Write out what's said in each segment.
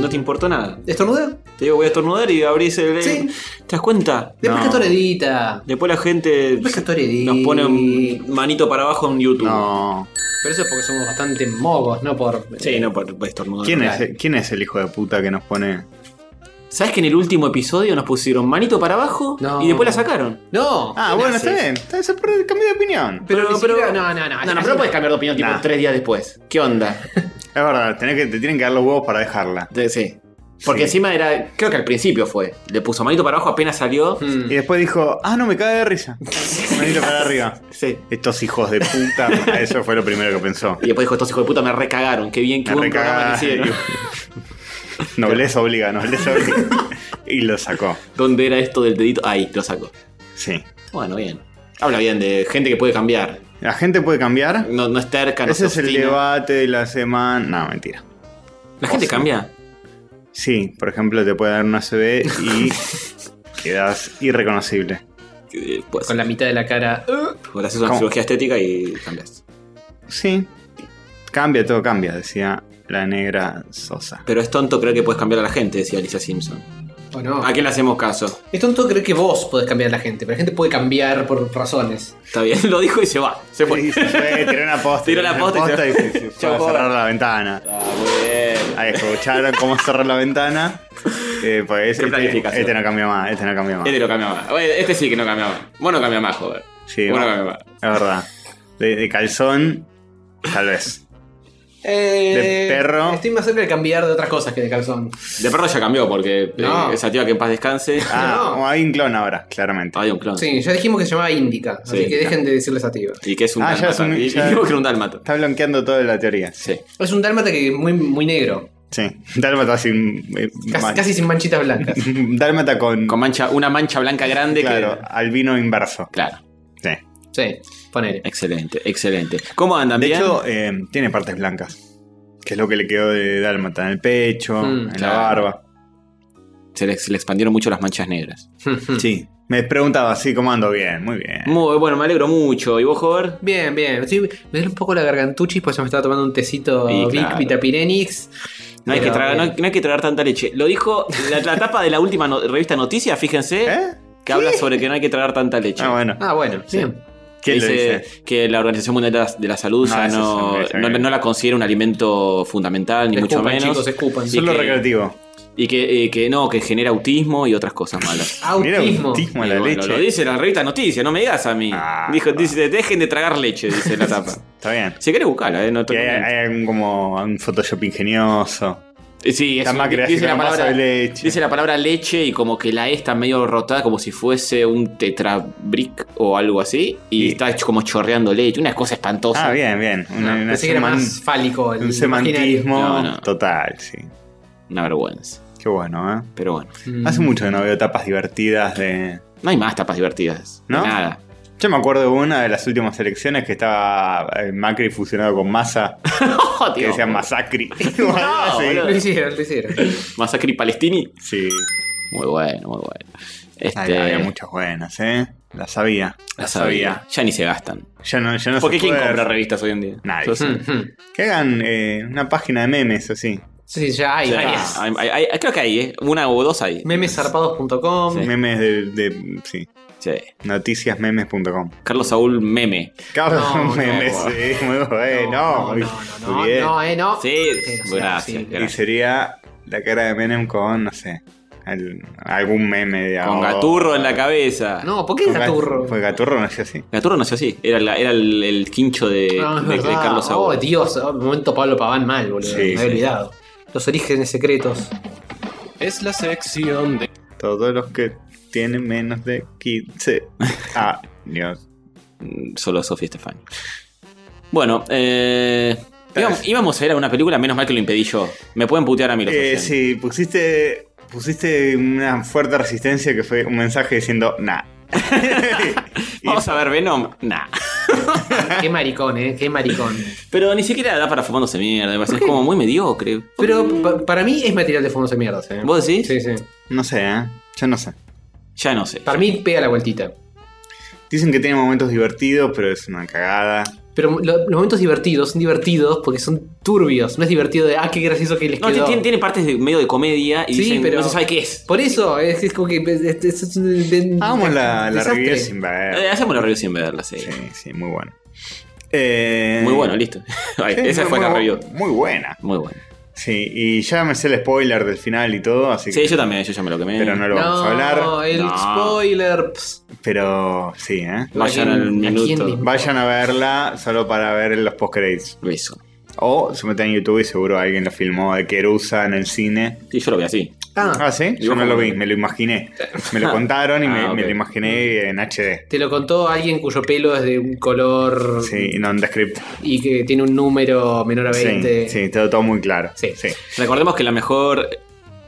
no te importa nada. ¿Estornudar? Te digo, voy a estornudar y abrís el. Sí. ¿Te das cuenta? Después No. que Castoredita. Después la gente Después Castoredita. nos pone un manito para abajo en YouTube. No. Pero eso es porque somos bastante mogos, no por. Sí, no por, por estornudar. ¿Quién es, e-, ¿Quién es el hijo de puta que nos pone? ¿Sabes que en el último episodio nos pusieron manito para abajo No. y después la sacaron? No. Ah, ¿qué bueno, haces? está bien. Está bien, se puede- cambié de opinión. Pero, Pero- ni siquiera- pero- no, no, no. No, no, pero no puedes cambiar de opinión tipo Ah, Nah. tres días después. ¿Qué onda? Es verdad, tenés que, te tienen que dar los huevos para dejarla. De- sí. Porque Sí. encima era. Creo que al principio fue. Le puso manito para abajo, apenas salió. Mm. Y después dijo, ah, no, me cae de risa. Manito para arriba. Sí. Estos hijos de puta, eso fue lo primero que pensó. Y después dijo, estos hijos de puta me recagaron. Qué bien, qué Me buen programa que hicieron. recagás. Nobleza obliga, nobleza obliga. Y lo sacó. ¿Dónde era esto del dedito? Ahí, lo saco. Sí. Bueno, bien. Habla bien de gente que puede cambiar. La gente puede cambiar. No, no es terca, no Ese se es el obstina. debate de la semana. No, mentira. La gente O sea. cambia. Sí, por ejemplo, te puede dar una CB y quedas irreconocible. Eh, Pues, Con la mitad de la cara. eh, ahora haces una ¿Cómo? cirugía estética y cambias. Sí. Cambia, todo cambia, decía la negra Sosa. Pero es tonto creer que puedes cambiar a la gente, decía Alicia Simpson. ¿O no? ¿A quién le hacemos caso? Es tonto creer que vos podés cambiar a la gente, pero la gente puede cambiar por razones. Está bien, lo dijo y se va. Se fue. Sí, se fue, tiró una posta. Tiró la una posta y se- y se- se fue Chau, a cerrar la ventana. Ah, muy bien. Ahí escucharon cómo cerrar la ventana. Eh, pues Qué este, planificación. este no cambia más, este no cambia más. Este lo cambiaba. Bueno, Este sí que no cambiaba. Vos no cambiás más, joder. Sí, Vos no va- cambiás más. es verdad. De, de calzón, tal vez. Eh, De perro. Estoy más cerca de cambiar de otras cosas que de calzón. De perro ya cambió porque eh, No. esa tía que en paz descanse. Ah, No. hay un clon ahora, claramente. Hay un clon. Sí, ya dijimos que se llamaba Índica, Sí, así que claro. dejen de decirle sativa. Y que es un Ah, ya dálmata. es un- Y- y ya- dijimos que era un dálmata. Está blanqueando toda la teoría. Sí. Es un dálmata que es muy, muy negro, Sí, dálmata sin. eh, casi, man- casi sin manchitas blancas. Dálmata con. Con mancha, una mancha blanca grande claro, que. albino inverso. Claro. Sí. Sí, ponele. Excelente, excelente. ¿Cómo andan? De ¿Bien? hecho, eh, tiene partes blancas. Que es lo que le quedó de Dálmata en el pecho, Mm, en claro. la barba. se le, se le expandieron mucho las manchas negras. Mm. Sí. Me preguntaba así, ¿cómo ando? Bien, muy bien. Muy bueno, me alegro mucho. ¿Y vos, Jover? Bien, bien. Estoy- me duele un poco la gargantuchis, pues ya me estaba tomando un tecito Y Vic claro. Vitapirenix. No hay, que Pero, tragar, no, hay, bien. no hay que tragar tanta leche. Lo dijo la, la tapa de la última no- revista Noticias, fíjense, ¿Eh? que habla sobre que no hay que tragar tanta leche. Ah, bueno. Ah, bueno, bien. ¿Quién lo dice? que la Organización Mundial de la- de la Salud No, ya eso no, es un- eh. no- no la considera un alimento fundamental, ni mucho escupan, menos. chicos, escupan. Sí. Solo que- recreativo. Y que, eh, que no, que genera autismo y otras cosas malas. Mira, Autismo. autismo a Y la bueno, leche. Lo dice la revista Noticias, no me digas a mí. Ah, Dijo, va. dice, dejen de tragar leche, dice la tapa. Está bien. Si querés buscarla, eh, no Y te hay, hay algún como un Photoshop ingenioso. Eh, Sí, es La un- máquina dice, hace la un vaso palabra, de leche. dice la palabra leche y como que la E está medio rotada como si fuese un tetrabric o algo así. Y Sí. está hecho como chorreando leche, una cosa espantosa. ah, bien, bien. Una- Ah, una pensé que era seman- más fálico el un semantismo No, no. total, sí. Una vergüenza. Qué bueno, ¿eh? Pero bueno. imaginario. Mm. Hace mucho que no veo tapas divertidas de... No hay más tapas divertidas. de ¿No? Nada. Yo me acuerdo de una de las últimas elecciones que estaba eh, Macri fusionado con Massa, Oh, que tío. decía Masacri. o algo No, así. boludo. Lo hicieron, lo hicieron. Masacre y Palestini. Sí. Muy bueno, muy bueno. Este, Ay, Había muchas buenas, ¿eh? Las sabía. la sabía. Ya ni se gastan. Ya no, ya no Porque se ¿quién puede- compra revistas hoy en día? Nadie. Yo sé. Mm, mm. Que hagan eh, una página de memes así. Sí, ya hay. Ya varias. está. Ah, Hay- hay- hay- creo que hay, ¿eh? Una o dos hay. Memesarpados.com. Sí. Memes de... de- sí. Sí. Noticiasmemes.com. Carlos Saúl Meme. Cabrón, No, no. memes, sí, muy Eh, bueno. eh, no, no, muy- no, muy no, bien. no, eh, no. Sí, sí, gracias. sí. Y gracias. sería la cara de Menem con, no sé, al- algún meme de Con ahora. Gaturro en la cabeza. No, ¿por qué Con Gat- Gaturro? Pues Gaturro no es así. Gaturro no sé así. Era, la- era el, el quincho de, Ah, es de- de verdad. Carlos Oh, Saúl. Dios, oh, momento Pablo Paván mal, boludo. Sí, me había sí. olvidado. Los orígenes secretos. Es la sección de Todos los que tienen menos de 15 años. Mm, Solo Sofía Estefani. Bueno, eh, Tal íbamos- vez. íbamos a ir a una película, menos mal que lo impedí yo. Me pueden putear a mí los Eh, oyentes. sí, pusiste, pusiste una fuerte resistencia que fue un mensaje diciendo, nah. Vamos a ver Venom. Nah. Qué maricón, eh, qué maricón. Pero ni siquiera da para fumándose mierda. me parece, Es como muy mediocre. Pero pa- para mí es material de fondos de mierdas, eh. ¿Vos decís? Sí, sí. No sé, ¿eh? Yo no sé. Ya no sé. Para mí pega la vueltita. Dicen que tiene momentos divertidos, pero es una cagada. Pero lo- los momentos divertidos son divertidos porque son turbios. No es divertido de, ah, qué gracioso que les No, quedó. tiene, tiene partes de medio de comedia y Sí, dicen, pero- no se sabe qué es. Por eso, es, es como que. es- es- es un- un- Hagamos la, la desastre. review sin ver. Eh, hacemos la review sin verla, sí. Sí, sí, muy bueno. Eh, Muy bueno, listo. Ahí, sí, Esa muy- fue la muy- review. Muy buena. Muy bueno. Sí, y ya me sé el spoiler del final y todo, así Sí, que. yo también, yo ya me lo quemé. Pero no lo vamos a No, hablar. el No. spoiler. ps. Pero sí, ¿eh? Vayan ¿A al quién- a minuto. quién le- Vayan a verla solo para ver los post-credits. Eso. O se meten en YouTube y seguro alguien lo filmó de Querusa en el cine. Sí, yo lo vi así. Ah, Ah, sí, Y yo vos no lo cómo- vi, me lo imaginé. Me lo contaron y me, Ah, ok. me lo imaginé en HD. te lo contó alguien cuyo pelo es de un color. Sí, non-descript. Y que tiene un número menor a Sí, 20. sí, todo, todo muy claro. Sí. sí. Recordemos que la mejor.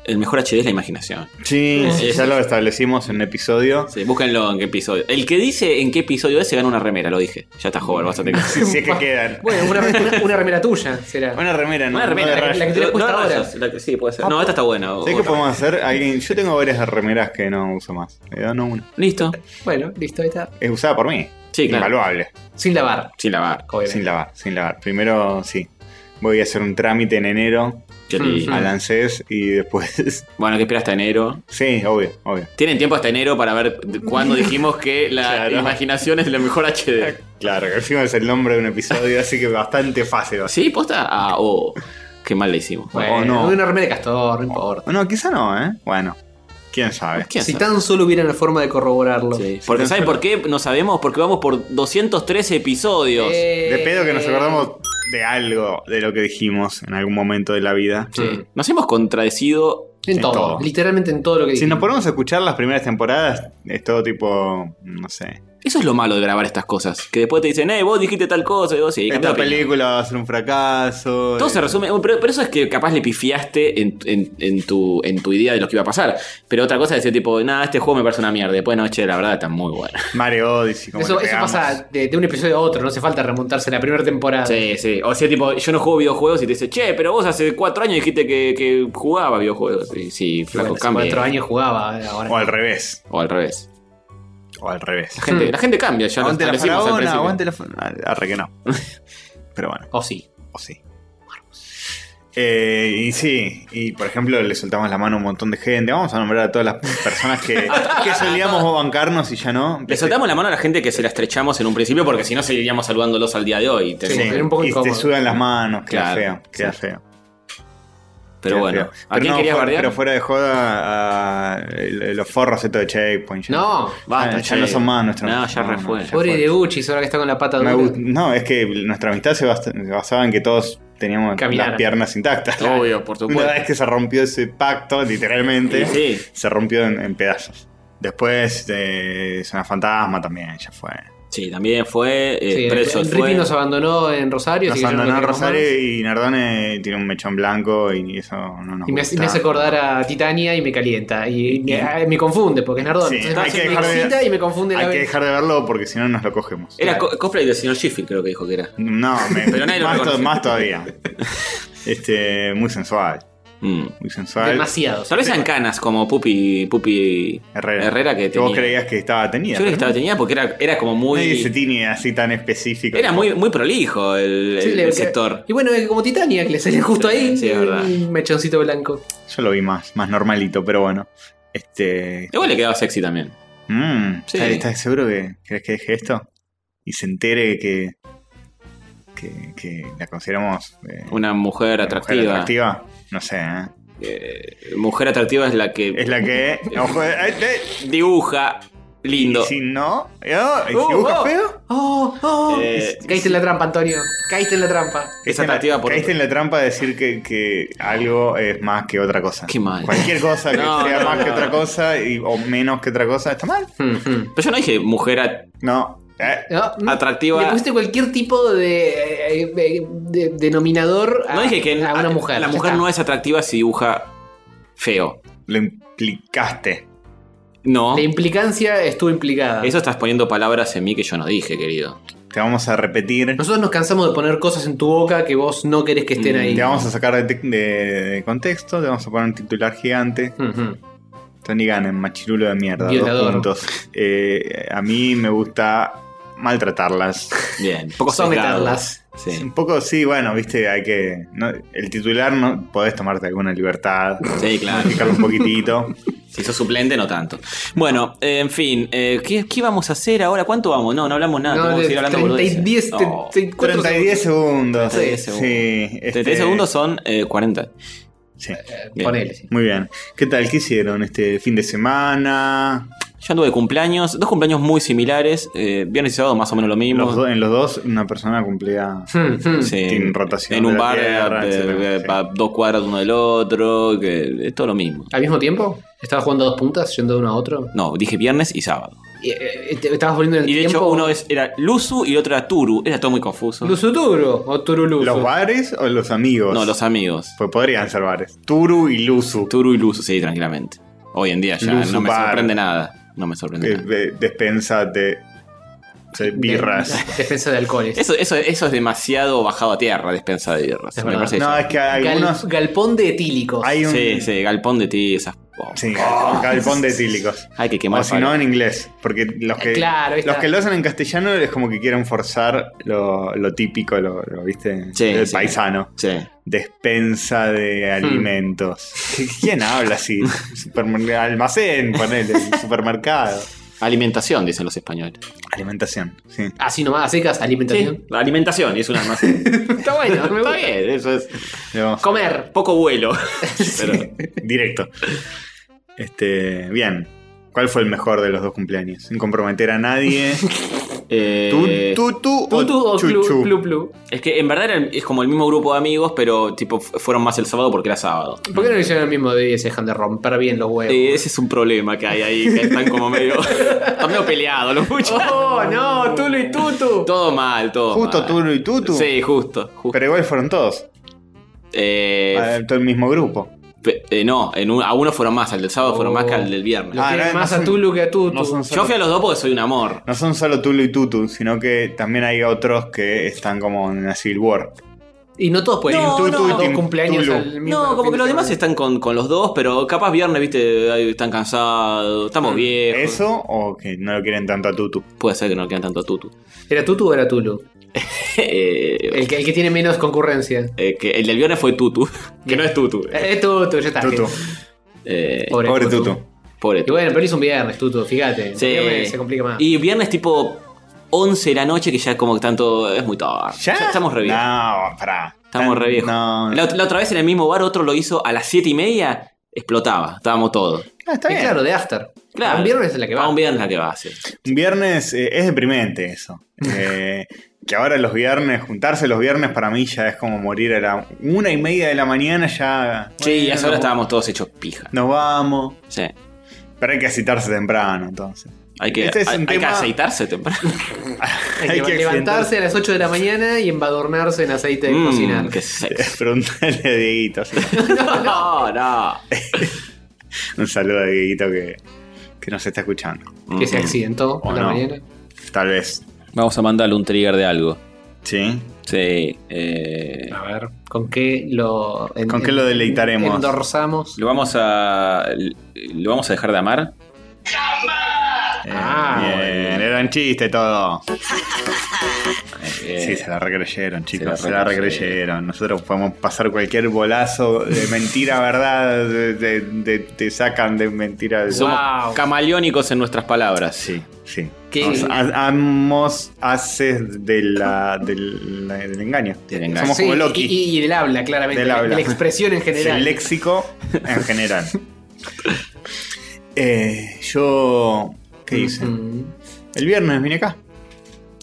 El mejor HD es la imaginación. Sí, Sí. ya lo establecimos en un episodio. Sí, búsquenlo en qué episodio. El que dice en qué episodio es se gana una remera, lo dije. Ya está joven, vas a tener. Si es que quedan. Bueno, una, una- una remera tuya será. Una remera, ¿no? Una remera, no de la- rayas. la que tenés puesta No, ahora. rayas, la que- sí, puede ser. No, esta está buena. ¿Sabés qué Otra. podemos hacer? Alguien, yo tengo varias remeras que no uso más. Le dan una. Listo. Bueno, listo, ahí está. Es usada por mí. Sí, claro. Invaluable. Sin lavar. Sin lavar. obviamente. Sin lavar, sin lavar. Primero, sí. Voy a hacer un trámite en enero Qué lindo. al ANSES y después. Bueno, que espera hasta enero. sí, obvio, obvio. Tienen tiempo hasta enero para ver de- cuándo dijimos que la Claro. imaginación es la mejor HD. Claro, que encima es el nombre de un episodio, así que bastante fácil. ¿Sí? ¿Posta? Ah, oh. Qué mal le hicimos. Bueno, Bueno, Oh, no. una remera de castor, no importa. No, quizá no, ¿eh? Bueno, quién sabe. ¿Quién Si sabe? tan solo hubiera una forma de corroborarlo. Sí. Porque ¿saben por qué? No sabemos, porque vamos por 213 episodios. Eh, De pedo que nos acordamos de algo de lo que dijimos en algún momento de la vida. Sí. En, Nos hemos contradecido. En todo, todo. Literalmente en todo lo que Si nos dijimos. ponemos a escuchar las primeras temporadas, es todo tipo, no sé. Eso es lo malo de grabar estas cosas. Que después te dicen, eh, vos dijiste tal cosa. Y vos sí, Esta cambiá de opinión". película va a ser un fracaso. eh, Todo se resume. eh, Pero, pero eso es que capaz le pifiaste en, en- en tu, en tu idea de lo que iba a pasar. Pero otra cosa es decir, tipo, nada, este juego me parece una mierda. Después, no, che, la verdad está muy bueno. Mario Odyssey, como Eso, le eso pegamos. pasa de, de un episodio a otro, no hace falta remontarse a la primera temporada. Sí, sí. O sea, tipo, yo no juego videojuegos y te dice, che, pero vos hace cuatro años dijiste que, que jugaba videojuegos. Y sí, flaco, Bueno, hace cambia. cuatro años jugaba eh, O ahora. al revés. O al revés. O al revés. La gente, la gente cambia, ya lo Aguante la establecimos al faraona, principio. aguante la faraona. Arre que no. Pero bueno, O sí. o sí. Eh, y sí, y por ejemplo le soltamos la mano a un montón de gente. Vamos a nombrar a todas las personas que, que solíamos bancarnos y ya no. Le soltamos la mano a la gente que se la estrechamos en un principio porque si no seguiríamos saludándolos al día de hoy. Sí, Tenemos- era un poco y te incómodo. sudan las manos, queda Claro, feo, queda feo. Pero queda bueno, feo. ¿a quién no, querías fuera- bardear? Pero fuera de joda, a- los forros estos de Checkpoint. ya. No. Basta, Ah, ya che. no son más nuestros- No, ya no, re no, fue. ya Pobre fue. de Uchis, ahora que está con la pata Me dura. gust- no, es que nuestra amistad se bas- se basaba en que todos teníamos Caminar. las piernas intactas. Obvio, por Una vez supuesto. que se rompió ese pacto, literalmente, Y sí. se rompió en, en pedazos. Después de Zona Fantasma también, ya fue. Sí, también fue eh, Sí, el- preso. el fue. Rippy nos abandonó en Rosario. así Nos que yo no abandonó lo tengo Rosario más. y Nardone tiene un mechón blanco y eso no nos Y me, hace- gusta. me hace acordar a Titania y me calienta. Y me, ah, me confunde, porque es Nardón. Sí, Entonces hay me que hace dejar de- cosita y me confunde la Hay que vez. dejar de verlo porque si no nos lo cogemos. Era Claro. co- cosplay del señor Sheffield, creo que dijo que era. No, me- Pero nadie lo más, to- reconoce. más todavía. Este, muy sensual, Mm. muy sensual. Demasiado. Tal vez sean canas como Pupi, Pupi Herrera. que Que Eh, vos tenía. creías que estaba tenida. Yo creo que pero estaba tenía porque era, era como Nadie se muy. tiene así tan específico. Era muy, muy prolijo el, Sí, el- le- el que- sector. Y bueno, es como Titania, que le sale justo Sí, ahí. sí, es verdad. Un mechoncito blanco. Yo lo vi más, más normalito, pero bueno. Este. Igual le quedaba sexy también. mm, Sí. ¿estás- ¿Estás seguro que crees que deje esto? Y se entere que. que, que la consideramos. eh, Una mujer una atractiva. mujer Mujer atractiva, atractiva. No sé, ¿eh? mujer atractiva es la que Es la que. Ojo, eh, eh, dibuja y lindo. si no. oh, ¿Y si Uh, Oh, busca oh. feo? ¡Oh! ¡Oh! Eh, Caíste en la trampa, Antonio. Caíste en la trampa. Es Caíste en la- atractiva por Caíste en la trampa de decir que, que algo es más que otra cosa. Qué mal. Cualquier cosa que No, sea no, más que no. otra cosa y- o menos que otra cosa, ¿está mal? Hmm, hmm. Pero yo no dije mujer at- No. Eh, No, no. Ah, mm. Le atractiva. pusiste cualquier tipo de, eh, eh, de- denominador a, No dije que a una mujer. La mujer no es atractiva si dibuja feo. lo implicaste. No. La implicancia estuvo implicada. Eso estás poniendo palabras en mí que yo no dije, querido. Te vamos a repetir. Nosotros nos cansamos de poner cosas en tu boca que vos no querés que estén Mm, ahí. Te vamos a sacar de, de- de contexto, te vamos a poner un titular gigante. Ujú. Tony Gannon, machirulo de mierda. Violador. Dos puntos. Eh, a mí me gusta maltratarlas. Bien, poco Someterlas. sesgado. Sí. Un poco, sí, bueno, viste, hay que. no- el titular no podés tomarte alguna libertad. Sí, claro. Modificarlo un poquitito. Si sos suplente, no tanto. Bueno, eh, en fin, eh, ¿qué, qué vamos a hacer ahora? ¿Cuánto vamos? No, no hablamos nada. No, tenemos que de Ah, seguir 30 hablando y boludeces. 10, te- Oh. te- cuatro 30 y 10 segundos. 30 Sí, segundos. sí, 33 este- segundos son eh, 40. Sí. segundos. Bien. Ponele, sí. Muy bien. ¿Qué tal? ¿Qué hicieron este fin de semana? Yo anduve de cumpleaños, dos cumpleaños muy similares, eh, viernes y sábado más o menos lo mismo. Los do- en los dos, una persona cumplía. Hmm, hmm. Sí, Sin rotación en un de la bar tierra, eh, etcétera, eh, sí. a dos cuadras uno del otro, que es todo lo mismo. ¿Al mismo tiempo? ¿Estabas jugando a dos puntas, yendo de uno a otro? No, dije viernes y sábado. Y, eh, eh, te- estabas poniendo en el Y de tiempo. hecho uno es, era Luzu y el otro era Turu, era todo muy confuso. ¿Lusuturo o Turulusu? ¿Los bares o los amigos? No, los amigos. Pues podrían ser bares. Turu y Luzu. Turu y Luzu, sí, tranquilamente. Hoy en día ya Luzu no me bar. sorprende nada. No me sorprende Eh, nada. eh, despensa de de birras. De- Defensa de alcoholes. Eso, eso, eso es demasiado bajado a tierra, despensa de birras. Es me verdad. parece No, eso. es que hay Gal- algunos. Galpón de etílicos. Hay un. Sí, sí, galpón de ti, esas. oh, sí, galpón de etílicos. Hay que quemar. O si no, palos. en inglés. Porque los que, Eh, claro, ahí está. los que lo hacen en castellano es como que quieren forzar lo, lo típico, lo, lo, viste, Sí, del sí. paisano. Sí. Despensa de alimentos. ¿Qué- ¿Quién habla así? Supermer- almacén, ponele, supermercado. Alimentación, dicen los españoles. Alimentación, sí. Así nomás, a secas, alimentación. La alimentación es una más. Está Está bueno, me gusta. bien, eso es. Le vamos- Comer. Poco vuelo. Pero Directo. Este, bien. ¿Cuál fue el mejor de los dos cumpleaños? Sin comprometer a nadie. ¿Tú, eh, tú, tú, o Tutu o chuchu? Plu Plu Plu. es que en verdad eran- es como el mismo grupo de amigos, pero tipo fu- fueron más el sábado porque era sábado. ¿Por qué no le hicieron el mismo día y se dejan de romper bien los huevos? Eh, ese es un problema que hay ahí, que están como medio, están medio peleados los muchachos. ¡Oh, no! ¡Tulu y Tutu! Todo mal, todo Justo mal. Tulu y Tutu. Sí, justo. justo. Pero igual fueron todos. Eh, a- todo el mismo grupo. pe- eh, no, en un- a uno fueron más, al del sábado fueron Oh. más que al del viernes. Lo Ah, quieren no, más no a son- Tulu que a Tutu. no son- Yo fui a los dos porque soy un amor. No son solo Tulu y Tutu, sino que también hay otros que están como en la Civil War. Y no todos pueden No, ir. no. Dos Team cumpleaños Tulu. al mismo No, como que fin de los semana. demás están con, con los dos, pero capaz viernes, viste, ay, están cansados, estamos Ah, viejos. ¿Eso o que no lo quieren tanto a Tutu? Puede ser que no le quedan tanto a Tutu. ¿Era Tutu o era Tulu? Eh, El que, el que tiene menos concurrencia. eh, que el del viernes fue Tutu, que no es Tutu. Eh, Es Tutu, ya está. Tutu. Eh, Pobre, Pobre Tutu. Tutu. pobre Y Tutu. bueno, pero hizo un viernes, Tutu, fíjate. Sí. Viernes se complica más. Y viernes tipo 11 de la noche, que ya como que tanto es muy tarde. ¿Ya? estamos re viejos. No, pará. Estamos re viejos. No, La, ot- la otra vez en el mismo bar, otro lo hizo a las 7 y media, explotaba, estábamos todos. Ah, está Y bien. claro, de after. Claro. A Un viernes es la que va. A un viernes la que va a hacer. Un viernes eh, es deprimente eso. Eh, que ahora los viernes, juntarse los viernes para mí ya es como morir a la una y media de la mañana ya. Sí, a esa hora nos- estábamos todos hechos pija. Nos vamos. Sí. Pero hay que citarse temprano entonces. Hay que, Este es hay, un hay que tema- aceitarse temprano. Hay que, levantarse a las 8 de la mañana y embadornarse en aceite de Mm, cocina. qué sexy. accidentarse. Preguntale a Dieguito. no, no. Un saludo a Dieguito que, que nos está escuchando. Que Mm. se accidentó O a la no. mañana. Tal vez. Vamos a mandarle un trigger de algo. Sí. Sí. eh, A ver, ¿con qué lo, en- ¿Con qué lo en- deleitaremos? Endorsamos. lo vamos a. Lo vamos a dejar de amar. Eh, Ah, bien. Era un chiste todo. Eh, Sí, se la recreyeron, chicos. Se Se la la recreyeron. recreyeron. Nosotros podemos pasar cualquier bolazo de mentira, verdad. de- de- de- te sacan de mentira. de- Somos Wow. camaleónicos en nuestras palabras. Sí, sí. ¿Qué? Somos a- Ambos haces de la, del, la- del engaño. Del engaño. Somos Sí, como Loki. Y, y- y del habla, claramente. Del de- habla. de la expresión en Es el general. léxico en general. Eh, yo. ¿Qué hice? Mm. El viernes vine acá.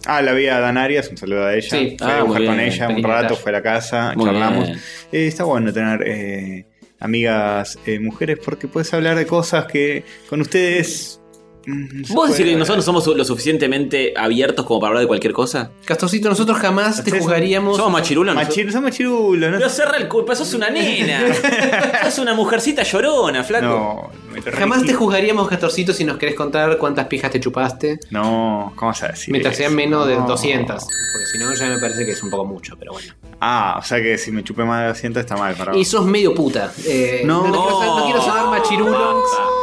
Ah, la vi a Dan Arias, un saludo a ella. Sí. Fui Ah, a muy dibujar con bien, ella un pequeño rato, detalle. fue a la casa, Muy charlamos. bien. Eh, está bueno tener eh, amigas eh, mujeres porque puedes hablar de cosas que con ustedes. mm, no se ¿Vos puede decís que hablar. nosotros no somos lo suficientemente abiertos como para hablar de cualquier cosa? Castorcito, nosotros jamás te Ustedes- juzgaríamos. Somos machirulos. nosotros? Machir, somos machirulos, Pero cerra el culo, sos una nena. sos una mujercita llorona, no. flaco. No, me te Jamás te regí- juzgaríamos, Castorcito, si nos querés contar cuántas pijas te chupaste. No, ¿cómo vas a decir? mientras eso? sean menos de No. 200. Porque si no, ya me parece que es un poco mucho, pero bueno. Ah, o sea que si me chupé más de 200 está mal para Y sos medio puta. Eh, No. quiero, ser- no quiero sonar machirulo. Basta. Ah,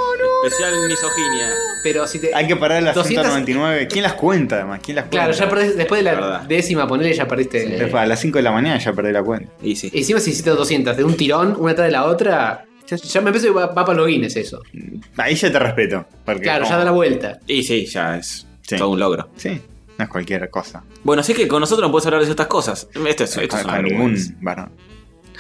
Especial misoginia. Pero si te. Hay que parar las 200 199. ¿Quién las cuenta además? ¿Quién las cuenta? Claro, ya perdés, después de la Verdad. décima, ponele, ya perdiste. Es para las 5 de la mañana ya perdí la cuenta. Y sí. Encima si hiciste 200 de un tirón, una atrás de la otra, ya, ya me parece que va, va para los Guinness eso. Ahí ya te respeto. porque Claro, como- ya da la vuelta. Y sí, ya es Sí. todo un logro. Sí, no es cualquier cosa. Bueno, sé que con nosotros no puedes hablar de ciertas cosas. Esto es, esto es Con- una con ningún vergüenza. varón.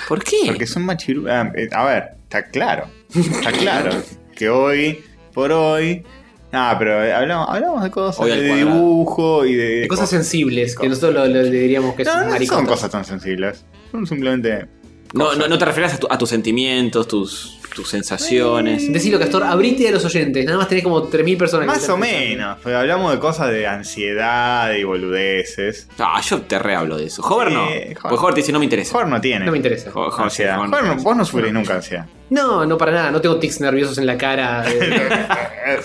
¿Por qué? Porque son machiru... ah, eh, A ver, está claro. Está claro. que hoy, por hoy... Ah, pero eh, hablamos, hablamos de cosas, Hoy al de cuadrado. dibujo y de... Hay cosas sensibles, que nosotros lo, lo- le diríamos que No, son no maricotas. son cosas tan sensibles. Son simplemente... no, no, no te refieres a, tu- a tus sentimientos, tus, tus sensaciones. Decilo, Castor, abrite a los oyentes, nada más tenés como 3.000 personas. que Más están o menos. pero hablamos de cosas de ansiedad y boludeces. Ah, yo te rehablo de eso. Hover no. Eh, Hover. Pues Hover te dice, no me interesa. Jorge no tiene. pensando. No me interesa. Ho- Hover, sí, ansiedad. Hover no Jorge, interesa. vos no sufrís nunca ansiedad. No, no para nada, no tengo tics nerviosos en la cara. eh.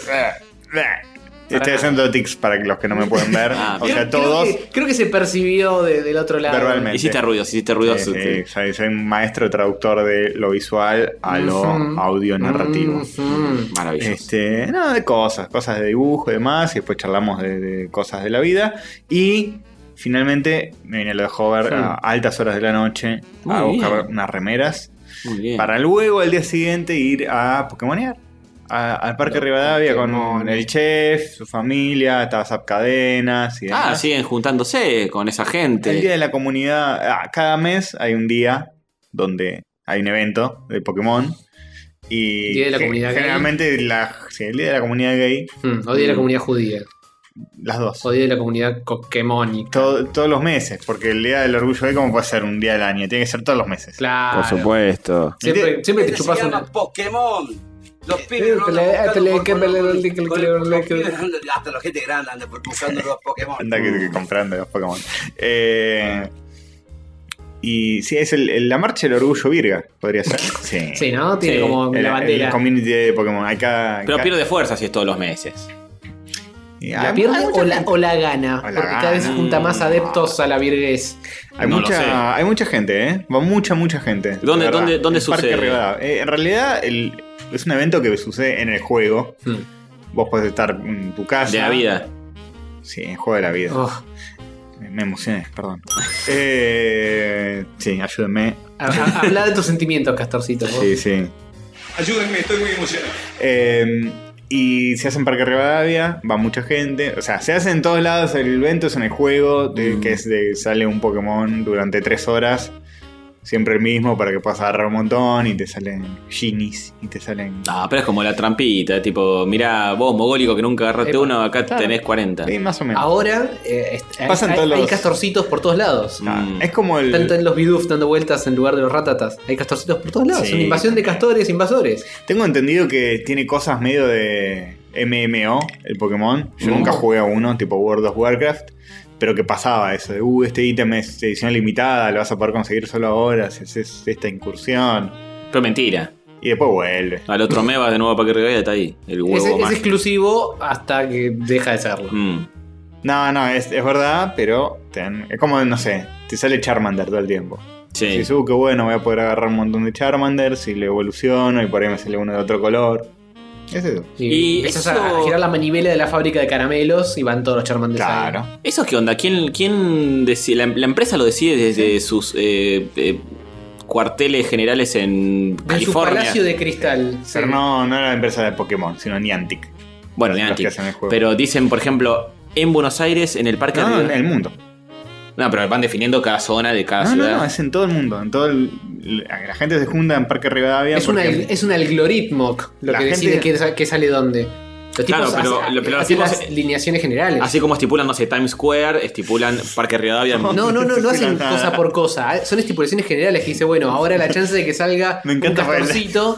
Estoy haciendo tics para los que no me pueden ver. Ah, o bien. sea, Creo todos. que, creo que se percibió de- del otro lado. Verbalmente. Hiciste ruidos, hiciste ruidos. Sí, sí, sí. eh, soy, soy un maestro traductor de lo visual a lo Ujú. Mm. audio narrativo. Ujú. Mm. Maravilloso. Este, no, de cosas, cosas de dibujo y demás, y después charlamos de, de cosas de la vida. Y finalmente me vine a lo de Hover Sí. a altas horas de la noche Muy a buscar bien. unas remeras Muy bien. para luego al día siguiente ir a Pokémonear. a- al Parque Los Rivadavia con Pokémones. el chef, su familia, estaba Zap Cadenas y demás. Ah, siguen juntándose con esa El Día gente. de la Comunidad, ah, cada mes hay un día donde hay un evento de Pokémon. Y Día de la ge- comunidad gay. generalmente la, sí, el Día de la Comunidad Gay, Mm, odio a la comunidad judía, las dos. odio a la comunidad coquemónica. Todo- todos los meses, porque el Día del Orgullo Gay, ¿cómo puede ser un día del año? Tiene que ser todos los meses. Claro. supuesto. Siempre, siempre te Este chupas se llama una. Pokémon. Los Eh, pibes no pelea- andan buscando pelea- que Pokémon. pelea- que- que- Con- que- los que- pibes no- Hasta la gente grande anda por- buscando los Pokémon. Anda que, que comprando los Pokémon. Eh, y sí, es el- el- la marcha del orgullo virga, podría ser. Sí, Sí, ¿no? Tiene Sí, como El- la bandera. El community de Pokémon. Hay cada- Pero cada- pierde fuerza si es todos los meses. y hay- ¿La pierde hay o mucha la, gente. o la gana? O la porque cada vez se gana. junta más adeptos a la virguez. Hay, No lo sé. mucha, hay mucha gente, ¿eh? Va mucha, mucha gente. ¿Dónde- de verdad. dónde- dónde El Parque sucede? Rivadavia. Eh, en realidad el- es un evento que sucede en el juego. Mm. Vos podés estar en tu casa. De la vida. Sí, en el juego de la vida. Oh, Me emocioné, perdón. Eh, sí, ayúdenme. ha- ha- Habla de tus sentimientos, Castorcito. vos. Oh. Sí, sí. Ayúdenme, estoy muy emocionado. Eh, y se hace en Parque Rivadavia, va mucha gente. O sea, se hace en todos lados el evento, es en el juego, Mm. de- que es de sale un Pokémon durante tres horas. Siempre el mismo para que puedas agarrar un montón y te salen Ginis y te salen. Ah, pero es como la trampita, ¿eh? tipo, mirá, vos mogólico que nunca agarraste Epa. uno, acá Claro. tenés 40. Sí, más o Ah, menos. Ahora eh, est- hay, Pasan hay- todos los- hay castorcitos por todos lados. Ah, Mm. Es como el. Tanto en los bidoof dando vueltas en lugar de los ratatas. Hay castorcitos por todos lados. Sí. Una invasión de castores, invasores. Tengo entendido que tiene cosas medio de MMO, el Pokémon. Yo Mm. nunca jugué a uno, tipo World of Warcraft. Pero que pasaba eso de, uh, este ítem es edición limitada, lo vas a poder conseguir solo ahora si haces esta incursión. Pero mentira. Y después vuelve. Al otro me vas de nuevo para que regalas, está ahí. El huevo Es, es mágico. exclusivo hasta que deja de serlo. Mm. No, no, es, es verdad, pero ten- es como, no sé, te sale Charmander todo el tiempo. Sí. Dices, uh, qué bueno, voy a poder agarrar un montón de Charmander si le evoluciono y por ahí me sale uno de otro color. Es eso. Y Y empiezas eso- a girar la manivela de la fábrica de caramelos y van todos los charmantes Claro. ¿Eso qué onda? ¿Quién, quién decide? La, la empresa lo decide desde sus eh, eh, cuarteles generales en De su California. palacio de cristal. sí. Pero no, no era la empresa de Pokémon, sino Niantic. Bueno, de los Antic. que hacen el juego. Pero dicen, por ejemplo, en Buenos Aires, en el parque. No, Río- en el mundo. No, pero van definiendo cada zona de cada No, no, ciudad. no, es en todo el mundo. En todo el- la gente se junta en Parque Rivadavia. Es, una- porque- es un algoritmo lo La que gente- decide qué, sa- qué sale dónde. Los Claro, tipos pero hacen, lo- pero los hacen tipos- las alineaciones generales. Así como estipulan, no sé, Times Square, estipulan Parque Rivadavia. no, no, no, no, No hacen nada. cosa por cosa. Ah, Son estipulaciones generales que dice, bueno, ahora la chance de que salga Me encanta un bailar. castorcito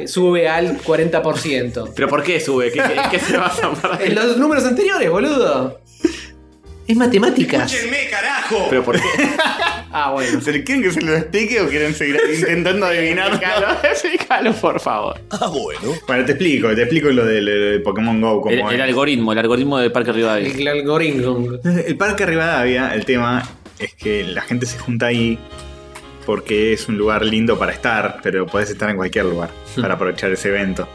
eh, sube al 40%. ¿Pero por qué sube? ¿Qué, qué- qué se basa en Parque- En los números anteriores, boludo. Es matemáticas. carajo! ¿Pero por qué? Ah, bueno. ¿Se le- ¿Quieren que se lo explique o quieren seguir intentando adivinar? Explícalo, por favor. Bueno, te explico, te explico lo del del Pokémon Go. Como El, el algoritmo, el algoritmo del Parque Rivadavia. El algoritmo. El Parque Rivadavia, el tema es que la gente se junta ahí Hmm. porque es un lugar lindo para estar, pero podés estar en cualquier lugar para aprovechar ese evento.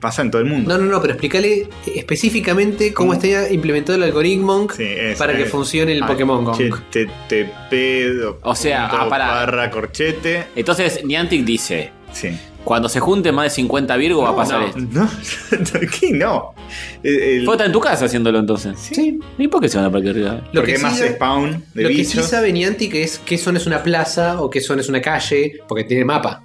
pasa en todo el mundo. No, no, no, pero explícale específicamente cómo ¿Cómo? está implementado el algoritmo Mm. Sí, es, para que eh, funcione el al- Pokémon Go. HTTP do- O sea, punto ah, pará. barra corchete. Entonces, Niantic dice: Sí. Cuando se junten más de 50 Virgo va a pasar esto. No, aquí no. El- el- Fue en tu casa haciéndolo entonces. Sí. ¿Y por qué se van a Parque Rivadavia? Lo porque que, es más sí, spawn de lo que sí bichos. sabe Niantic es qué zona es una plaza o qué zona es una calle, porque tiene mapa.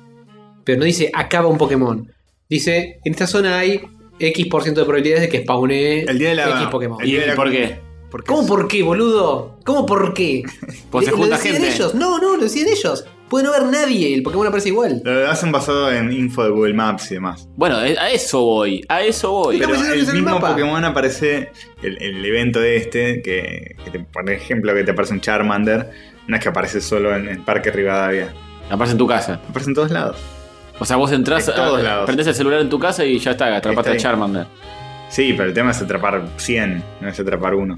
Pero no dice acaba un Pokémon. Dice, en esta zona hay X% de probabilidades de que spawnee el día de la. X Pokémon. el día ¿Y de la- por qué? porque ¿Cómo es- por qué, boludo? ¿Cómo por qué? Pues se Eh, junta lo decían gente. ellos. No, no, lo decían ellos. Puede no haber nadie, el Pokémon aparece igual. Lo hacen basado en info de Google Maps y demás. Bueno, eh, a eso voy, a eso voy. Pero- Pero aparece en el el mismo mapa. Pokémon aparece el, el evento este, que, que te- por ejemplo que te aparece un Charmander, no es que aparece solo en el Parque Rivadavia, Aparece en tu casa. aparece en todos lados. O sea, vos entras, En todos ah, lados. prendés el celular en tu casa y ya está, atrapaste Está a ahí. Charmander. Sí, pero el tema es atrapar 100, no es atrapar uno.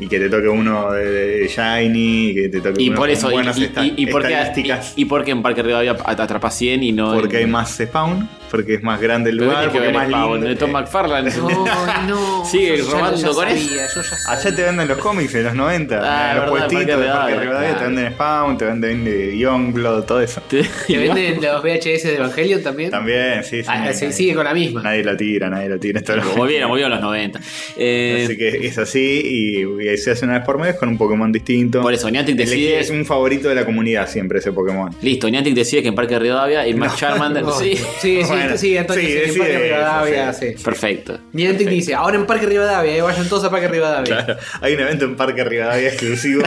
Y que te toque uno de, de Shiny, y que te toque Y uno por con eso, y, buenas y- esta- y- y por qué- estadísticas. y- y por qué en Parque Rivadavia at- atrapas 100 y no. porque hay más spawn, porque es más grande el Pero lugar, tiene que porque ver es más el pavo, lindo. de Tom Eh, McFarlane. No, no. Sigue Yo ya- robando ya con eso. sabía, yo ya Allá sabía. te venden los cómics en los 90, Ah, en los verdad, puestitos Parque de Parque Rivadavia, Rivadavia, te claro. venden Spawn, te venden eh, Youngblood, todo eso. ¿Te venden los VHS de Evangelion también? También, sí, sí. Ah, se- sigue con la misma. Nadie lo tira, nadie lo tira. Esto lo- Volvieron, volvieron los 90. Eh, Así que es así y, y ahí se hace una vez por mes con un Pokémon distinto. por eso, Niantic Elegí- decide. es un favorito de la comunidad siempre ese Pokémon. Listo, Niantic decide que en Parque Rivadavia hay más Charmander. Oh, Sí. sí, sí, Bueno, sí, Antonio, sí, sí, en decide Parque eso, Rivadavia, sí. sí. Perfecto. Niantic dice, ahora en Parque Rivadavia, eh, vayan todos a Parque Rivadavia. Claro, hay un evento en Parque Rivadavia exclusivo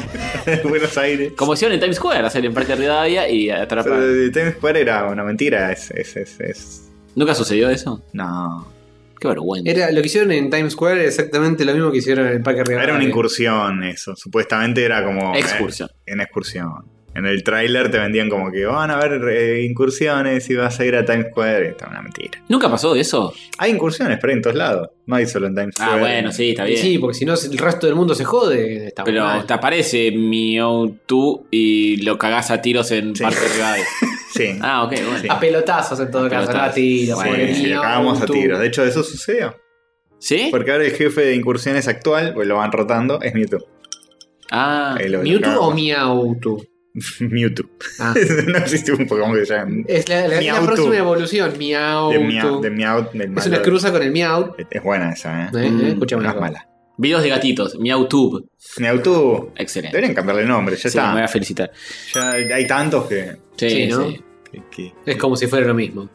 de Buenos Aires. Como hicieron en Times Square, hacer en Parque Rivadavia y atrapar. Eh, Times Square era una mentira, es, es, es, es- ¿Nunca sucedió eso? No. Qué vergüenza. Era, lo que hicieron en Times Square era exactamente lo mismo que hicieron en el Parque Rivadavia. Era una incursión eso, supuestamente era como... Excursión. eh, en excursión. En el tráiler te vendían como que van a haber eh, incursiones y vas a ir a Times Square. Esto es una mentira. ¿Nunca pasó eso? Hay incursiones, pero en todos lados. No hay solo en Times Ah, Square. bueno, sí, está Y bien. Sí, porque si no el resto del mundo se jode. Está Pero mal. te aparece Mewtwo y lo cagás a tiros en Sí. Parque Rivadavia. Sí. Ah, ok, bueno. Sí. A pelotazos en todo A caso, no a pelotazos. tiros, Sí, pobre sí, niño, lo acabamos a tú. tiros. De hecho, eso sucedió. ¿Sí? Porque ahora el jefe de incursiones actual, pues lo van rotando, es Mewtwo. Ah, Ahí lo- ¿Mewtwo lo- o Miautu? Mewtwo. Ah. no existe un Pokémon que se llame. Es la, la- la Miautu. próxima evolución, Miautu. De Meow, de Meow, del es malo. una cruza con el Miau. Es- Es buena esa, ¿eh? Eh, eh, Mm, escuchame una no es cosa. mala. videos de gatitos, Mewtwo. Mewtwo. Excelente. Deberían cambiarle el nombre, ya Sí, me voy está. a felicitar. Ya hay tantos que. Sí, Sí, ¿no? sí. que- que- Es como si fuera lo mismo.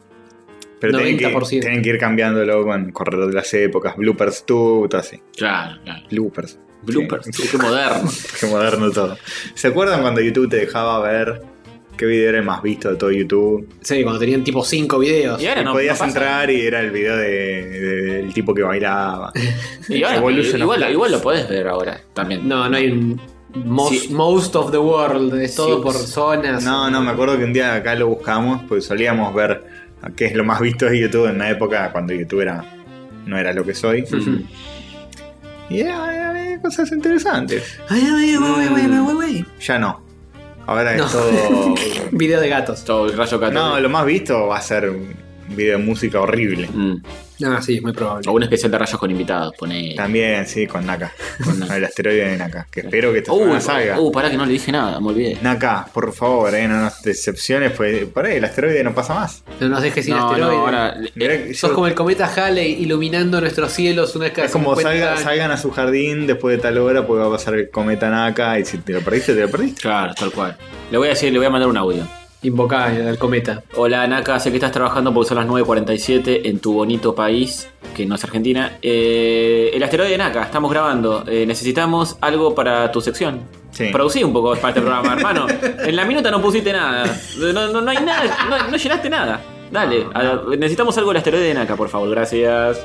pero tienen que, 90%. tienen que ir cambiándolo con correr de las épocas. Bloopers tú, todo así. Claro, claro. Bloopers. Bloopers, Sí. qué moderno. Qué moderno todo. ¿Se acuerdan cuando YouTube te dejaba ver qué video era el más visto de todo YouTube? Sí, cuando tenían tipo 5 videos. Y ahora Y no. podías no pasa. entrar y era el video de- de- del tipo que bailaba. Y ahora- Evolution of igual, Plants. igual lo podés ver ahora también. No, no hay un. Most, Sí. most of the world, es todo Sí. por zonas. No, no, me acuerdo que un día acá lo buscamos, pues solíamos ver qué es lo más visto de YouTube en una época cuando YouTube era, no era lo que soy. Ujú. Y era- era- era cosas interesantes. Ay, ay, ay, ay, ay, ay, ay, Ya no. Ahora No. es todo. ay. Video de gatos. Todo el rayo no, católico. lo más visto va a ser un video de música horrible. Mm. Ah, sí, es muy probable. O un especial de rayos con invitados, poné. También, sí, con Naka. Con el asteroide de Naka. Que espero que esta Uh, semana salga. uh, pará que no le dije nada, me olvidé. Naka, por favor, eh, no nos decepciones, pues por ahí el asteroide no pasa más. No nos dejes sin No, no, asteroides. ahora. Mirá que Eh, Sos yo- como el cometa Halley iluminando nuestros cielos una vez cada Es como 50 salga- años. salgan a su jardín después de tal hora porque va a pasar el cometa Naka y si te lo perdiste, te lo perdiste. Claro, tal cual. Le voy a decir, le voy a mandar un audio. Invocar al cometa. Hola Naka, sé que estás trabajando porque son las 9.47 en tu bonito país, que no es Argentina. Eh, el asteroide de Naka, estamos grabando. Eh, necesitamos algo para tu sección. Sí. Producí un poco para este programa, hermano. En la minuta no pusiste nada. No, no- no hay nada, no, no llenaste nada. Dale, a- necesitamos algo del asteroide de Naka, por favor, gracias.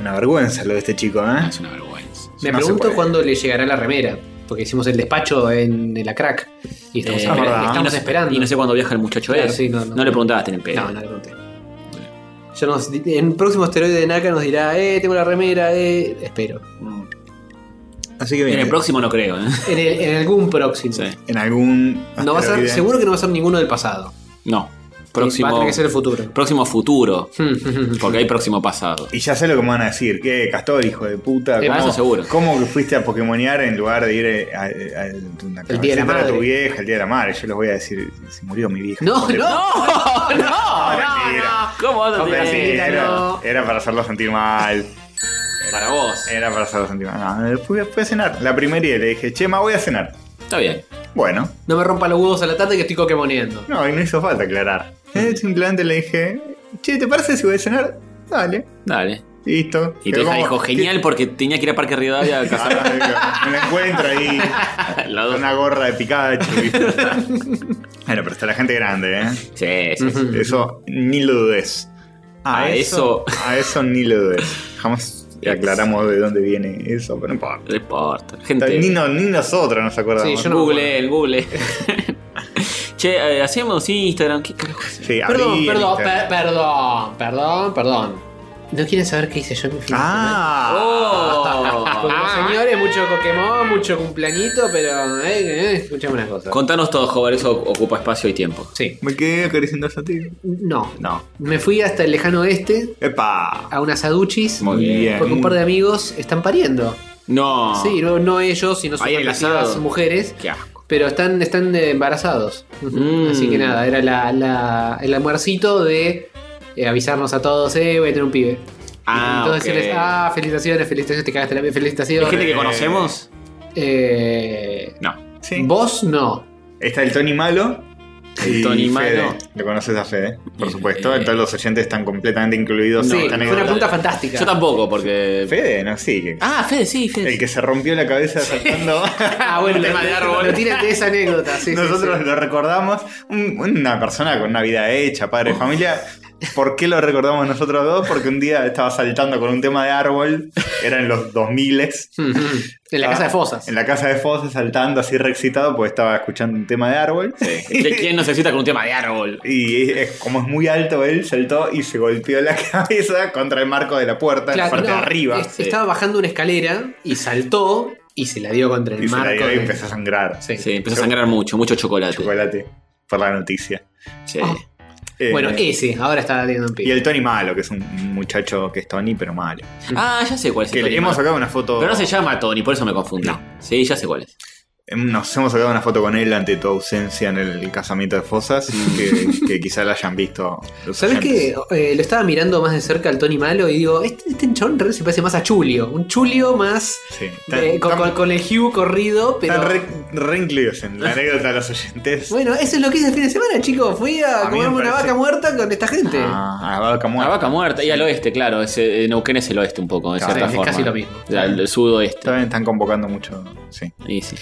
Una vergüenza lo de este chico, Ah. ¿eh? Es una vergüenza. Me No se pregunto puede. cuándo le llegará la remera. Porque hicimos el despacho en, en la crack. Y estamos, Eh, esperando- verdad. estamos y no sé- esperando. Y no sé cuándo viaja el muchacho Claro, ese. sí, no, no, no. le preguntaste en el pedo. No, no le pregunté. Ya nos, di- en el próximo asteroide de Naka nos dirá, eh, tengo la remera, eh. Espero. Mm. Así que En bien. el próximo no creo, ¿eh? En, el- en algún próximo. Sí. En algún. No va a ser, asteroide. seguro que no va a ser ninguno del pasado. No. Próximo- Va a tener que ser el futuro. Próximo futuro. Porque Porque hay próximo pasado. Y ya sé lo que me van a decir, que Castor, hijo de puta, Sí, para eso seguro. ¿cómo que fuiste a Pokémonear en lugar de ir eh, a, a- a una El día de la cabecera madre. tu vieja, el día de la madre? Yo les voy a decir, se murió mi vieja. No, Hijo de no, puta. no, no, mentira. ¿Cómo vas a Hombre, tener- Sí, Mentira, era, no. era para hacerlo sentir mal. Para vos. Era para hacerlo sentir mal. No, después fui a cenar. La primera y le dije, che, ma, voy a cenar. Está bien. Bueno, No me rompa los huevos a la tarde que estoy coquemoneando. no, y no hizo falta aclarar. Eh, Simplemente le dije, che, ¿te parece si voy a cenar? Dale, Dale. listo. Y tu Pero hija como- dijo, genial porque tenía que ir a Parque Rivadavia a Ah, cazar Me lo encuentro ahí. la Con dos. una gorra de Pikachu. ¿viste? bueno, pero está la gente grande, ¿eh? Sí, sí, Mm. sí. Eso ni lo dudes. A A eso ni lo dudes. Jamás aclaramos de dónde viene eso, pero no importa. No importa. Ni, Gente. no- ni nosotros nos acordamos. Sí, yo no- Google, el Google. che, eh, hacemos Instagram. ¿Qué carajo es? Sí, abrí Perdón, el perdón, Instagram. per- perdón, perdón, perdón. No quieren saber qué hice yo en mi fin de semana. Oh. Ah, Porque, ¡Oh! señores, mucho Pokémon, mucho cumpleañito, pero eh, eh, escuchame una cosa. Contanos todo, joven. Eso ocupa espacio y tiempo. Sí. me quedé acariciando a ti. No. No. Me fui hasta el lejano oeste ¡Epa! a unas aduchis Muy bien. porque un par de amigos están pariendo. No. Sí, no, no ellos, sino sus Ahí el respectivas asado. mujeres. Qué asco. Pero están, están eh, embarazados. Mm. Así que nada, era la, la- el almuercito de eh, avisarnos a todos, eh, voy a tener un pibe. Ah, y todos ok. decirles, ah, felicitaciones, felicitaciones, te cagaste la piel, ¿Hay felicitaciones. gente que conocemos? Eh, No. Sí. Vos no. Está el Tony Malo. El y Tony Fede. Malo. Lo conoces a Fede, por supuesto. Eh. Todos los oyentes están completamente incluidos. Sí, en esta fue una anécdota. pregunta fantástica. Yo tampoco, porque. Fede, no, sí. que- Ah, Fede, sí, Fede. El que se rompió la cabeza saltando. Ah, bueno, Un lo, tema de árbol. lo tiran de esa anécdota. sí, sí, Nosotros sí. lo recordamos. Un- una persona con una vida hecha, padre de familia. ¿Por qué lo recordamos nosotros dos? Porque un día estaba saltando con un tema de árbol. Eran los 2000 Mm, mm. En la casa de Fosas. En la casa de Fosas, saltando así reexcitado porque estaba escuchando un tema de árbol. ¿De ¿Quién nos excita con un tema de árbol? Y es- como es muy alto, él saltó y se golpeó la cabeza contra el marco de la puerta, en la Claro, parte de no, arriba. es- Estaba bajando una escalera y saltó y se la dio contra el Y se marco. la dio y de- empezó a sangrar. Sí. Sí, empezó a sangrar mucho, mucho chocolate. Chocolate. Por la noticia. Sí. Ah. Eh, Bueno, ese, ahora está teniendo un Y pibe. el Tony malo, que es un muchacho que es Tony, pero malo. Ah, ya sé cuál es. el Que le Tony hemos Malo. sacado una foto. Pero no se llama Tony, por eso me confundí. Sí, ya sé cuál es. em, Nos hemos sacado una foto con él ante tu ausencia en el casamiento de Fosas, que, que quizá la hayan visto. los ¿Sabes qué? oyentes. Eh, lo estaba mirando más de cerca al Tony Malo y digo, este, este chabón re se parece más a Chulio. Un Chulio más. Sí. Están, eh, con, están- con- con el hue corrido, pero. están re, re incluidos en la anécdota de los oyentes. Bueno, eso es lo que hice el fin de semana, chicos. Fui a, A mí me comerme una parece- vaca muerta con esta gente. Ah, a la vaca La muerta. vaca muerta y al oeste, claro. Es, eh, Neuquén es el oeste un poco, de Claro, cierta es forma. casi lo mismo. La- el sudoeste. También están convocando mucho. Sí. Y sí.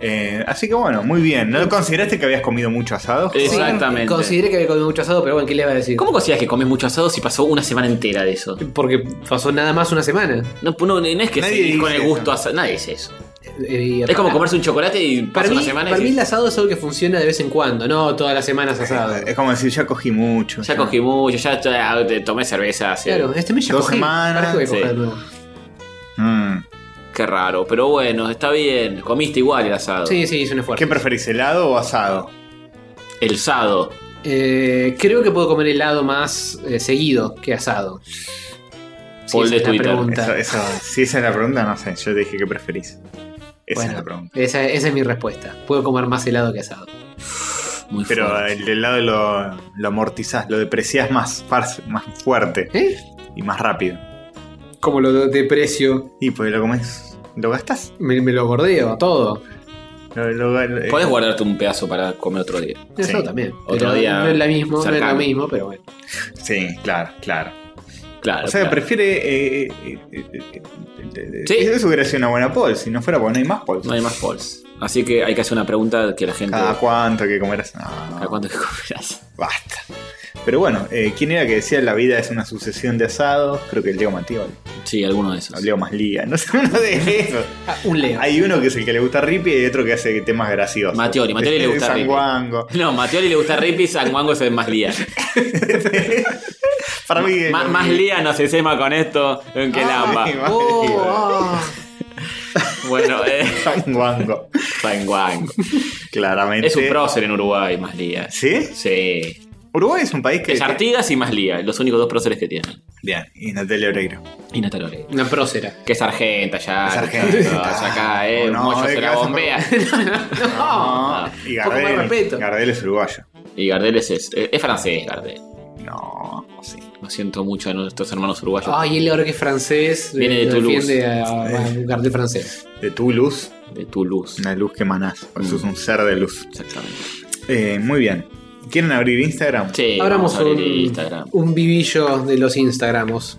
Eh, así que bueno, muy bien. ¿No consideraste que habías comido mucho asado? Eh, exactamente. Consideré que había comido mucho asado, pero bueno, ¿qué le iba a decir? ¿Cómo consideras que comes mucho asado si pasó una semana entera de eso? Porque pasó nada más una semana. No, pues no, no es que Nadie seguís con dice el gusto eso. asado. Nadie dice eso. Eh, Es como comerse un chocolate y pasa Para, mí, una semana para y mí el decís, asado es algo que funciona de vez en cuando, no todas las semanas asado. Es como decir, ya cogí mucho. ya cogí mucho, ya, ya, eh, tomé cerveza. hace- Claro, este mes ya Dos cogí. semanas, Parece que voy a sí. coger de nuevo. Mm. Qué raro, pero bueno, está bien. Comiste igual el asado. Sí, sí, hice un esfuerzo. ¿Qué preferís, helado o asado? El sado. Eh, creo que puedo comer helado más eh, seguido que asado. Poll esa de es la Twitter. pregunta. Eso, eso, si esa es la pregunta, no sé. Yo te dije que preferís. Esa Bueno, es la pregunta. esa, esa es mi respuesta. Puedo comer más helado que asado. Muy Pero fuerte. el del lado lo, lo amortizás, lo depreciás más, far- más fuerte ¿Eh? y más rápido. Como lo deprecio, Y pues lo comés, lo gastás. me, me lo gordeo todo. Lo, lo- lo- eh, Podés guardarte un pedazo para comer otro día. Eso Sí. también. Otro Pero día No es, la mismo, no es lo cercano. mismo, pero bueno. Sí, claro, claro. Claro. O sea, claro. prefiere. eh, eh, eh, eh, eh, eh, Sí. Eso hubiera sido una buena poll. Si no fuera, porque no hay más polls. No hay más polls. Así que hay que hacer una pregunta que la gente. Cada cuánto que comerás. No, ¿Cada cuánto que comerás? Basta. Pero bueno, eh, ¿quién era que decía la vida es una sucesión de asados? Creo que el Leo Matiol. Sí, alguno de esos. Leo más Liga. No sé, uno de esos. Ah, un leo. Hay uno que es el que le gusta Rippy y otro que hace temas graciosos. Mattioli, Mattioli le gusta San Rippy. Juango. No, Matioli le gusta Rippy, San Juan es el más lía. Para mí. es Ma- lo más mismo. lía no se sema con esto en Ah, que lamba. Ay, madre Oh, mía. ah. Bueno, eh, San Juango. San Juan. Claramente. Es un prócer en Uruguay, más lía. ¿Sí? Sí. Uruguay es un país que. Es Artigas y Maslía, los únicos dos próceres que tienen. Bien, y Natalia Oreiro. Y Natalia Oreiro. Una prócera. Que es argenta ya. Es argenta. ya, ya acá, eh. Oh, no, Moyo eh, se la cabeza bombea. No. Ah, Y Poco más Gardel. respeto. Gardel es uruguayo. Y Gardel es, es, es francés, Gardel. No, sí. Lo siento mucho a nuestros hermanos uruguayos. Ay, él ahora que es francés. Viene de eh, Toulouse. Defiende a, a un cartel francés. De tu luz, De Toulouse. una luz que emanás. Eso es un ser de luz. Exactamente. Eh, muy bien. ¿Quieren abrir Instagram? Sí, Eh, vamos Abramos a abrir un- Instagram. Un vivillo de los Instagramos.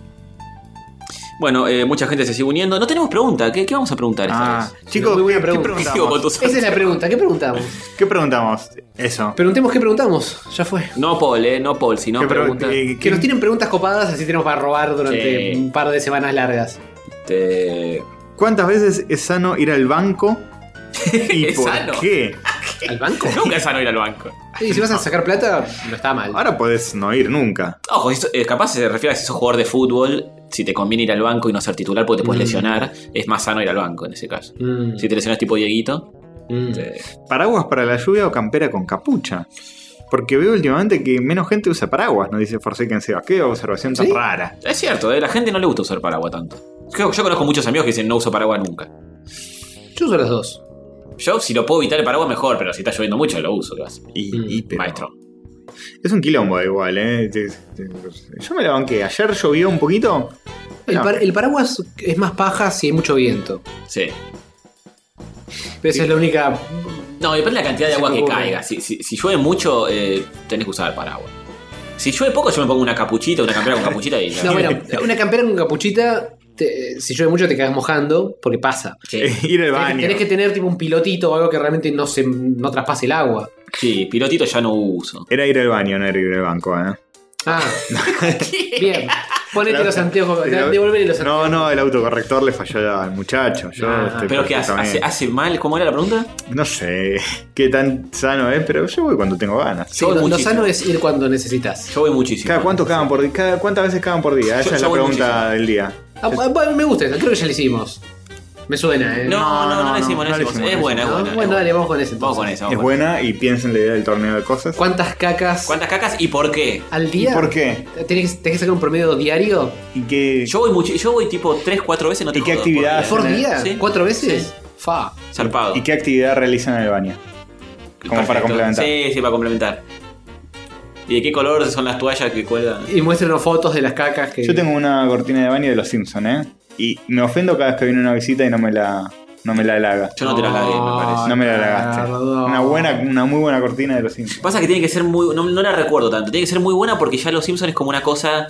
Bueno, eh, mucha gente se sigue uniendo. No tenemos pregunta. ¿Qué, qué vamos a preguntar esta Ah, vez? chicos, Muy buena ¿qué, qué pregunta. ¿Qué digo con preguntamos? tus- Esa es la pregunta. ¿Qué preguntamos? ¿Qué preguntamos? Eso. Preguntemos qué preguntamos. Ya fue. No Paul, eh, no Paul, sino ¿Qué pre- pregunta. eh, Que qué- nos tienen preguntas copadas, así tenemos para robar durante Sí. un par de semanas largas. Este, ¿Cuántas veces es sano ir al banco? ¿Y ¿Es por sano? qué? ¿Al banco? Nunca es sano ir al banco. Y si vas a sacar plata, no está mal. Ahora podés no ir nunca. Ojo, esto, eh, capaz se refiere a si sos jugador de fútbol, si te conviene ir al banco y no ser titular porque te puedes Mm. lesionar, es más sano ir al banco en ese caso. Mm, Si te lesionas tipo Dieguito, mm. eh, ¿Paraguas para la lluvia o campera con capucha? Porque veo últimamente que menos gente usa paraguas, nos dice Forsaken Seba. Qué observación tan ¿Sí? rara. es cierto, eh, la gente no le gusta usar paraguas tanto. Yo, yo conozco muchos amigos que dicen no uso paraguas nunca. Yo uso las dos. Yo, si lo puedo evitar el paraguas, mejor, pero si está lloviendo mucho, lo uso, ¿qué vas? Y, Mm, y- pero- Maestro. Es un quilombo igual, ¿eh? Te- te- Yo me la banqué. Ayer llovió un poquito. El, No. par- el paraguas es más paja si hay mucho viento. Sí. Pero esa es la única. No, depende de la cantidad de Se agua me que ocurre. caiga. Si, si- si llueve mucho, eh, tenés que usar el paraguas. Si llueve poco, yo me pongo una capuchita, una campera con capuchita y. No, bueno, una campera con capuchita, te- si llueve mucho te cagas mojando, porque pasa. Sí. eh, ir Tenés al que- baño. Tenés que tener tipo un pilotito o algo que realmente no se no traspase el agua. Sí, pilotito ya no uso. Era ir al baño, no era ir al banco, ¿eh? Ah, bien. Ponete La- los anteojos, la- devolverle los anteojos. No, no, el autocorrector le falló al muchacho. Yo Ah, estoy Pero que hace, hace, perfectamente- hace mal, ¿cómo era la pregunta? No sé qué tan sano es, pero yo voy cuando tengo ganas. Sí, Yo voy lo, lo muchísimo. sano es ir cuando necesitas. Yo voy muchísimo. Cada, ¿cuánto cagan por di- cada- ¿Cuántas veces cagan por día? Esa Yo- es yo la voy pregunta del día. Ah, bueno, me gusta esa, creo que ya la hicimos. Me suena, ¿eh? No, no, no, no, la hicimos, no no la la hicimos. hicimos. Es buena, es ¿No? buena. Bueno, es buena. dale, vamos con ese Vamos con entonces. esa. vamos Es con buena y piensen la idea del torneo de cosas. ¿Cuántas esa. cacas ¿Cuántas cacas y por qué? al ¿Y día? por qué? ¿Tenés, tenés que sacar un promedio diario? ¿Y qué, Yo voy, muchi- yo voy tipo 3, 4 veces, no te ¿Y qué jodo, actividad por ¿Por Sí. día? Sí. ¿Cuatro veces? Sí. Fa. día. Zarpado. ¿Y qué actividad realizan en el baño? Como para Perfecto. complementar. Sí, sí, para complementar. ¿Y de qué color son las toallas que cuelgan? Y muéstrenos fotos de las cacas que. Yo tengo una cortina de baño de los Simpsons, ¿eh? Y me ofendo cada vez que viene una visita y no me la, no me la halaga. Yo no te la lagué, me parece. No me la halagaste. Perdón. Una buena, una muy buena cortina de los Ah. Simpsons. Pasa que tiene que ser muy. No, no la recuerdo tanto. Tiene que ser muy buena porque ya Los Simpsons es como una cosa.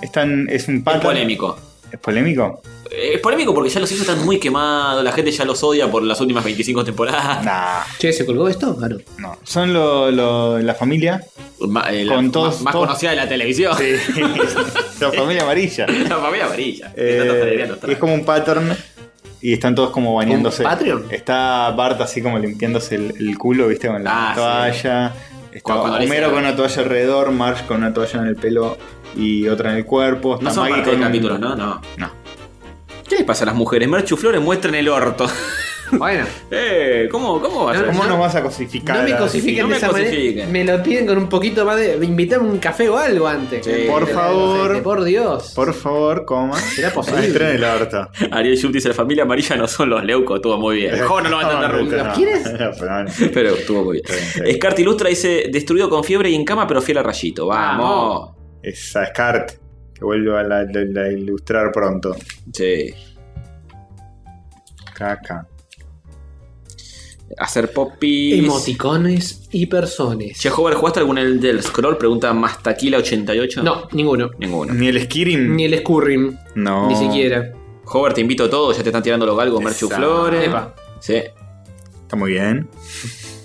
Es, tan- es un Es pattern- polémico. ¿Es polémico? Eh, Es polémico porque ya Los Simpsons están muy quemados. La gente ya los odia por las últimas 25 temporadas. Nah, Che, ¿se colgó esto? Ah, no. no. Son lo, lo- la familia. Ma- eh, Con la, todos- más, más todos- conocida de la televisión. la familia amarilla. La familia amarilla. Eh, Tanto telegrano, y es como un pattern. Y están todos como bañándose. ¿Un Patreon? Está Bart así como limpiándose el, el culo, viste, con la Ah, sí. toalla. Está Cuando- cuando le Homero dice- con una toalla alrededor, Marge con una toalla en el pelo y otra en el cuerpo. Está No son Maggie parte del con un- capítulo, ¿no? No. No. ¿Qué les pasa a las mujeres? Merchu Flores muestran el orto. Bueno, eh, ¿cómo, cómo vas a No, hacer? ¿Cómo Yo- nos vas a cosificar? no me así? cosifiquen no de me esa manera. cosifiquen. Me lo piden con un poquito más de. Invítame un café o algo antes. Sí. Por Te la- favor. te- Por Dios. Por favor, coma. ¿Será posible? Entra en el orto. Ariel Schulte dice: La familia amarilla no son los leucos. Estuvo muy bien. Jo, no lo Ah, van a entender nunca. No, ¿Quieres? no, Ah, perdón. Pero estuvo muy bien. Scart Ilustra dice: Destruido con fiebre y en cama, pero fiel a rayito. Vamos. Es a Scart, que vuelve a, la- la- la ilustrar pronto. Sí. Caca. Hacer popis. Emoticones y personas. Che, Hover, ¿jugaste algún el del scroll? Pregunta Mastaquila88. No, ninguno. Ninguno. ¿Ni el Mm. Skirin? Ni el Scurrim, No. Oh. ni siquiera. Hover, te invito a todo. Ya te están tirando los galgos, Merchu Exacto. Flores. Epa. Sí. Está muy bien.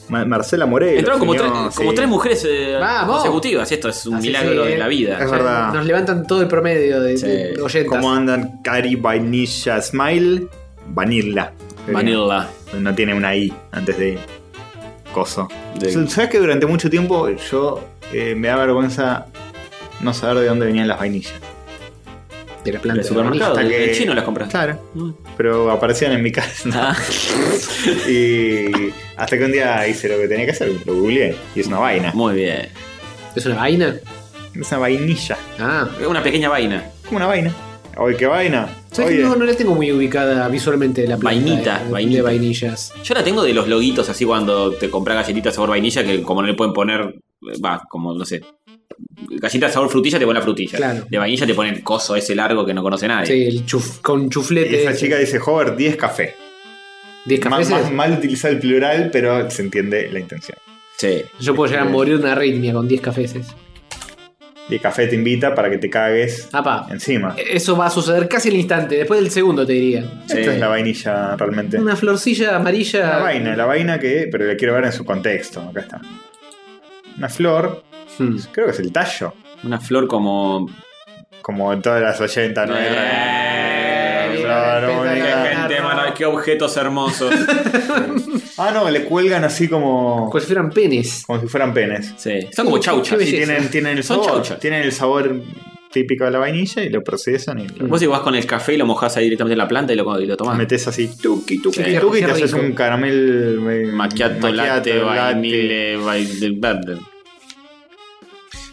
Ma- Marcela Morel. Entraron como, señor, tres, sí. como tres mujeres eh, Vamos. consecutivas. Esto es un Así milagro sí, de la vida. Es verdad. Nos levantan todo el promedio de, Sí. de oyentas. ¿Cómo andan Cari Vanilla Smile? Vanilla. Eh, Vanilla. No tiene una I antes de coso. De- ¿Sabes que durante mucho tiempo yo eh, me da vergüenza no saber de dónde venían las vainillas? De la Del planta. supermercado. Hasta del que- del chino las compras. Claro. Mm. Pero aparecían en mi casa. Ah, Y hasta que un día hice lo que tenía que hacer, lo googleé. Y es una vaina. muy bien. ¿Es una vaina? Es una vainilla. Ah. Una pequeña vaina. Como una vaina. Oye, qué vaina. ¿Sabes que Oye, no, no la tengo muy ubicada visualmente la planta Vainita, de- de, vainita. vainillas. Yo la tengo de los loguitos así cuando te compras galletitas sabor vainilla, que como no le pueden poner, eh, va, como no sé. Galletitas sabor frutilla, te ponen la frutilla. Claro. De vainilla te ponen coso ese largo que no conoce nadie. Sí, el chuf- con y chuflete. esa chica dice, Hover, 10 café. ¿Diez Ma- cafés? ma- mal utilizar el plural, pero se entiende la intención. Sí. Yo puedo llegar a morir de una arritmia con 10 cafés. Y café te invita para que te cagues Apa. encima. Eso va a suceder casi al instante, después del segundo te diría. Sí. Esta es la vainilla realmente. Una florcilla amarilla. La vaina, la vaina que. Pero la quiero ver en su contexto. Acá está. Una flor, Hmm. creo que es el tallo. Una flor como. Como en todas las 80, ¿no? Eh, mira, Flor, Qué bonita. empieza gente, mano, qué objetos hermosos. Ah, no, le cuelgan así como. Como si fueran penes. Como si fueran penes. Sí. Son como chauchas. Qué Y belleza. tienen, tienen el Son sabor. chauchas. Tienen el sabor típico de la vainilla y lo procesan y lo Vos si vas con el café y lo mojás ahí directamente en la planta y lo, y lo tomás. metes así. Tuki, tuki, Ah. Sí. tuki. Y te Qué haces rico. un caramel. eh, Macchiato, latte, vainile, vainile, vainile.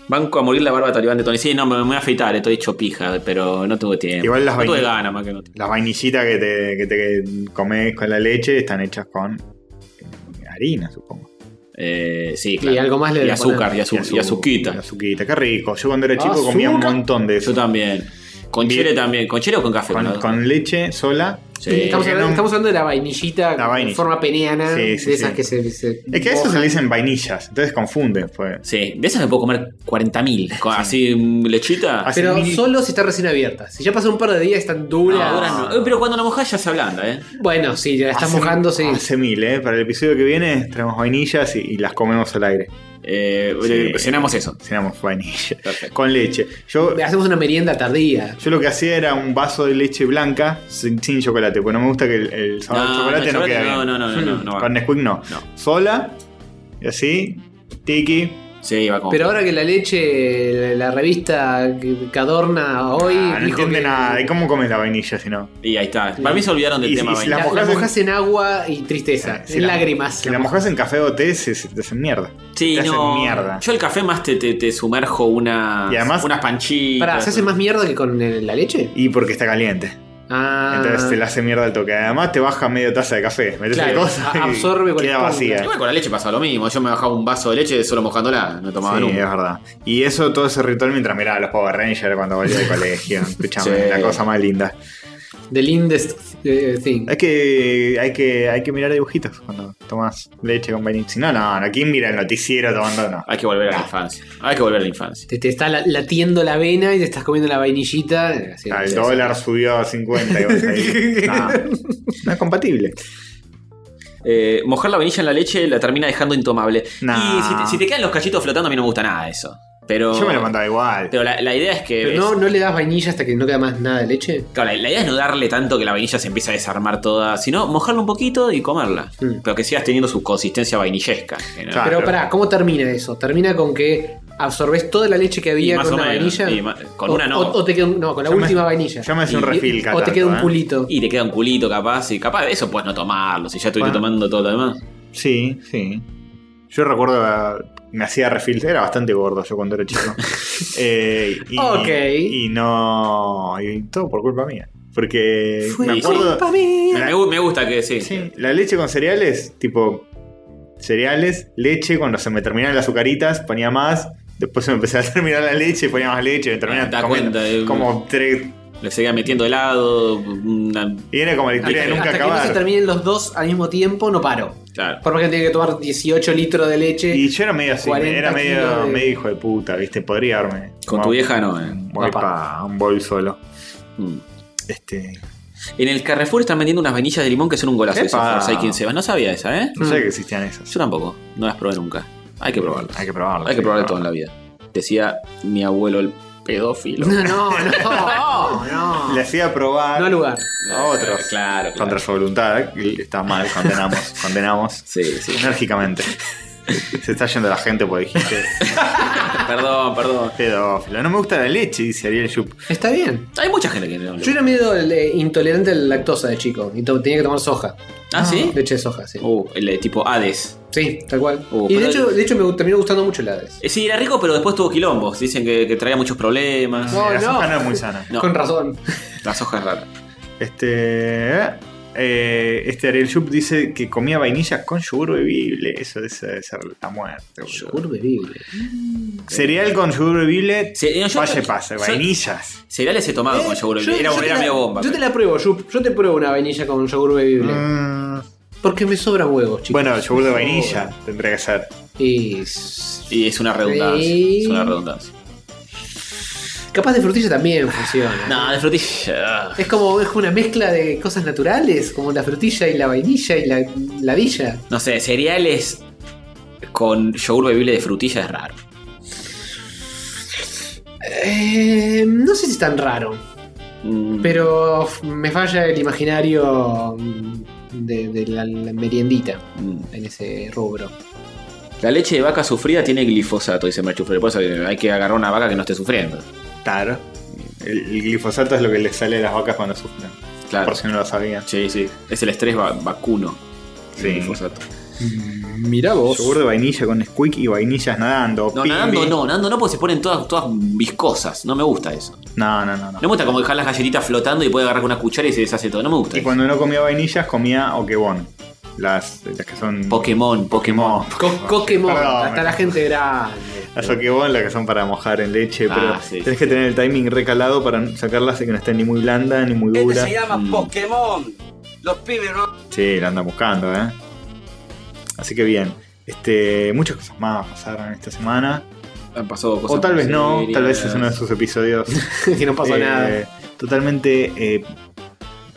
Banco a morir la barba talibán de Tony. Sí, no, me, me voy a afeitar, estoy hecho pija, pero no tuve tiempo. Igual las no tuve vainillas- ganas más que no. tuve. Las vainillitas que te, que te comes con la leche están hechas con eh, harina, supongo. Eh, sí, Y claro. algo más le Y deben azúcar, poner. y, azu- y azuquita. Y azuquita, qué rico. Yo cuando era chico comía un Azúcar. montón de Yo eso. también. Con Bien. chile también. ¿Con chile o con café? Con, Con- con leche sola. Sí. Estamos, Porque hablando, no- estamos hablando de la vainillita La vainilla. en forma peneana. Sí, sí, de esas sí. que se. se- Es que a eso se le dicen vainillas, entonces confunden. Pues. Sí, de esas me puedo comer 40.000. con- Así, mm, lechita. Así- Pero mil- solo si está recién abierta. Si ya pasó un par de días, están No, duras. ahora no. Eh, Pero cuando la mojás ya se ablanda, ¿eh? Bueno, sí, ya la estás Hace- mojando, sí. Hace mil, ¿eh? Para el episodio que viene traemos vainillas y, y las comemos al aire. Eh, Sí. eh, Cenamos eso. Cenamos vainilla. Perfecto. Con leche. Yo, Hacemos una merienda tardía. yo lo que hacía era un vaso de leche blanca sin, sin chocolate, porque no me gusta que el, el sabor del chocolate no, chocolate queda no, bien. no, no, no, no, no va. Con Nesquik no. No. Sola, y así, tiki. Sí, va como. Pero ahora que la leche, la revista que que adorna hoy. Ah, no dijo entiende que- nada. ¿Y cómo comes la vainilla si no? Y ahí está. Para mí se olvidaron del Y- tema. y si vaina. La, la mojás en- mojás en agua y tristeza, Si en la- lágrimas. Si la mojas en café o té, se, se te hacen mierda. Sí, te hacen no. mierda. Yo el café más te, te, te sumerjo unas, Y además- unas panchitas. Pará, ¿se hace más mierda que con eh, la leche? Y porque está caliente. Ah. Entonces te la hace mierda al toque. Además te baja media taza de café. Metes Claro, la cosa a- y absorbe con queda el vacía. Igual con la leche pasa lo mismo. Yo me bajaba un vaso de leche solo mojándola. No tomaba Sí, es nunca. verdad. Y eso, todo ese ritual mientras miraba a los Power Rangers cuando volvía del colegio. Escuchame, Sí. la cosa más linda. The lindest eh, thing. Es que hay que, hay que mirar dibujitos cuando tomas leche con vainilla. Si no, no, no. ¿Quién mira el noticiero tomando? No. Hay que volver a la No. infancia. Hay que volver a la infancia. Te, te está la- latiendo la vena y te estás comiendo la vainillita. eh, así, Ah, no el sé, dólar subió a 50 y vos ahí. No, no es compatible. Eh, mojar la vainilla en la leche la termina dejando intomable. Nah. Y si te, si te quedan los cachitos flotando, a mí no me gusta nada eso. Pero. Yo me lo mandaba igual. Pero la, la idea es que. Pero es- no, no le das vainilla hasta que no queda más nada de leche. Claro, la, la idea es no darle tanto que la vainilla se empiece a desarmar toda, sino mojarla un poquito y comerla. Mm. Pero que sigas teniendo su consistencia vainillesca. ¿no? Claro. Ah, pero pero- pará, ¿cómo termina eso? ¿Termina con que absorbes toda la leche que Y había más con o la menos, vainilla? y ma- con O- una no. O, o te queda un- no, con la Yo me- última vainilla. yo me hice un Y- refil cada O te queda tanto, un ¿eh? culito. Y te queda un culito capaz, y capaz eso puedes no tomarlo, si ya estuviste Bueno. tomando todo lo demás. Sí, sí. Yo recuerdo, ah, me hacía refil, era bastante gordo yo cuando era chico. Eh, y, Ok. Y no. Y todo por culpa mía. Porque Fue me acuerdo. culpa mía. Me, gu- me gusta que sí. Sí, la leche con cereales, tipo. Cereales, leche, cuando se me terminaban las azucaritas, ponía más. Después se me empezaba a terminar la leche, ponía más leche, me Te terminaba das comiendo cuenta, eh. como tres. Le seguía metiendo helado. una- Y era como la historia de hasta nunca hasta que no se acabar. terminen los dos al mismo tiempo, no paro. claro. Por más que tiene que tomar 18 litros de leche. Y yo era medio así, 40 era medio, kilos de- medio hijo de puta, ¿viste? Podría darme. Con tu Como- vieja no, eh. Voy Papá. pa' un bol solo. Mm. Este. En el Carrefour están vendiendo unas vainillas de limón que son un golazo. Epa. Esas Forza y 15 No sabía esa, ¿eh? No Mm. sabía que existían esas. Yo tampoco. No las probé nunca. Hay que probarlas. Hay que probarlas. Hay que probar de todo en probarlas. la vida. Decía mi abuelo el pedófilo. No, no, no, no. Le hacía probar No al lugar. a otros. Claro, claro. Contra su voluntad. y Está mal, condenamos. condenamos. Sí, sí. Enérgicamente. Se está yendo la gente porque dijiste Perdón, perdón. pedófilo. No me gusta la leche, dice Ariel Yup. Está bien. Hay mucha gente que no. le- Yo era medio eh, intolerante a la lactosa de chico y to- tenía que tomar soja. ¿Ah, sí? Leche de soja, sí. Uh, el de tipo Hades. Sí, tal cual. Uh, y de pero- hecho, de hecho me gu- terminó gustando mucho el Hades. Eh, Sí, era rico, pero después tuvo quilombos. Dicen que, que traía muchos problemas. No, la no. soja no es muy sana. No. Con razón. Las hojas raras. Este. eh, este Ariel Shup dice que comía vainilla con yogur bebible. Eso es ser la muerte. boludo. Yogur bebible. Cereal con yogur bebible. Sí, no, yo- pase, pase. yo- Vainillas. Cereales he tomado Ah, con yogur. Eh, Yo- Era, yo te era la- medio bomba. Yo te la pruebo, Yup. Yo te pruebo una vainilla con yogur bebible. Mm, Porque me sobran huevos, chicos. Oh. bueno, yogur de vainilla tendría que ser. Y. Y es una redundancia. Sí. Es una redundancia. Capaz de frutilla también funciona. Ah, No, de frutilla. ah. Es como es como una mezcla de cosas naturales, como la frutilla y la vainilla y la la villa. No sé, cereales con yogur bebible de frutilla es raro. Eh, no sé si es tan raro, Mm, pero f- me falla el imaginario mm, de, de la, la meriendita mm. en ese rubro. La leche de vaca sufrida tiene glifosato, dice Machu Por eso hay que agarrar una vaca que no esté sufriendo. Claro. El, el glifosato es lo que les sale a las vacas cuando sufren. Claro. Por si no lo sabían. Sí, sí. Es el estrés va- vacuno. el Sí. glifosato. Mm, Mirá vos. Yogur de vainilla con squeak y vainillas nadando. No, Pimbi. nadando no, nadando no porque se ponen todas, todas viscosas. No me gusta eso. No, no, no. no. No me gusta como dejar las galletitas flotando y puede agarrar con una cuchara y se deshace todo. No me gusta. Y eso. cuando no comía vainillas, comía okebon. Las, las que son. Pokémon, Pokémon. Co- Pokémon, Perdón, hasta la me- gente grande. Las okebon, las que son para mojar en leche, Ah, pero sí, tenés que tener el timing recalado para no- sacarlas y que no estén ni muy blanda ni muy Este dura. se llama Mm. Pokémon. Los pibes no. Sí, la andan buscando, ¿eh? Así que bien. Este, muchas cosas más pasaron esta semana. Han pasado cosas o tal vez no, serias. tal vez es uno de sus episodios. que no pasó eh, nada. Totalmente. eh,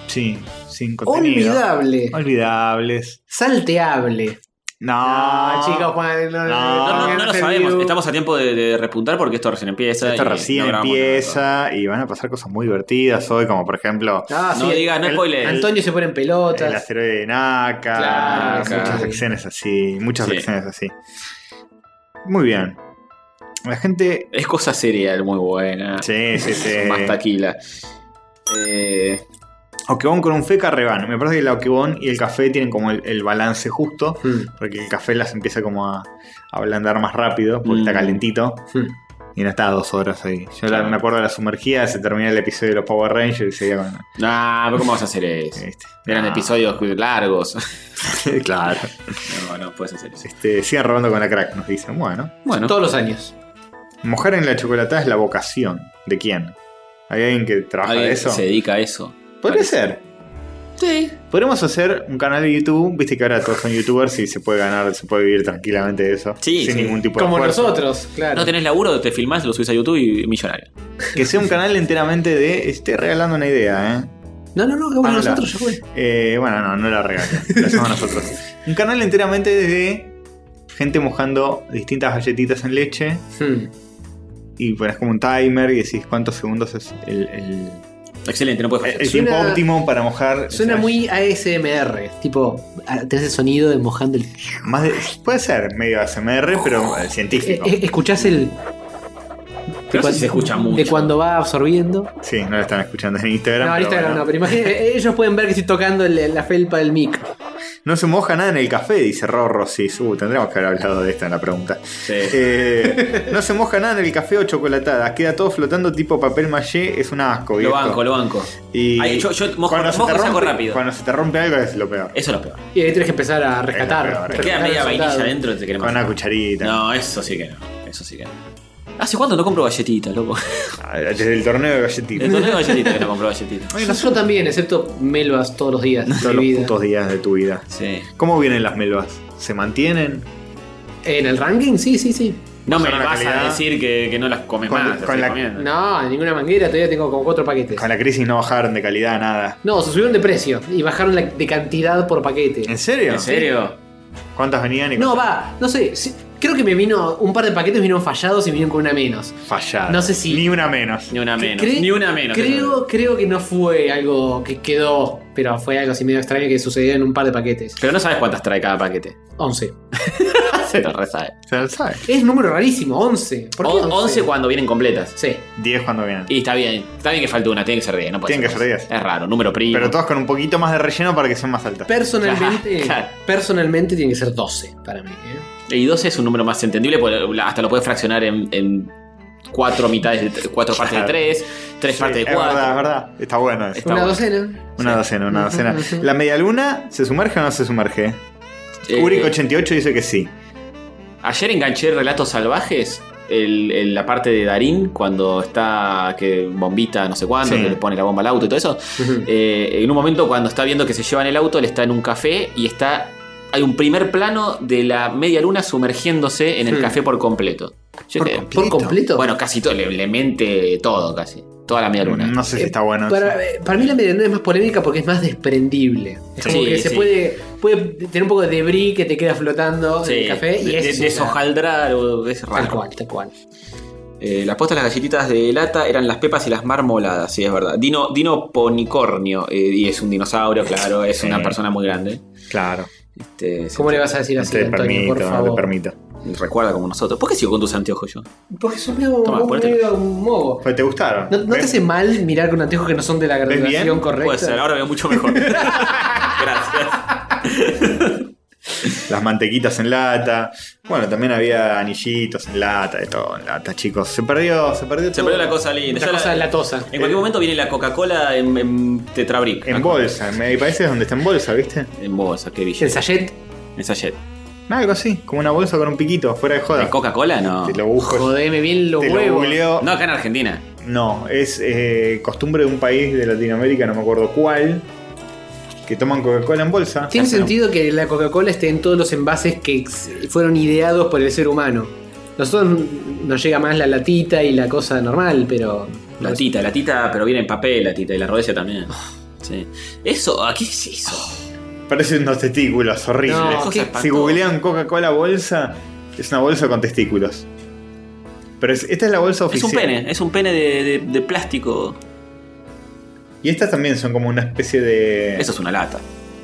sí, sin contenido. Olvidable. Olvidables. Salteable. No, Ah, chicos, Juan, no, No, no, no lo se sabemos. vio. Estamos a tiempo de, de repuntar porque esto recién empieza. Esto y recién no grabamos nada. empieza y van a pasar cosas muy divertidas hoy, como por ejemplo Ah, No sí, digas, no el- spoiler. Antonio se pone en pelotas. el asteroide de Naka, Claro, muchas claro. secciones así, muchas Sí. secciones así. Muy bien. La gente. Es cosa seria, muy buena. Sí, sí, sí. Más taquila. Eh, Okebon con un feca reban. Me parece que la Okebon y el café tienen como el, el balance justo. Mm, Porque el café las empieza como a, a ablandar más rápido. Porque Mm. está calentito. mm. Y no estaba dos horas ahí. Yo la- me acuerdo de la sumergida, se termina el episodio de los Power Rangers y seguía con. nah, pero ¿cómo vas a hacer eso? Este, Eran ah, episodios largos. claro. No, no puedes hacer eso. Este, sigan robando con la crack, nos dicen. Bueno. Bueno, Todos los años. Mojar en la chocolatada es la vocación. ¿De quién? ¿Hay alguien que trabaja alguien de que eso? se dedica a eso. Podría Parece. ser. Sí. Podemos hacer un canal de YouTube. Viste que ahora todos son youtubers y se puede ganar, se puede vivir tranquilamente de eso. Sí, sin sí. ningún tipo de Como esfuerzo. nosotros, claro. No tenés laburo, te filmás, lo subís a YouTube y millonario. Que sea un canal enteramente de. Estoy regalando una idea, ¿eh? No, no, no, que bueno, Ah, no, nosotros ya fue. Eh, bueno, no, no la regalé. La hacemos nosotros. Un canal enteramente de gente mojando distintas galletitas en leche. Hmm. Y pones como un timer y decís cuántos segundos es el, el, Excelente, no puedes fallar. el Suena- tiempo óptimo para mojar. Suena esas muy ASMR, tipo, ah, tenés el sonido de mojando el. Más de- puede ser medio ASMR, pero eh, Eh, científico. eh, escuchás el. Pero cuan- sí se escucha mucho. De cuando va absorbiendo. Sí, no lo están escuchando en No, Instagram. pero en Instagram bueno. no, pero imagínate, eh, ellos pueden ver que estoy tocando el- la felpa del mic. No se moja nada en el café, dice Rorro Sis. Uh, tendríamos que haber hablado de esta en la pregunta. Sí. Eh, no se moja nada en el café o chocolatada. Queda todo flotando tipo papel maché. Es un asco, Lo viejo. banco, lo banco. Y Ay, yo- yo mojo- cuando se mojo te y saco rompe- rápido. Cuando se te rompe algo es lo peor. Eso es lo peor. Y ahí tenés que empezar a rescatar. peor, eh. Te queda rescatar media el vainilla soldado. adentro y te queremos. Con una cucharita. No, eso sí que no. Eso sí que no. ¿Hace cuánto no compro galletitas, loco? Ah, Desde el torneo de galletitas. El torneo de galletitas que no compro galletitas. Yo, yo también, excepto melvas todos los días de Todos mi los vida. putos días de tu vida. Sí. ¿Cómo vienen las melvas? ¿Se mantienen? ¿En el ranking? Sí, sí, sí. No me Bajaron la vas a calidad. decir que, que no las comes Con- más. las con seguís la- comiendo. No, en ninguna manguera todavía tengo como cuatro paquetes. Con la crisis no bajaron de calidad nada. No, se subieron de precio y bajaron la- de cantidad por paquete. ¿En serio? ¿En serio? ¿Cuántas venían y No, va, no sé. sí, creo que me vino. Un par de paquetes vinieron fallados y vinieron con una menos. Falladas. No sé si- Ni una menos. Ni una menos. Cre- Ni una menos. Creo, creo que no fue algo que quedó, pero fue algo así medio extraño que sucedió en un par de paquetes. Pero no sabes cuántas trae cada paquete. 11. Se lo resabe. Ya lo sabe. Es número rarísimo, 11. ¿Por qué 11? 11 cuando vienen completas. Sí. 10 cuando vienen. Y está bien, está bien que falte una, tiene que ser 10, no puede Tienen ser que ser más. 10. Es raro, número primo. Pero todas con un poquito más de relleno para que sean más altas. Personalmente, Claro. personalmente tiene que ser 12 para mí. ¿eh? Y 12 es un número más entendible, porque hasta lo puedes fraccionar en, en cuatro mitades, de- cuatro partes de Claro. tres, tres Sí, partes de es verdad, es cuatro. verdad. Está bueno eso. Está una bueno. docena. Una docena, una Ujú, docena. ujú. ¿La media luna se sumerge o no se sumerge? Eh, Uric 88 dice que sí. ayer enganché Relatos Salvajes, el- el- la parte de Darín, cuando está que bombita no sé cuándo, Sí. que le pone la bomba al auto y todo eso. Ujú. Eh, en un momento cuando está viendo que se llevan el auto, él está en un café y está. Hay un primer plano de la media luna sumergiéndose en el Hmm. café por completo. Yo ¿Por te- completo? ¿Por completo? eh, Bueno, casi todo, le, le mente todo, casi. Toda la media luna. No sé si Eh, está bueno. eso. Para, eh, para mí la medianuna es más polémica porque es más desprendible. Es como Sí, que se sí. puede, puede tener un poco de debris que te queda flotando Sí, en el café y de- eso de- es una- deshojaldrar o es Tal raro. cual, tal cual. Eh, las postas, las galletitas de lata eran las pepas y las marmoladas, sí, es verdad. Dino, Dino Ponicornio, eh, y es un dinosaurio, claro, es Sí. una persona muy grande. Claro. Este, se- ¿Cómo le vas a decir No así, te eh, Antonio? permito, por no te favor. permito. Recuerda como nosotros. ¿Por qué sigo con tus anteojos yo? porque sos medio, Toma, vos ponete- medio un mogo. Pues te gustaron. ¿No, no te ¿Ves? hace mal mirar con anteojos que no son de la bien? graduación correcta? Puede ser, ahora veo mucho mejor. Gracias. Las mantequitas en lata. Bueno, también había anillitos en lata, de todo en lata, chicos. Se perdió, se perdió Se todo. perdió la cosa linda. La Yo la- cosa de la tosa. Pues En cualquier momento viene la Coca-Cola en, en Tetrabric. En bolsa, en países donde está en bolsa, ¿viste? En bolsa, qué El billete. sachet. En sachet. Algo así, como una bolsa con un piquito, fuera de ¿En joda. Coca-Cola? No. Te lo busco. Jodeme bien los Te lo huevos. googleo. No, acá en Argentina. No, es eh, costumbre de un país de Latinoamérica, no me acuerdo cuál, que toman Coca-Cola en bolsa. Tiene Hacen un- sentido que la Coca-Cola esté en todos los envases que ex- fueron ideados por el ser humano. Nosotros nos llega más la latita y la cosa normal, pero. La tita, la tita, pero viene en papel la tita y la rodilla también. Oh. Sí. Eso, ¿a ¿qué es eso? Parecen unos testículos horribles. No, cosa ¿qué? espantosa. Oh, si googlean Coca-Cola bolsa, es una bolsa con testículos. Pero es- esta es la bolsa Es oficial. un pene, es un pene de, de- de plástico. Y estas también son como una especie de. Eso es una lata.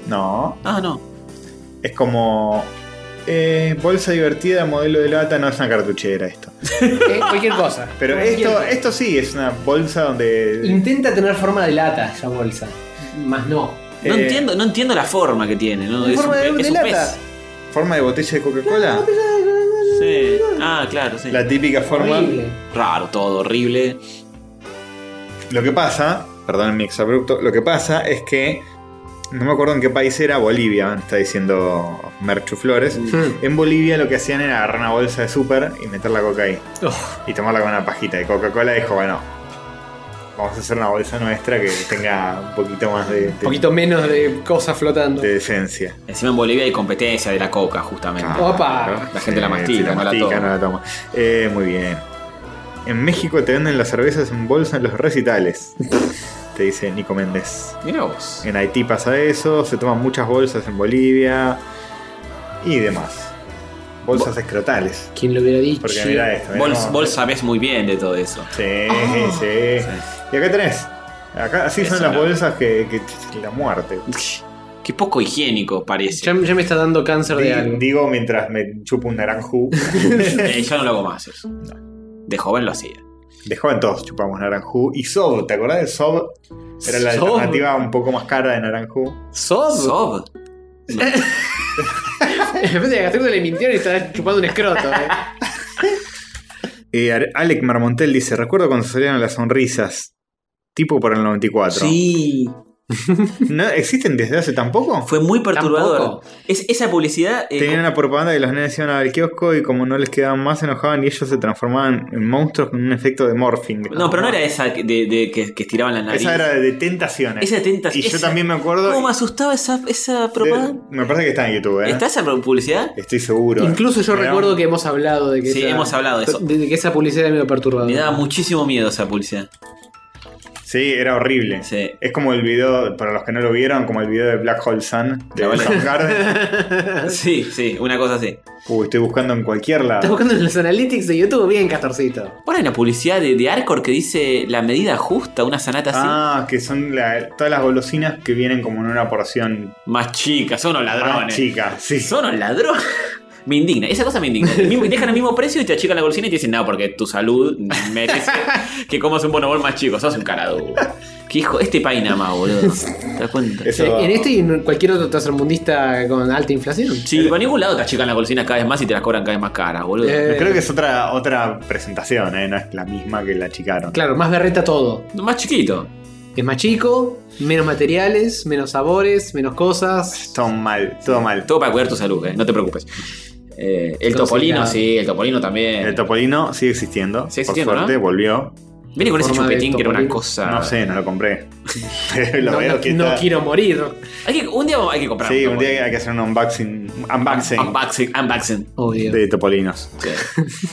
No. Ah, no. Es como. eh, bolsa divertida, modelo de lata, no es una cartuchera esto. Eh, cualquier cosa. Pero Cualquier esto, cosa. esto sí, es una bolsa donde. Intenta tener forma de lata esa bolsa. Más no. No eh, entiendo, no entiendo la forma que tiene. ¿no? En Es forma un, de, pe- de es un lata. pez. Forma de botella de Coca-Cola. Sí. Ah, claro, sí. La típica forma. Horrible. Raro, todo horrible. Lo que pasa, perdón mi exabrupto, lo que pasa es que. No me acuerdo en qué país era, Bolivia, está diciendo Merchu Flores. Mm. En Bolivia lo que hacían era agarrar una bolsa de súper y meter la coca ahí. Oh, Y tomarla con una pajita. Y Coca-Cola dijo, bueno, vamos a hacer una bolsa nuestra que tenga un poquito más de, un de- poquito menos de cosas flotando. de decencia. Encima en Bolivia hay competencia de la coca, justamente. Claro, Ah, Opa. La gente la mastica, sí, no la toma. no la toma. Eh, muy bien. En México te venden las cervezas en bolsa en los recitales. te dice Nico Méndez. Mira vos. En Haití pasa eso, se toman muchas bolsas en Bolivia y demás. Bolsas escrotales. ¿Quién lo hubiera dicho? Porque mira esto. mirá Vos, cómo- vos sabés muy bien de todo eso. Sí, Ah. sí. Y acá tenés. Acá así Es son las una- bolsas que, que- La muerte. Qué poco higiénico parece. Ya, ya me está dando cáncer de Di- algo. digo mientras me chupo un naranjú. Eh, ya no lo hago más eso. De joven lo hacía. De joven todos chupamos naranjú. Y sob, ¿te acordás de sob? Era la Sob. alternativa un poco más cara de naranjú. ¿Sob? Sob. En vez de Gastardo le mintieron y está chupando un escroto. eh. Eh, Ar- Alec Marmontel dice: Recuerdo cuando salieron las sonrisas. Tipo por el 94. Sí. ¿No, ¿Existen desde hace tampoco? Fue muy perturbador. Tampoco. Es, esa publicidad. eh, Tenían con- una propaganda que los nenes iban al kiosco y como no les quedaban más, se enojaban y ellos se transformaban en monstruos con un efecto de morphing. No, pero no era esa que- de, de- que, que estiraban la nariz. Esa era de tentaciones. Esa de tentaciones. Y yo Esa- también me acuerdo. ¿Cómo me asustaba esa, esa de- propaganda? me parece que está en YouTube, ¿eh? ¿Está esa publicidad? Estoy seguro. Incluso yo Me da- recuerdo que hemos hablado de que. Sí, hemos hablado de eso. que esa publicidad era medio perturbadora. Me daba muchísimo miedo esa publicidad. Sí, era horrible. Sí. Es como el video, para los que no lo vieron, como el video de Black Hole Sun de La bola. Soundgarden. Sí, sí, una cosa así. Uy, estoy buscando en cualquier Estás lado. buscando en los analytics de YouTube bien, Castorcito. Ahora hay una publicidad de, de Arcor que dice la medida justa, una sanata así. Ah, que son la- todas las golosinas que vienen como en una porción Más chica, son los más ladrones. chica. Sí. Son los ladrones. Me indigna. Esa cosa me indigna. El mismo- Dejan el mismo precio y te achican la golosina y te dicen, no, porque tu salud merece que comas un bonobón más chico. Sos un carado. Que hijo, este país nada más, boludo. ¿Te das cuenta? Eso- En este y en cualquier otro tercermundista con alta inflación. Sí, por ningún lado te achican las golosinas cada vez más y te las cobran cada vez más caras, boludo. Eh, Creo que es otra, otra presentación, ¿eh? No es la misma que la achicaron. Claro, más berreta todo. Más chiquito. Es más chico, menos materiales, menos sabores, menos cosas. Todo mal, todo mal. Todo para cuidar tu salud, eh, no te preocupes. Eh, el Entonces, topolino, nada. sí, el topolino también. El topolino sigue existiendo. Sigue existiendo, por suerte, ¿no? volvió. Viene con ese Forma de chupetín que era una topolino. cosa. No sé, no lo compré. Pero lo no veo no- que no está- quiero morir. Hay que, un día hay que comprar Sí, un topolino. día hay que hacer un unboxing. Unboxing. Unboxing. Unboxing. Obvio. de topolinos. Sí.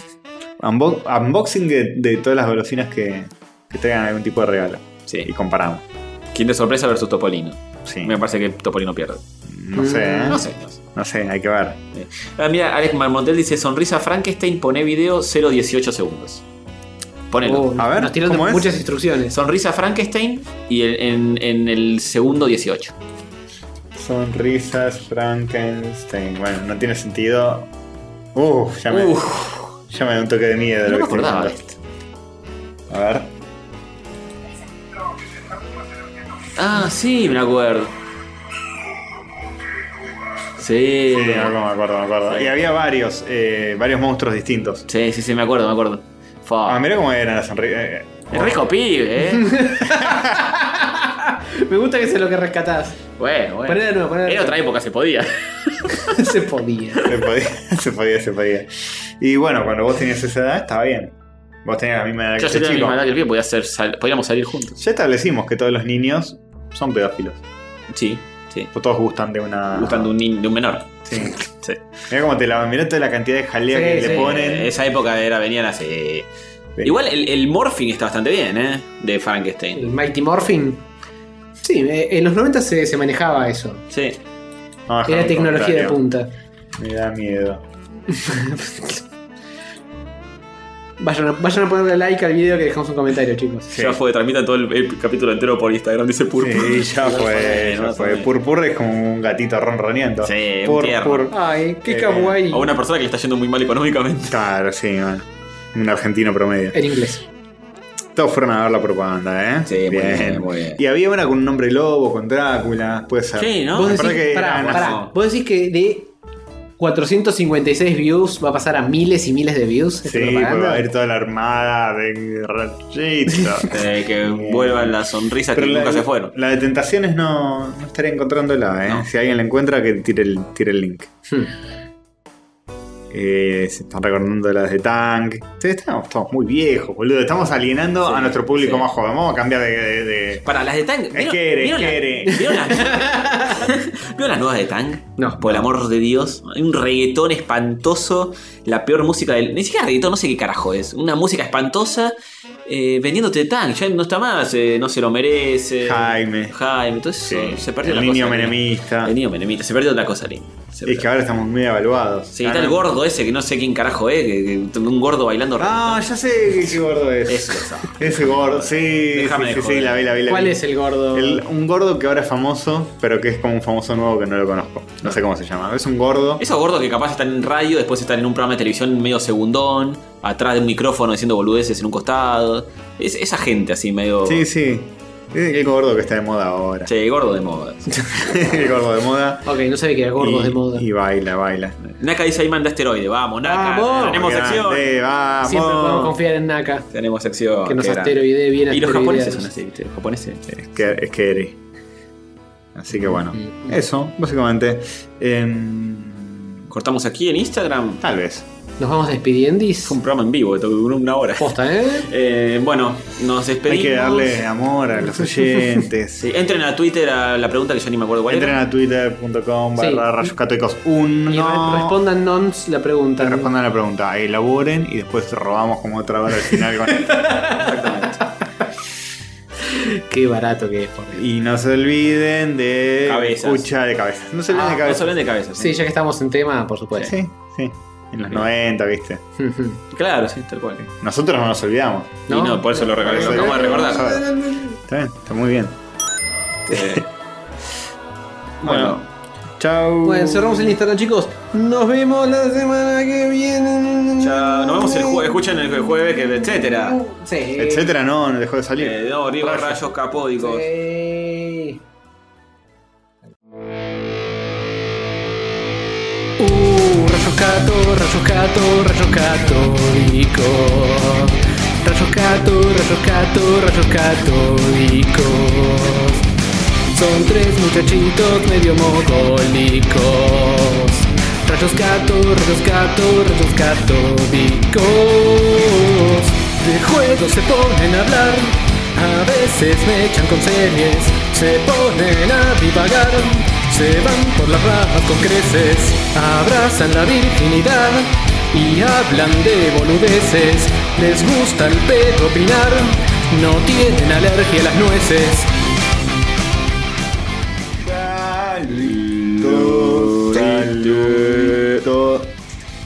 Unbo- unboxing de, de todas las golosinas que, que traigan algún tipo de regalo. Y sí. comparamos. Kinder Sorpresa versus Topolino. Sí. Me parece que Topolino pierde. No sé, ¿eh? No sé. no sé. No sé, hay que ver. Ah, mira, Alex Marmontel dice: Sonrisa Frankenstein, pone video 0.18 segundos. Ponelo. Oh, A ver, nos tiraron ¿cómo es? muchas instrucciones. Sonrisa Frankenstein y el- en, en el segundo 18. Sonrisas Frankenstein. Bueno, no tiene sentido. Uf, ya me, Uf, ya me da un toque de miedo. no me lo que estoy acordaba de viendo. esto. A ver. Ah, sí, me acuerdo. Sí, Sí, me acuerdo, me acuerdo, me acuerdo. Y había varios, eh, varios monstruos distintos. sí, sí, sí, me acuerdo, me acuerdo. Ah, Fuck. mirá cómo eran las eh, sonrisas. Es rico pibe, eh. Me gusta que sea lo que rescatás. bueno, bueno. Poné de nuevo, poné de Era nuevo. otra época, se podía. Se podía. Se podía, se podía, se podía. Y bueno, cuando vos tenías esa edad, estaba bien. Vos tenías la misma edad Yo que tenía este la chico. misma edad que el pibe, podía ser sal- podíamos salir juntos. Ya establecimos que todos los niños son pedófilos. Sí, sí. Todos gustan de una. Gustando un, nin- de un menor. Ah. Sí. Sí. Mirá cómo te la. Mirá toda la cantidad de jalea Sí, que sí. le Eh, ponen. esa época era, venían así. Sí. Igual el, el morphing está bastante bien, eh. De Frankenstein. El Mighty Morphin. Sí, eh, en los 90 se, se manejaba eso. Sí. Vamos a dejar Era un tecnología de comentario. punta. Me da miedo. Vayan a, vayan a ponerle like al video que dejamos un comentario, chicos. Sí. Ya fue, transmitan todo el, el capítulo entero por Instagram, dice Purple. Sí, ya fue. no Ya fue. fue. Purpur es como un gatito ronroneando. Sí, un Purpur. tierno. Ay, qué Eh, kawaii. A una persona que le está yendo muy mal económicamente. Claro, sí, bueno. Un argentino promedio. En inglés. Todos fueron a ver la propaganda, ¿eh? Sí, muy bien, muy bien. Y había una con un nombre lobo, con Drácula, puede ser. Sí, ¿no? Vos Me decís, parece que pará, eran pará. así. Vos decís que de 456 views va a pasar a miles y miles de views. esta Sí, pues propaganda? va a ir toda la armada de rachito. Eh, que Bien. vuelvan las sonrisas que nunca se fueron. La de tentaciones no, no estaré encontrándola, ¿eh? No. Si alguien la encuentra, que tire el, tire el link. Hmm. Eh, se están recordando las de Tank. Sí, Estamos, estamos muy viejos, boludo. Estamos alienando Sí, a nuestro público sí. más joven. Vamos a cambiar de. de- de- Para las de Tang. ¿vieron- que eres, vieron que la- eres. ¿Vieron las- ¿Vieron las nuevas de Tang? No. Por el amor de Dios. Hay un reggaetón espantoso. La peor música del. Ni siquiera reggaetón, no sé qué carajo es. Una música espantosa. eh, vendiéndote Tang. Ya no está más. eh, no se lo merece. Jaime. Jaime. Entonces Sí, se perdió el la niño cosa linda. menemista. El niño menemista. Se perdió la cosa linda. Se Es perdió. que ahora estamos muy evaluados. Ah, Sí, está el Ahora- gordo ese que no sé quién carajo es. que- que- un gordo bailando Ah, ya sé qué gordo es. Eso, exacto. Ese gordo, sí, sí, Déjame de sí, sí, joder. la vi, la vi, la ¿Cuál vi. es el gordo? El- un gordo que ahora es famoso, pero que es como un famoso nuevo que no lo conozco. No sé cómo se llama. Es un gordo. Esos gordos que capaz están en radio, después están en un programa de televisión medio segundón, atrás de un micrófono diciendo boludeces en un costado. Es, esa gente así medio. Sí, sí. Es el gordo que está de moda ahora. Che, gordo de moda. el gordo de moda. Ok, no sabía que era gordo Y- de moda. Y baila, baila. Naka dice ahí manda asteroide. Vamos, Naka. Vamos. Tenemos sección. Grande, vamos. Oh, Siempre podemos confiar en Naka. Tenemos sección. Que nos qué grande. asteroide bien Y los asteroideados. japoneses son así, ¿viste? Los japoneses. Es que, es que eres. Así que bueno. Mm. Eso, básicamente. Em, Cortamos aquí en Instagram. tal vez. Nos vamos despidiendo. Fue un programa en vivo, esto duró una hora. Posta, ¿eh? Eh, bueno, nos despedimos. Hay que darle amor a los oyentes. Sí, entren a Twitter a la pregunta que yo ni me acuerdo cuál Entren era. a twitter.com barra Sí. rayos católicos Y re- 1. respondan nons la pregunta. Respondan la pregunta, elaboren y después robamos como otra hora al final con esto. Exactamente. Qué barato que es, por Dios. Y no se olviden de Cabezas. escucha de cabeza. No se olviden Ah, de no se cabeza. hablen de cabeza. Sí, ya que estamos en tema, por supuesto. Sí, sí. En los 90, viste. Claro, sí, tal cual. Nosotros no nos olvidamos. No, y no por eso lo, Por regalé, eso lo acabo de lo- recordar. Está bien, está muy bien. Eh, Bueno, bueno. chau. Bueno, cerramos el Instagram, chicos. Nos vemos la semana que viene. Ya, nos vemos el jueves, escuchen el jueves, que etcétera. Sí. Etcétera, no, no dejó de salir. Eh, no, arriba Rayos. rayos capódicos. Sí. Uh, rayos gato, rayos gato, rayos católico. Rayos gato, rayos gato, rayos católicos. Son tres muchachitos medio mogólicos. Rayos gato, rayos gato, rayos católicos. De juego se ponen a hablar. A veces me echan con series. Se ponen a divagar. Se van por las ramas con creces, abrazan la virginidad y hablan de boludeces. Les gusta el pedo opinar, no tienen alergia a las nueces. Saludos, saludos.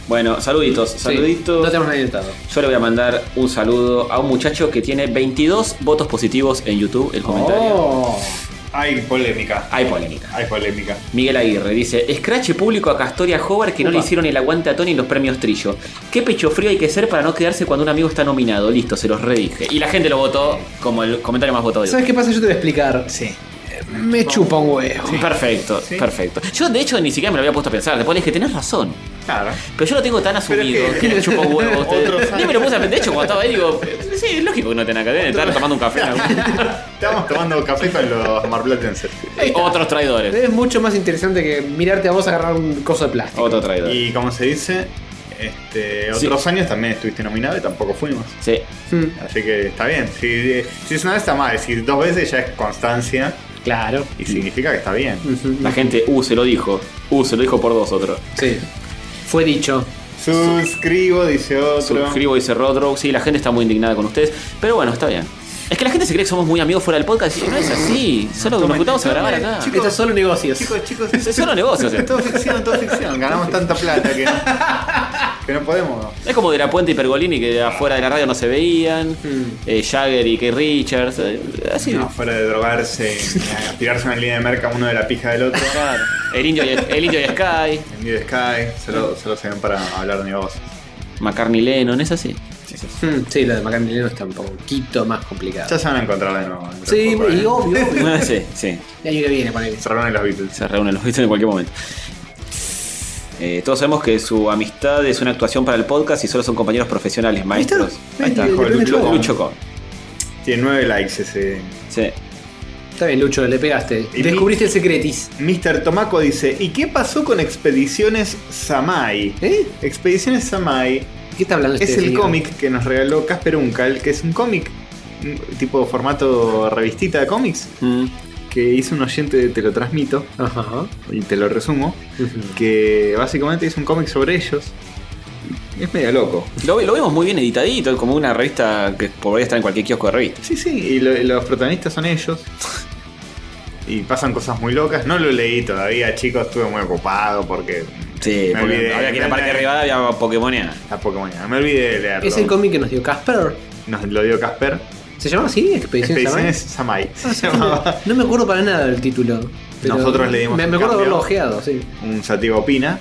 Bueno, saluditos, No saluditos. tenemos nadie invitado. Yo le voy a mandar un saludo a un muchacho que tiene 22 votos positivos en YouTube, el comentario. Oh. Hay polémica. Hay polémica. Hay polémica. Miguel Aguirre dice, Scratch público a Castoria Hobart que no le hicieron el aguante a Tony en los premios Trillo. ¿Qué pecho frío hay que ser para no quedarse cuando un amigo está nominado? Listo, se los redije. Y la gente lo votó como el comentario más votado. de ¿Sabes qué pasa? Yo te voy a explicar. Sí. Me chupa un huevo. Perfecto, perfecto. Yo de hecho ni siquiera me lo había puesto a pensar. Después le dije, tenés razón. Claro. Pero yo lo tengo tan asumido. Pero es que- ¿Quién le chupa un huevo a ustedes? Otros Ni me lo puse a pensar. De hecho, cuando estaba ahí, digo, eh, sí, es lógico que no tenga que ver. Estar tomando un café. Estábamos tomando café con los marplatenses. Otros traidores. Es mucho más interesante que mirarte a vos agarrar un coso de plástico. Otro traidor. Y como se dice, este, Sí. otros años también estuviste nominado y tampoco fuimos. Sí. Mm, Así que está bien. Si, si es una vez está mal, si dos veces ya es constancia Claro. y significa que está bien. Ujú. La gente, uh, se lo dijo. Uh, se lo dijo por dos otro. Sí. Fue dicho. Suscribo, dice otro. Suscribo, dice Rodrow. Sí, la gente está muy indignada con ustedes. Pero bueno, está bien. Es que la gente se cree que somos muy amigos fuera del podcast. Y no es así. Solo nos juntamos a grabar acá. Eh, Chicos, Esto es solo negocios. Chicos, chicos, Es solo negocios. todo ficción, todo ficción. Ganamos tanta plata que no, que no podemos. Es como de la Puente y Pergolini que afuera de la radio no se veían. Eh, Jagger y Kay Richards. eh, así. No, fuera de drogarse, y tirarse una línea de merca uno de la pija del otro. El indio, y, el indio y Sky, En New Sky, solo, solo se ven para hablar de negocios. McCartney Lennon, es así. Mm, Sí, la de Macanileno está un poquito más complicada. Ya se van a encontrar de nuevo. Sí, y obvio, obvio. Ah, sí, sí. El año que viene, ponele. Cerraron en los Beatles. Se reúnen los Beatles en cualquier momento. Eh, todos sabemos que su amistad es una actuación para el podcast y solo son compañeros profesionales, maestros. Ahí está, Lucho Lucho, Cohn. Lucho Cohn. Tiene nueve likes ese. Sí. Está bien, Lucho, le pegaste. Y Descubriste el secretis. Mr. Tomaco dice, ¿y qué pasó con Expediciones Samai? ¿Eh? Expediciones Samai ¿Qué está hablando este es el señor? cómic que nos regaló Casper Uncal, que es un cómic mm, tipo formato revistita de cómics, Mm. que hizo un oyente de Te lo transmito, Ajá. y te lo resumo, Ujú. que básicamente hizo un cómic sobre ellos. Es medio loco. Lo, lo vemos muy bien editadito, como una revista que podría estar en cualquier kiosco de revista. Sí, sí, y lo- los protagonistas son ellos. Y pasan cosas muy locas. No lo leí todavía, chicos, estuve muy ocupado porque... Sí, me porque olvidé. había que ir a Parque Rivadavia a Pokémonear. A Pokémon, me olvidé de leerlo. Es el cómic que nos dio Casper. Nos lo dio Casper. ¿Se llama así? Expedición Expediciones Ah, Samai. se llamaba. Samai? No me acuerdo para nada del título. pero Nosotros le dimos Me, un me acuerdo de haberlo cambio. ojeado, sí. Un Sativa Opina,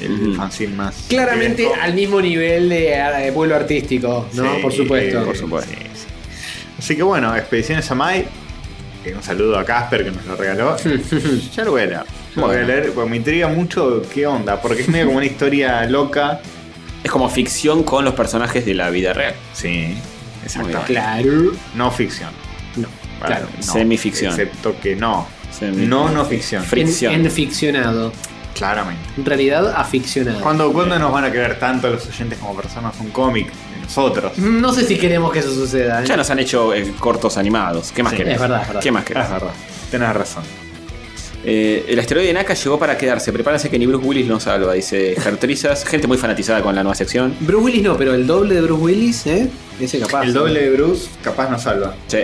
el Ujú. fanzine más. Claramente viejo. al mismo nivel de, eh, de vuelo artístico, ¿no? Sí, por supuesto. eh, por supuesto. sí, sí. Así que bueno, Expediciones Samai. que Un saludo a Casper que nos lo regaló. ya lo voy a leer. Lo voy a Bueno. leer, porque me intriga mucho qué onda, porque es medio como una historia loca. Es como ficción con los personajes de la vida real. Sí, exacto. Muy bien. Claro. No ficción. No, Bueno, claro. no, Semificción. Excepto que no. Semi- No, no ficción. Fri- Fricción. En, enficcionado. Claramente. En realidad, aficionado. ¿Cuándo, ¿Cuándo nos van a creer tanto los oyentes como personas un cómic de nosotros? Mm. No sé si queremos que eso suceda. ¿eh? Ya nos han hecho eh, cortos animados. ¿Qué más Sí, querés? es verdad, es verdad. ¿Qué más querés? Es verdad, tenés razón. Eh, el asteroide Naka llegó para quedarse. Prepárense que ni Bruce Willis nos salva, dice Gertrizas. Gente muy fanatizada con la nueva sección. Bruce Willis no, pero el doble de Bruce Willis, ¿eh? Ese capaz. El doble de Bruce capaz nos salva, Sí.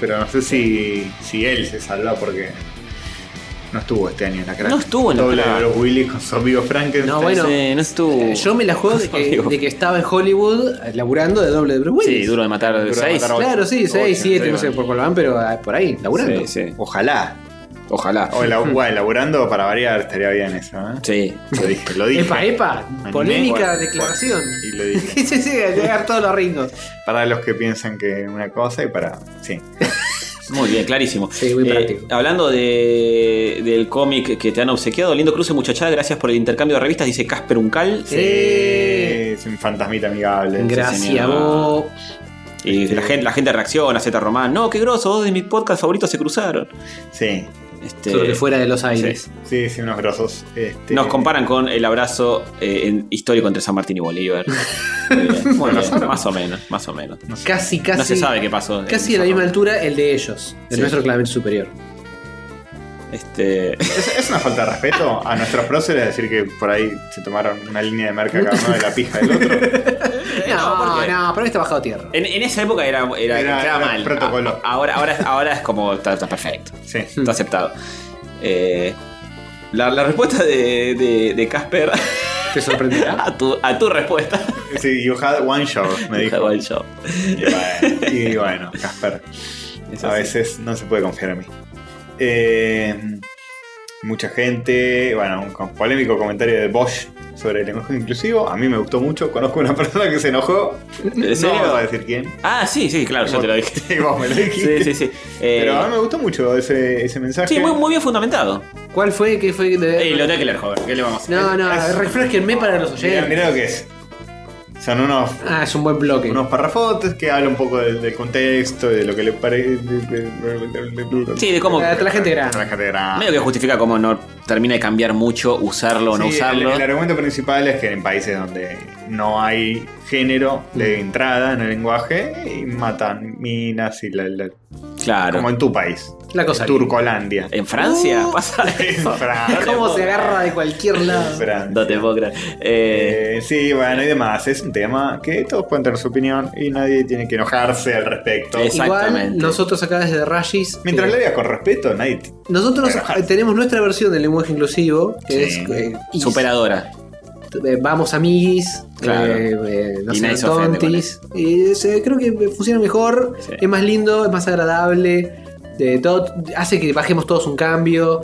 pero no sé si, si él se salva porque no estuvo este año en la crack. No estuvo en la doble crack. de Bruce Willis con su amigo Frankenstein. No, bueno. Sí, no estuvo. Eh, Yo me la juego de que, Amigo. de que estaba en Hollywood eh, laburando de doble de Bruce Willis. Sí, duro de matar Duro de seis. matar Claro, sí, Ocho, 6, 7, sí, no sé bueno. por cuál van, pero ah, por ahí, laburando. Sí, sí. Ojalá. Ojalá. O elab- bueno, elaborando para variar estaría bien eso, ¿eh? Sí. Lo dije, lo dije. Epa, epa, Anime, polémica bueno, declaración. bueno, y lo dije. Sí, sí, sí, llegar todos los ringos. Para los que piensan que una cosa y para. Sí. Muy bien, clarísimo. Eh, Sí, muy práctico. Hablando de, del cómic que te han obsequiado, lindo cruce muchachada, gracias por el intercambio de revistas, dice Casper Uncal. Eh. Es un fantasmita amigable. Gracias, señor. vos. Y Este, la gente, la gente reacciona, Z Román, no, qué groso, dos de mis podcasts favoritos se cruzaron. Sí. Este, Sobre fuera de los aires. Sí, sí, unos grosos. Este, Nos comparan con el abrazo eh, en- histórico entre San Martín y Bolívar. Muy bien, muy bien, más o menos, más o menos. Casi, casi. no se sabe qué pasó. Casi a la misma altura el de ellos, el Sí. nuestro clavamente superior. Este, ¿Es, es una falta de respeto a nuestros próceres decir que por ahí se tomaron una línea de marca cada uno de la pija del otro. no, No, ¿por qué? Eh. no, pero está bajado tierra. en, en esa época era, era, Era- estaba era mal. protocolo. A- ahora, ahora, ahora es como está, está perfecto. Hmm. Sí. Está aceptado. Eh, la, la respuesta de, de- de Casper ¿Te sorprenderá? a tu, a tu respuesta. Sí, you had one shot, me dijo. Igual yo. Y bueno, y bueno, Casper. Es A así. veces no se puede confiar en mí. Eh, mucha gente, bueno, un co- polémico comentario de Bosch sobre el lenguaje inclusivo. A mí me gustó mucho. Conozco una persona que se enojó. ¿En No serio? vamos a decir quién. Ah, sí, sí, claro, yo te lo dije. Y vos me lo dijiste. Sí, sí, sí. Eh, Pero a mí me gustó mucho ese, ese mensaje. sí, muy, muy bien fundamentado. ¿Cuál fue? ¿Qué fue? Eh, lo tengo que leer, joven. ¿Qué le vamos a hacer? No, no, refresquenme para los Mirá, oyentes. mirá lo que es. Son unos, Ah, es un buen bloque. unos parrafotes que hablan un poco del, del contexto y de lo que le parece. Sí, de cómo. Ah, la gente grande. La gente grande. Medio que justifica cómo no termina de cambiar mucho usarlo o no Sí, el, usarlo. el argumento principal es que en países donde no hay género de Mm. entrada en el lenguaje, y matan minas y la, la- claro. como Uh. en tu país, Eh, La cosa. Turcolandia. ¿En Francia pasa eso? Fran- ¿Cómo se agarra de cualquier lado? Fran- No te puedo creer. Eh, Eh, sí, bueno, y demás. Es un tema que todos pueden tener su opinión y nadie tiene que enojarse al respecto. Es- Exactamente. Igual, nosotros acá desde Rashis. Mientras eh, le digas con respeto, nadie. te- Nosotros Relajarse. eh, tenemos nuestra versión del lenguaje inclusivo, que Sí. es eh, is- superadora. eh, vamos amiguis, Claro. eh, eh, no Y sean nadie se ofende con tontis. Y es, eh, creo que funciona mejor, Sí. es más lindo, es más agradable, eh, todo, hace que bajemos todos un cambio.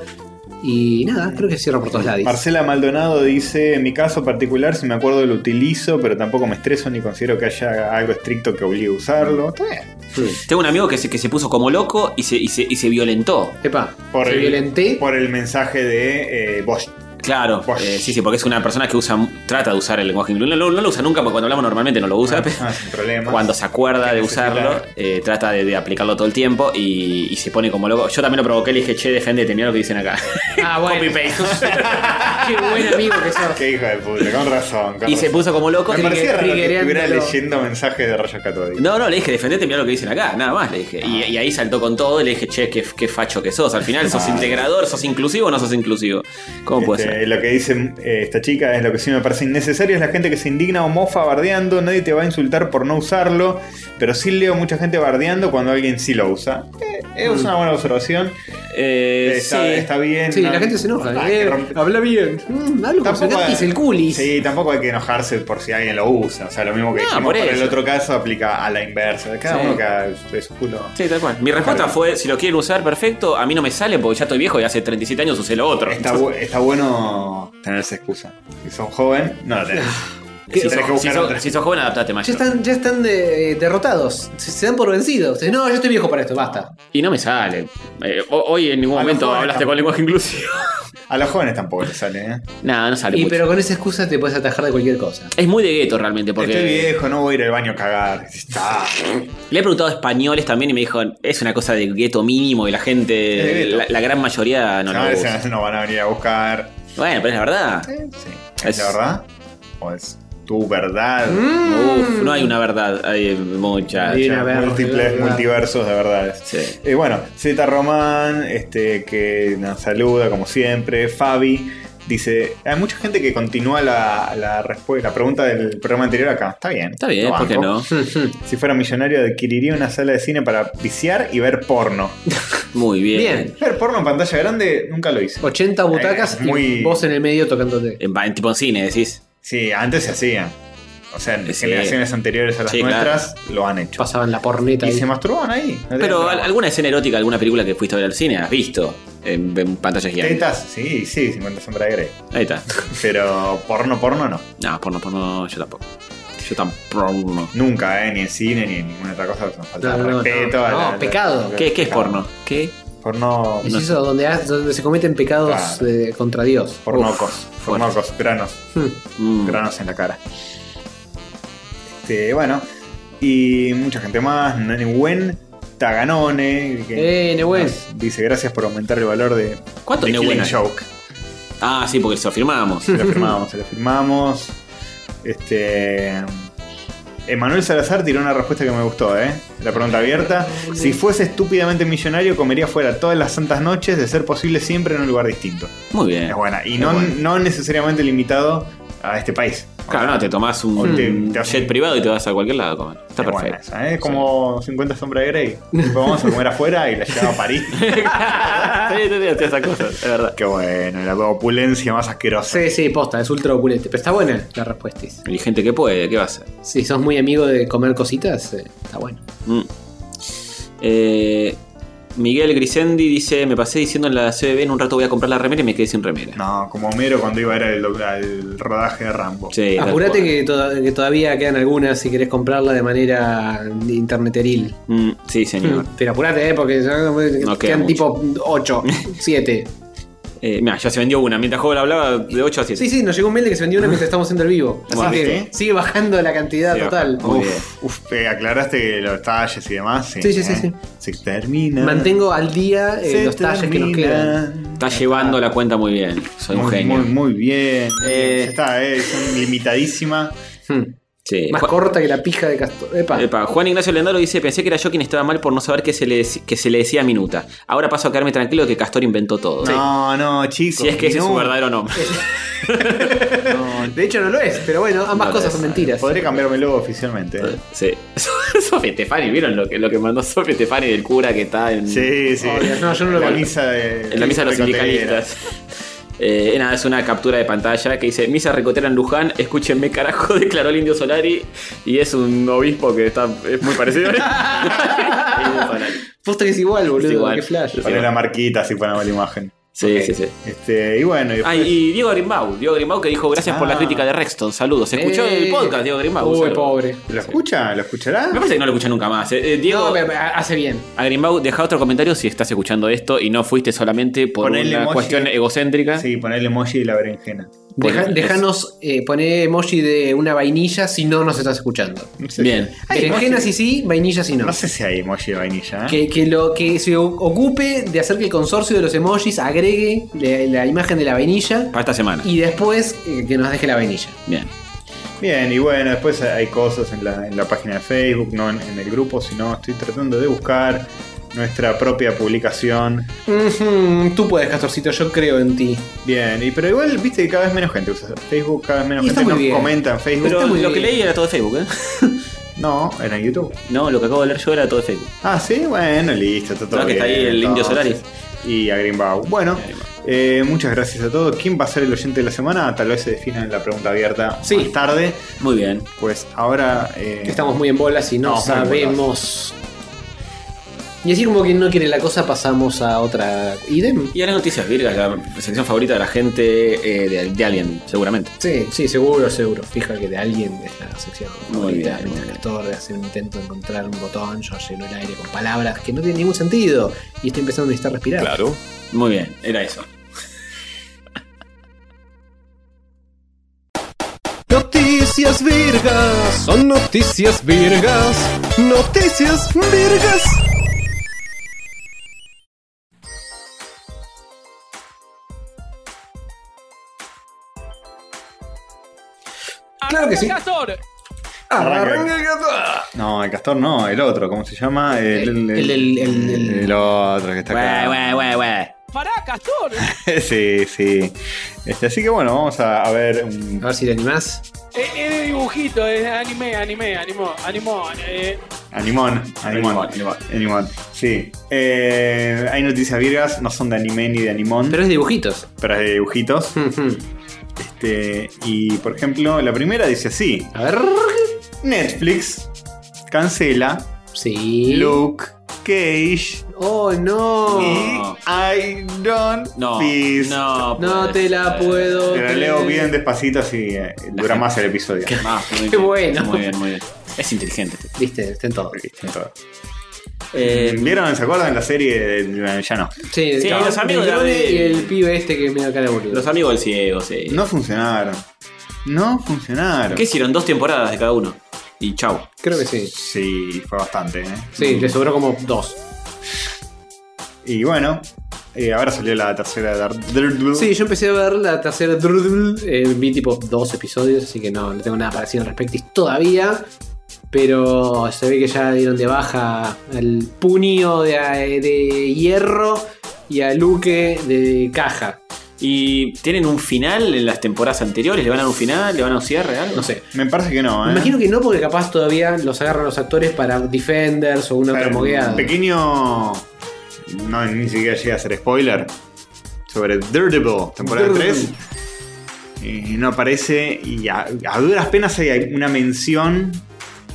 Y nada, creo que cierra por todos lados. Marcela Maldonado dice, en mi caso particular, si me acuerdo lo utilizo, pero tampoco me estreso ni considero que haya algo estricto que obligue a usarlo. Está bien. Tengo un amigo que se, que se puso como loco y se, y se, y se violentó. Epa, Por se el- violenté. por el mensaje de eh, Bosch. Claro, Buah. eh, sí, sí, porque es una persona que usa, trata de usar el lenguaje inclusivo. No, lo- no lo usa nunca, porque cuando hablamos normalmente no lo usa, Ah, pero ah, sin problemas. cuando se acuerda Que de necesita- usarlo, eh, trata de, de aplicarlo todo el tiempo y, y se pone como loco. Yo también lo provoqué, le dije, che, defendete, mira lo que dicen acá. Ah, bueno. Qué buen amigo que sos. Qué hijo de puta, con razón. con y se razón. puso como loco. Me parecía raro que estuviera triggereándolo. leyendo mensajes de rayos catódicos. No, no, le dije, defendete, mirá lo que dicen acá, nada más, le dije. Y, y ahí saltó con todo y le dije, che, qué, qué facho que sos. Al final, ¿sos Ah. integrador? ¿Sos inclusivo o no sos inclusivo? ¿Cómo puede Este, ser? Lo que dice eh, esta chica es lo que sí me parece innecesario, es la gente que se indigna o mofa bardeando, nadie te va a insultar por no usarlo, pero sí leo mucha gente bardeando cuando alguien sí lo usa. Eh, es una buena observación, Eh, este, está, sí. está bien. Sí, no- la gente se enoja. eh, Ah, que rompe- habla bien. Mm, hablo como Tampoco Socrates, hay- el culis. Sí, tampoco hay que enojarse por si alguien lo usa. O sea, lo mismo que No, dijimos por para el eso. otro caso aplica a la inversa. Sí. Cada uno que haga su- su culo. Sí, tal cual. Mi respuesta Claro. fue, si lo quieren usar, perfecto. A mí no me sale porque ya estoy viejo y hace 37 años usé lo otro. Está, bu- está bueno tener esa excusa. Si sos joven, no la tenés. Ah. si, tenés sos, que buscar si sos- otra. si sos joven, adaptate, Ya maestro. están, ya están de- derrotados. Se, se dan por vencidos. Dicen, No, yo estoy viejo para esto, basta. Y no me sale. Eh, ho- hoy en ningún A los momento jóvenes hablaste tampoco. con lenguaje inclusivo. A los jóvenes tampoco les sale, ¿eh? Nada, no sale. Y mucho. pero con esa excusa te puedes atajar de cualquier cosa. Es muy de gueto realmente porque... Estoy viejo, no voy a ir al baño a cagar. Está. Le he preguntado a españoles también y me dijo, es una cosa de gueto mínimo y la Es de gente, gueto. Ah, la, la gran mayoría no No, lo ese usa. no, no van a venir a buscar. Bueno, pero es la verdad. Eh, sí. Es- ¿Es la verdad? ¿O es tu verdad? Mm, Uf, no hay una verdad, hay muchas. Hay Ya, una verdad, múltiples verdad. multiversos de verdades. Sí. Eh, bueno, Z Román, este, que nos saluda como siempre. Fabi dice: Hay mucha gente que continúa la, la, respu- la pregunta del programa anterior acá. Está bien. Está bien, lo ¿por qué banco. no? Si fuera millonario, adquiriría una sala de cine para viciar y ver porno. Muy bien. Bien. Ver porno en pantalla grande nunca lo hice. 80 butacas Eh, muy- y vos en el medio tocándote. En, en tipo en cine, decís. Sí, antes se hacía. O sea, en Sí. generaciones anteriores a las Sí, claro. nuestras lo han hecho. Pasaban la porneta Y ahí. se masturban ahí. no tienen Pero problema. al- alguna escena erótica, alguna película que fuiste a ver al cine, has visto. en, en pantallas gigantes. Tetas, sí, sí, 50 sombras de Grey. Ahí está. Pero porno, porno no. No, porno, porno, yo tampoco. Yo tampoco. Nunca, ¿eh? Ni en cine, ni en ninguna otra cosa. Nos No, falta no, no, respeto. no. a la- No, pecado. ¿Qué, ¿Qué es porno? ¿Qué? Porno. Es eso donde, ha- donde se cometen pecados Claro. de- contra Dios. Pornocos. fuerte. Pornocos, granos. Mm. granos en la cara. Este, bueno, y mucha gente más. Newen Taganone. que Eh, Nehuen. nos Dice gracias por aumentar el valor de. ¿Cuánto de Nehuen Killing hay? Joke. Ah, sí, porque se lo firmamos. Se lo firmamos, se lo firmamos. Este. Emanuel Salazar tiró una respuesta que me gustó, ¿eh? La pregunta abierta. Si fuese estúpidamente millonario, comería fuera todas las santas noches, de ser posible siempre en un lugar distinto. Muy bien. Es buena. Y no, buena. no necesariamente limitado a este país. Claro, no, te tomás un, O te- te hace- jet privado y te vas a cualquier lado a comer. Está Es buena perfecto. esa, ¿eh? Es como 50 sombras de Grey. Después vamos a comer afuera y la llevamos a París. sí, te digo, te esas cosas, es verdad. Qué bueno, la opulencia más asquerosa. Sí, sí, posta, es ultra opulente. Pero está buena la respuesta. es. Y gente que puede, ¿qué va a hacer? Si sos muy amigo de comer cositas, eh, está bueno. Mm. Eh, Miguel Grisendi dice: Me pasé diciendo en la CBB en un rato voy a comprar la remera y me quedé sin remera. No, como Homero cuando iba a ir al, doc- al rodaje de Rambo. Sí, tal Apurate cual. que, toda- que todavía quedan algunas si querés comprarla de manera interneteril. Mm, sí, señor. Pero apurate, eh, porque ya No queda quedan mucho. tipo 8, 7. Eh, Mira, ya se vendió una. Mientras joven hablaba de 8 a 7. Sí, sí, nos llegó un mail de que se vendió una mientras estamos haciendo el vivo. Así Bueno, que ¿sí? sigue bajando la cantidad Sí, total. baja. Muy bien. Uf, uf, eh, aclaraste los talles y demás. Sí, Sí, sí, sí, ¿eh? Se termina. Mantengo al día eh, Se los talles que nos quedan. termina. Está llevando la cuenta muy bien. Soy un Muy, genio. muy, muy bien. Eh. Ya está, eh, son limitadísima. Hmm. Sí. Más Ju- corta que la pija de Castor. Epa. Eh, Epa, Juan Ignacio Lendaro dice: Pensé que era yo quien estaba mal por no saber que se le, dec- que se le decía minuta. Ahora paso a quedarme tranquilo que Castor inventó todo. No, no, chicos. Si es que ese es no. su verdadero nombre. No, De hecho no lo es, pero bueno, ambas No lo cosas es. son mentiras. Podré cambiarme luego oficialmente. eh. Sí. Sofía Stefani, ¿vieron lo que, lo que mandó Sofía Stefani del cura que está en, Sí, sí. Obvio, no, yo no lo la conozco. misa de, en la misa de los ricotera. sindicalistas? Eh, nada, es una captura de pantalla que dice Misa Ricotera en Luján, escúchenme carajo, declaró el indio Solari y es un obispo que está es muy parecido. al Indio Solari. Posta que es igual, boludo. igual. Qué flash. Poné la marquita así para la imagen. Sí, Ok. sí, sí. Este, y bueno, y Ah, después- y Diego Grimbau, Diego Grimbau que dijo gracias por la Ah. crítica de Rexton, saludos. Se escuchó Eh. el podcast, Diego Grimbau. Uy, saludos. pobre. ¿lo escucha? ¿Lo escuchará? Me parece que no lo escuché nunca más. eh. Eh, Diego, No, pero ah, hace bien. A Grimbau, deja otro comentario si estás escuchando esto y no fuiste solamente por Ponele una emoji. cuestión egocéntrica. Sí, poner el emoji y la berenjena. Bueno, Deja- es- Déjanos eh, poner emoji de una vainilla si no nos estás escuchando. No sé Bien. si- Hay Berenjena emoji- si sí, vainilla si no. No sé si hay emoji de vainilla. ¿eh? Que, que lo que se o- ocupe de hacer que el consorcio de los emojis agregue la, la imagen de la vainilla Para esta semana. y después eh, que nos deje la vainilla. Bien. Bien, y bueno, después hay cosas en la, en la página de Facebook, no en, en el grupo, sino estoy tratando de buscar nuestra propia publicación. Ujú, tú puedes, Castorcito, yo creo en ti. Bien, y pero igual viste que cada vez menos gente usa Facebook, cada vez menos Y está gente muy nos bien. comenta en Facebook. Pero Está muy lo que bien. leí era todo de Facebook, ¿eh? No, en el YouTube. No, lo que acabo de leer yo era todo de Facebook. Ah, sí, bueno, listo, está todo No, que bien, está ahí el Indio entonces. Y a Greenbau. Bueno, eh, muchas gracias a todos. ¿Quién va a ser el oyente de la semana? Tal vez se defina en la pregunta abierta Sí. más tarde. Muy bien. Pues ahora. eh, Estamos muy en bolas y no, No, muy en sabemos. Y así como quien no quiere la cosa, pasamos a otra. ¿Idem? Y ahora noticias virgas, la sección favorita de la gente eh, de, de alguien, seguramente. Sí, sí, seguro, seguro. Fija que de alguien de esta sección. Muy bien, favorita, muy mientras bien. Castor hace un intento de encontrar un botón, yo lleno el aire con palabras que no tienen ningún sentido. Y estoy empezando a necesitar respirar. Muy bien, era eso. Noticias virgas, son noticias virgas, noticias virgas. Claro que sí. Arranca. Arranca el Castor. No, el castor no, el otro, ¿cómo se llama? El- el- el- el- el- el otro que está acá. Güey, güey, güey, güey. sí, sí. Este, así que bueno, vamos a, a ver. un- A ver si te animás. Es de dibujito, es anime, anime, animó, animó. Eh, Animón, animón. Animón. Animón, sí. Eh, hay noticias virgas, no son de anime ni de animón, Pero es dibujitos. pero es de dibujitos. Ujú. Este, y por ejemplo, la primera dice así: A ver. Netflix cancela Sí. Luke Cage Oh, no. y I Don't No, Fist. no, No puede te la ser. puedo. Te la leo creer. bien despacito así eh, dura más el episodio. Ah, muy Qué bien, bueno. Muy bien, muy bien. Es inteligente. este. Viste, está en todo. Entonces, Eh, ¿Vieron? ¿Se acuerdan la serie? de- Ya no. Sí, Sí, no, los amigos de el la drone de- y el pibe este que me da cara de boludo. los amigos del ciego, sí. No funcionaron. No funcionaron. ¿Qué hicieron? Dos temporadas de cada uno. Y chau. Creo que sí. Sí, fue bastante, ¿eh? Sí, le sobró como dos. Y bueno, eh, ahora salió la tercera de Daredevil. Sí, yo empecé a ver la tercera Drudl, eh, vi tipo dos episodios, así que no, no tengo nada para decir al respecto todavía. Pero se ve que ya dieron de baja al puño de, eh, de hierro y a Luke de caja. ¿Y tienen un final en las temporadas anteriores? ¿Le van a dar un final? ¿Le van a dar un cierre? algo? No sé. Me parece que no, Me ¿eh? imagino que no, porque capaz todavía los agarran los actores para Defenders o una Pero otra mogueada. un pequeño. No, ni siquiera llega a ser spoiler. Sobre Daredevil, temporada Daredevil. 3. Y no aparece. Y a, a duras penas hay una mención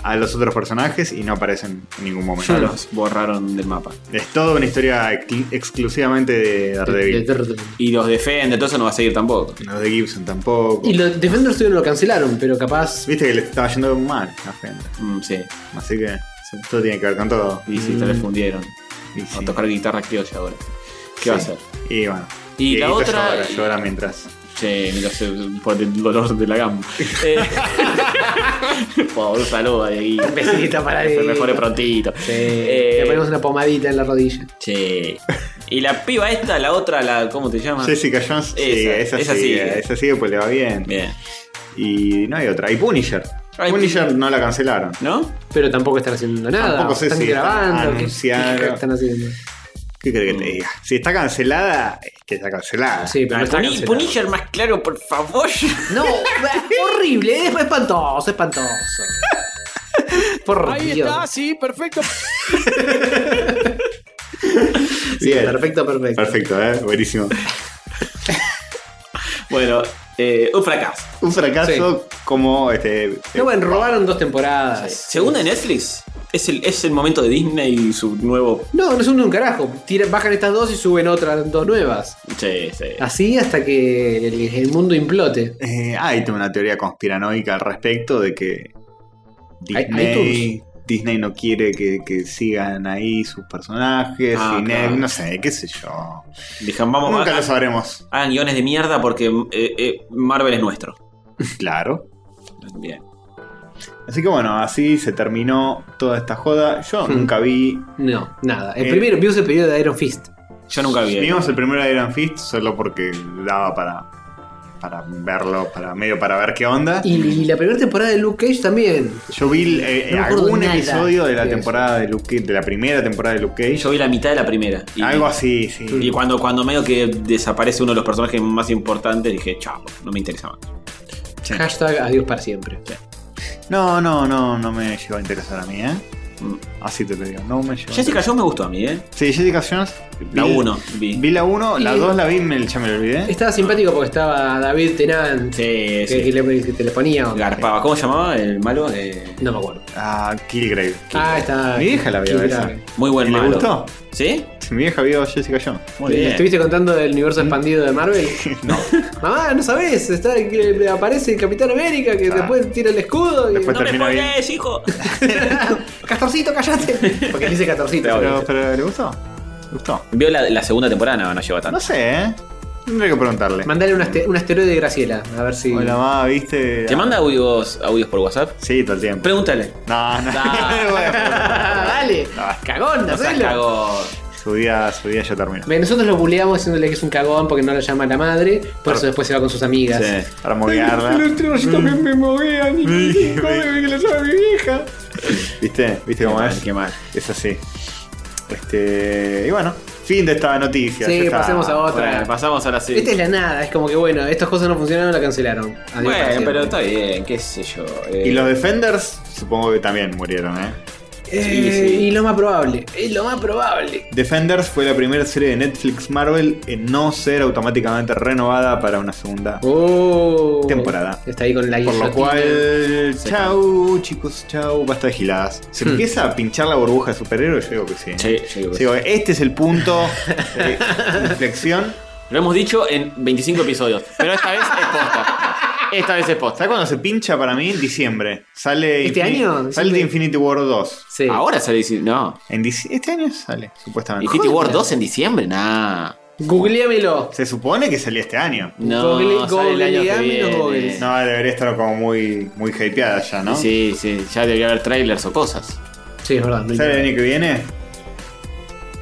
a los otros personajes y no aparecen en ningún momento. Ya los borraron del mapa. Es toda una historia exclu- exclusivamente de De- Daredevil. de Drudl. Y los defiende, entonces no va a seguir tampoco. No de Gibson tampoco. Y los Defenders todavía no lo cancelaron, pero capaz. Viste que le estaba yendo mal a gente. Mm, sí. Así que todo tiene que ver con todo. Y sí, tal vez fundieron. Y, A sí. tocar guitarra criolla ahora. ¿Qué va a hacer? Y bueno. Y la Dieguito otra- Llora, llora mientras. Sí, mira, se- por el dolor de la gamba. Eh, por un saludo de ahí. Besito para Se Dieguito. mejore prontito. Sí, Eh, le ponemos una pomadita en la rodilla. Sí. Y la piba esta, la otra, la ¿cómo te llama? Jessica Jones. sí, Esa, esa, esa sigue. sigue. Esa sigue pues le va bien. Bien. Y no hay otra. Y Punisher. Ay, Punisher no la cancelaron. ¿No? Pero tampoco están haciendo nada. Tampoco sé están si grabando. ¿qué- anunciaron. ¿Qué, están haciendo? ¿Qué crees que Mm. te diga? Si está cancelada, es que está cancelada. Sí, pero no están Poní, cancelando. Ah, Punisher más claro, por favor. No, horrible, es espantoso, espantoso. Por Ahí Dios. está, sí, perfecto. Sí, Bien. perfecto, perfecto. Perfecto, ¿eh? buenísimo. bueno, eh, un fracaso. Un fracaso como este. No, bueno, robaron dos temporadas. Segunda de Netflix, es el, es el momento de Disney y su nuevo. No, no son un carajo. Tiran- bajan estas dos y suben otras dos nuevas. Sí, sí. Así hasta que el, el mundo implote. Eh, hay toda una teoría conspiranoica al respecto de que Hay- Disney, Disney no quiere que, que sigan ahí sus personajes Ah, y claro. ah, Ned- no sé, qué sé yo. Dijeron, vamos, Nunca hagan- lo sabremos. hagan guiones de mierda porque eh, eh, Marvel es nuestro. Claro. Bien. Así que bueno, así se terminó toda esta joda. Yo nunca vi. No, nada. El Eh. primero vimos el periodo de Iron Fist. Yo nunca vi. Vimos el primero de Iron Fist solo porque daba para para verlo, para medio para ver qué onda. Y, y la primera temporada de Luke Cage también. Yo vi eh, No me acuerdo algún nada episodio de la de eso. temporada de Luke, de la primera temporada de Luke Cage. Yo vi la mitad de la primera. Y, Algo así, sí. Y cuando, cuando medio que desaparece uno de los personajes más importantes, dije, chao, no me interesa más. Sí. Hashtag adiós para siempre. No, no, no, no me llegó a interesar a mí, ¿eh? Mm. Así te lo digo, no me llegó. a Jessica Jones me gustó a mí, ¿eh? interesar. Sí, Jessica Jones. La vi- 1, vi. Vi la 1, la Y- Este- 2 la vi, me, ya me la olvidé. Estaba simpático porque estaba David Tenant. Sí, que, sí. que le, que te le ponía. onda. Garpaba. ¿Cómo se llamaba el malo? Eh, No me acuerdo. Ah, Killgrave. Ah, está. Mi vieja la vio Kill esa. Grave. muy buen ¿Le malo. gustó? ¿Sí? Mi vieja vio Jessica Jones. Muy ¿Le bien. estuviste contando del universo Mm. expandido de Marvel? no. Mamá, no sabés. Está, que aparece el Capitán América que Ah. después tira el escudo. Y... Después No me termina bien. spoilees, hijo. Castorcito, callate. Porque dice Castorcito. Pero, pero, ¿le gustó? ¿Le gustó? Vio la, la segunda temporada, no, no lleva tanto. No sé, ¿eh? Tendré que preguntarle. Mandale un, aste- un asteroide de Graciela. A ver si. Hola, ma, ¿viste? ¿Te manda audios, audios por WhatsApp? Sí, todo el tiempo. Pregúntale. No, no. No. Bueno, Ah, dale. Ah. Cagón, No seas hacelo. cagón. su día, su día ya terminó. Ve, Nosotros lo buleamos diciéndole que es un cagón porque no lo llama la madre. Por eso después se va con sus amigas. Mm. Sí. Para moguearla. también me movían y Sí, come, que lo llama mi vieja. ¿Viste? ¿Viste cómo es? Qué mal. Es así. Este, y bueno, fin de esta noticia. Sí, Ya está. pasemos a otra. Bueno, pasamos a la se- Esta es la nada, es como que bueno, estas cosas no funcionaron, la cancelaron. Adiós para Bueno, siempre. pero está bien, qué sé yo. eh, Y los Defenders, supongo que también murieron, ¿eh? Eh, sí. Y lo más probable, es lo más probable. Defenders fue la primera serie de Netflix Marvel en no ser automáticamente renovada para una segunda. Oh. Temporada. Está ahí con la Por guillotina. lo cual, chau chicos, chau, basta de giladas. ¿Se Hmm. empieza a pinchar la burbuja de superhéroes? Yo digo que sí. ¿eh? Sí, yo digo que Digo, este es el punto de inflexión. Lo hemos dicho en 25 episodios, pero esta vez es posta. Esta vez es posta. ¿Sabes cuándo se pincha para mí? En diciembre. Sale ¿Este Infini- año? Sale Diciembre. de Infinity War 2. Sí. Ah, Ahora sale diciendo. No. En dic- este año sale, supuestamente. Infinity War Joder. 2 en diciembre, nah. Googleamelo. Se supone que salía este año. No, Google- sale el año que googleame los viene. googles. No, debería estar como muy, muy hypeada ya, ¿no? Sí, sí, ya debería haber trailers o cosas. Sí, es verdad. no hay ¿Sale el nada. año que viene?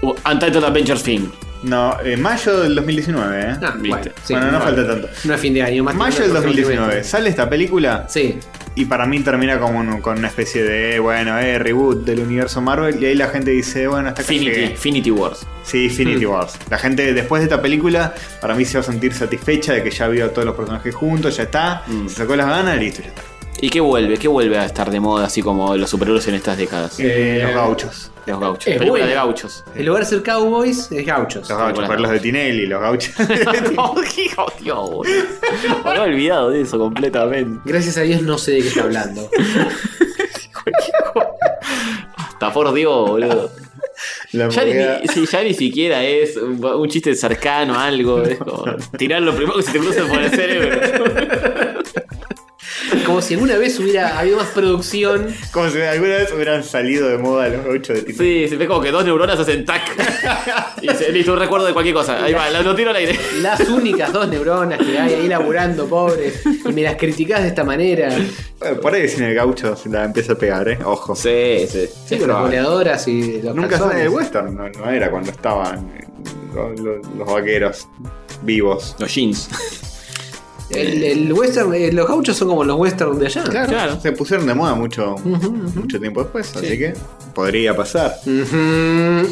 O Untitled Adventures Film. No, en mayo del 2019, ¿eh? Ah, Viste. bueno, sí, bueno, no no, falta tanto. no es fin de año, más Mayo del temprano, 2019. próximo Sale esta película trimestre. Sí. y para mí termina como un- con una especie de, bueno, eh, reboot del universo Marvel. Y ahí la gente dice, bueno, hasta acá Infinity, llegué. Infinity Wars. Sí, Infinity Hmm. Wars. La gente después de esta película, para mí se va a sentir satisfecha de que ya vio a todos los personajes juntos, ya está, Mm. se sacó las ganas, listo, ya está. ¿Y qué vuelve? ¿Qué vuelve a estar de moda así como los superhéroes en estas décadas? Eh, los gauchos. Los gauchos. es Película buena. de gauchos. En lugar de ser cowboys, es gauchos. Los gauchos, pero los de Tinelli, los gauchos. No, hijo, tío, boludo. Me había olvidado de eso completamente. Gracias a Dios no sé de qué está hablando. Hasta por Dios, boludo. La Ya movida- ni, sí, ya ni siquiera es un, un chiste cercano, algo. Es como tirar lo primero que se te cruza por el cerebro. Como si alguna vez hubiera habido más producción. Como si alguna vez hubieran salido de moda los gauchos de Tinelli. Sí, se ve como que dos neuronas hacen tac. Y dice, listo, un recuerdo de cualquier cosa. Ahí va, lo tiro al aire. Las únicas dos neuronas que hay ahí laburando, pobres. Y me las criticás de esta manera. Bueno, por ahí sin el gaucho se la empieza a pegar, eh. Ojo. Sí, sí. Sí, Las pero- boleadoras y los Nunca sale calzones. del western, no, no era cuando estaban eh, los, los- los vaqueros vivos. Los jeans. El, el western, eh, los gauchos son como los western de allá. Claro, Claro. se pusieron de moda mucho, Ujú, ujú. Mm. mucho tiempo después, así que podría pasar. Ujú.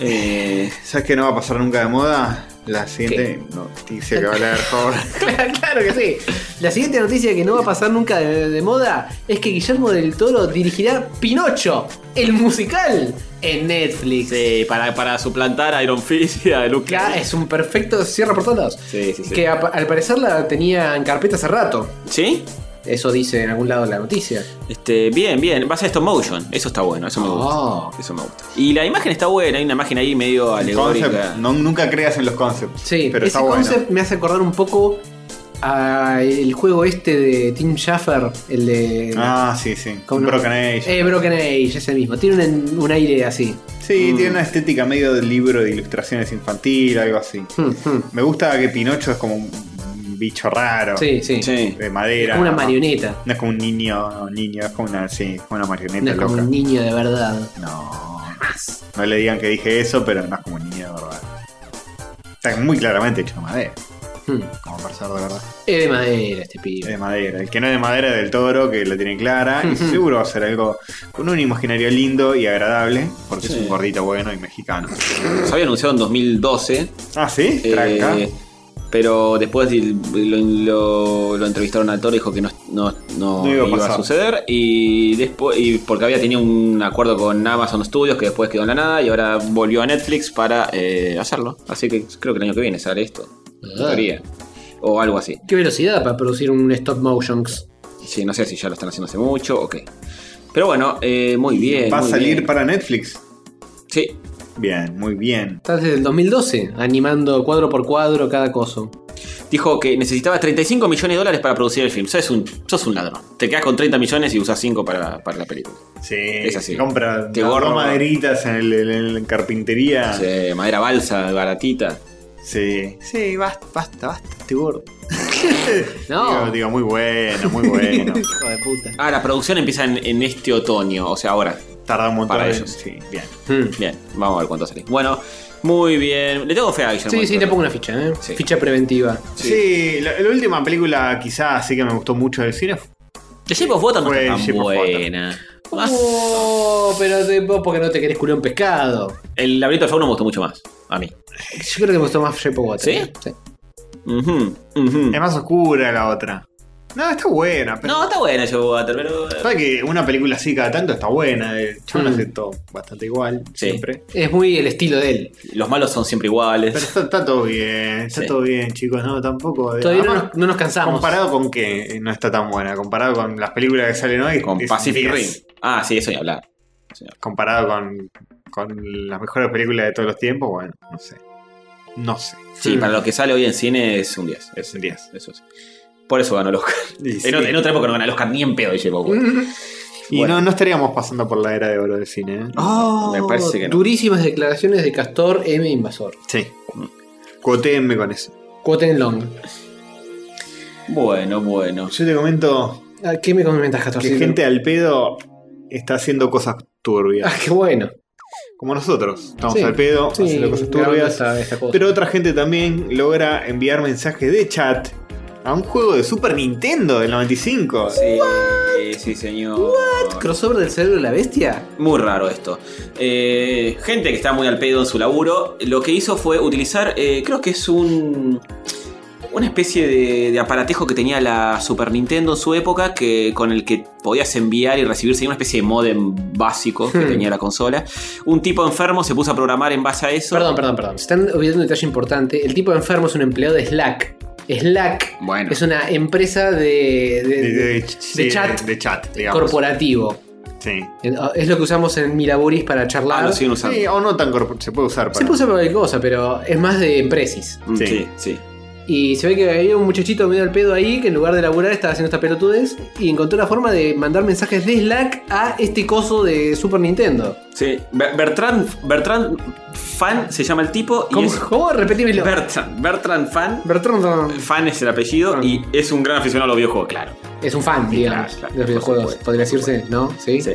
Eh, ¿Sabes qué no va a pasar nunca de moda? La siguiente noticia que va a leer Jorge. Claro, claro que sí. La siguiente noticia que no va a pasar nunca de, de moda es que Guillermo del Toro dirigirá Pinocho, el musical, en Netflix. sí, para, para suplantar a Iron Fist y a Luke. Claro, es un perfecto cierre por todos lados. Sí, sí, sí. Que apa- al parecer la tenía en carpeta hace rato. ¿Sí? Eso dice en algún lado la noticia. Este, bien, bien. Va a ser stop motion. Eso está bueno, eso me gusta. Oh. Eso me gusta. Y la imagen está buena, hay una imagen ahí medio alegórica. Concept. No, nunca creas en los concepts. Sí, ese pero está bueno. concept me hace acordar un poco a el juego este de Tim Schafer, el de. Ah, sí, sí. ¿Cómo no? Broken Age. Eh, Broken Age, ese mismo. Tiene un, un aire así. mm. sí, tiene una estética medio de libro de ilustraciones infantil, algo así. Hmm, hmm. Me gusta que Pinocho es como un bicho raro. Sí, sí. Sí. De madera. Como una ¿no? marioneta. No es como un niño, niño, es como una, sí, es como una marioneta No es como loca. un niño de verdad. No. No le digan que dije eso, pero no es como un niño de verdad. Está muy claramente hecho de madera. Hmm. Como para ser de verdad. Es de madera este Es pibe. de madera. El que no es de madera es del toro, que la tiene clara. Y seguro va a ser algo con un imaginario lindo y agradable. Porque es un gordito bueno y mexicano. Se había anunciado en 2012. Ah, sí, eh, tranca. pero después di- lo, lo- lo entrevistaron al toro, dijo que no, no- no No iba iba, a a pasar. suceder. Y después y porque había tenido un acuerdo con Amazon Studios que después quedó en la nada y ahora volvió a Netflix para eh, hacerlo. Así que creo que el año que viene sale esto. en Ah. teoría. O algo así. Qué velocidad para producir un stop motion. Sí, no sé si ya lo están haciendo hace mucho o qué. Pero bueno, eh, muy bien. va a muy salir bien. para Netflix. Sí, Bien, muy bien. Está desde el 2012 animando cuadro por cuadro cada coso. Dijo que necesitaba 35 millones de dólares para producir el film. Sos un, sos un ladrón. Te quedas con 30 millones y usas 5 para, para la película. Sí, Es así. se compra Te las dos gorro. maderitas en, el, en el- en carpintería. Sí, Hace madera balsa, baratita. sí, basta, basta, basta, te gordo. No. Digo, digo, muy bueno, muy bueno. Hijo de puta. Ah, la producción empieza en, en este otoño, o sea, ahora. Tarda un montón. Para en- ellos. Sí, bien. Hmm. Bien, vamos a ver cuánto sale. Bueno, muy bien. Le tengo fe a Guillermo. Sí, del sí, te Toro. pongo una ficha, ¿eh? Sí. Ficha preventiva. Sí, la, la última película quizás sí que me gustó mucho del cine The Shape of Water no Fue está tan Shape of Water. Uh. buena. Más- Oh, pero te- vos porque no te querés culiar un pescado. El laberinto del fauno me gustó mucho más. A mí. Yo creo que me gustó más Shape of Water. ¿Sí? Ujú, ujú. Es más oscura la otra. No, está buena, pero. No, está buena Joe Water, pero. eh, Sabe que una película así cada tanto está buena. eh. El chabón Mm. hace todo bastante igual, Sí. siempre. Es muy el estilo de él. Los malos son siempre iguales. Pero está, está todo bien, está Sí. todo bien, chicos. No, tampoco. Todavía no Además, nos, no nos cansamos. Comparado con qué no está tan buena, comparado con las películas que salen hoy. con es 10. Pacific Rim. Ah, sí, eso ni hablar. Comparado con, con las mejores películas de todos los tiempos, bueno, no sé. No sé. Sí, para lo que sale hoy en cine es un 10. Es Un 10. Eso sí. Por eso ganó el Oscar. Y, En, sí. otra- en otra época no ganó el Oscar ni en pedo, dice Bob. Mm. Y no, no estaríamos pasando por la era de oro del cine. ¿eh? Oh, Me parece que no. Durísimas declaraciones de Castor M. Invasor. Sí. Cuotéenme con eso. Quoten Long. Bueno, bueno. Yo te comento Ah, ¿Qué me comentas, Castor? que Sí, gente al pedo está haciendo cosas turbias. Ah, qué bueno. Como nosotros. Estamos Sí, al pedo, Sí, haciendo cosas grabando turbias. esta- esta cosa. Pero otra gente también logra enviar mensajes de chat a un juego de Super Nintendo del 95. Sí, sí, señor. ¿Crossover del cerebro de la bestia? Muy raro esto. Eh, gente que está muy al pedo en su laburo, lo que hizo fue utilizar, eh, creo que es un... Una especie de, de aparatejo que tenía la Super Nintendo en su época, que, con el que podías enviar y recibir, sería una especie de modem básico que Hmm. tenía la consola. Un tipo enfermo se puso a programar en base a eso. Perdón, perdón, perdón. Se están olvidando un detalle importante. El tipo de enfermo es un empleado de Slack. Slack Bueno. es una empresa de, de- De, de- de sí, chat. De chat, digamos. corporativo. ah, Sí. Es lo que usamos en Milaburis para Ah, charlar. lo siguen usando. Sí, o no tan corporativo. Se puede usar para. Se puso para cualquier cosa, pero es más de empresis. Mm, Sí. sí, sí. Y se ve que había un muchachito medio al pedo ahí que en lugar de laburar estaba haciendo estas pelotudes y encontró la forma de mandar mensajes de Slack a este coso de Super Nintendo. Sí. Ber- Bertrand, Bertrand Fan se llama el tipo. Y ¿Cómo? es ¿Cómo? Repetímelo. Bertrand, Bertrand Fan. Bertrand Fan es el apellido Ah. y es un gran aficionado a los videojuegos, claro. es un fan, Sí, digamos, claro, claro, de los por videojuegos. supuesto, Podría por decirse, ¿no? ¿Sí? Sí.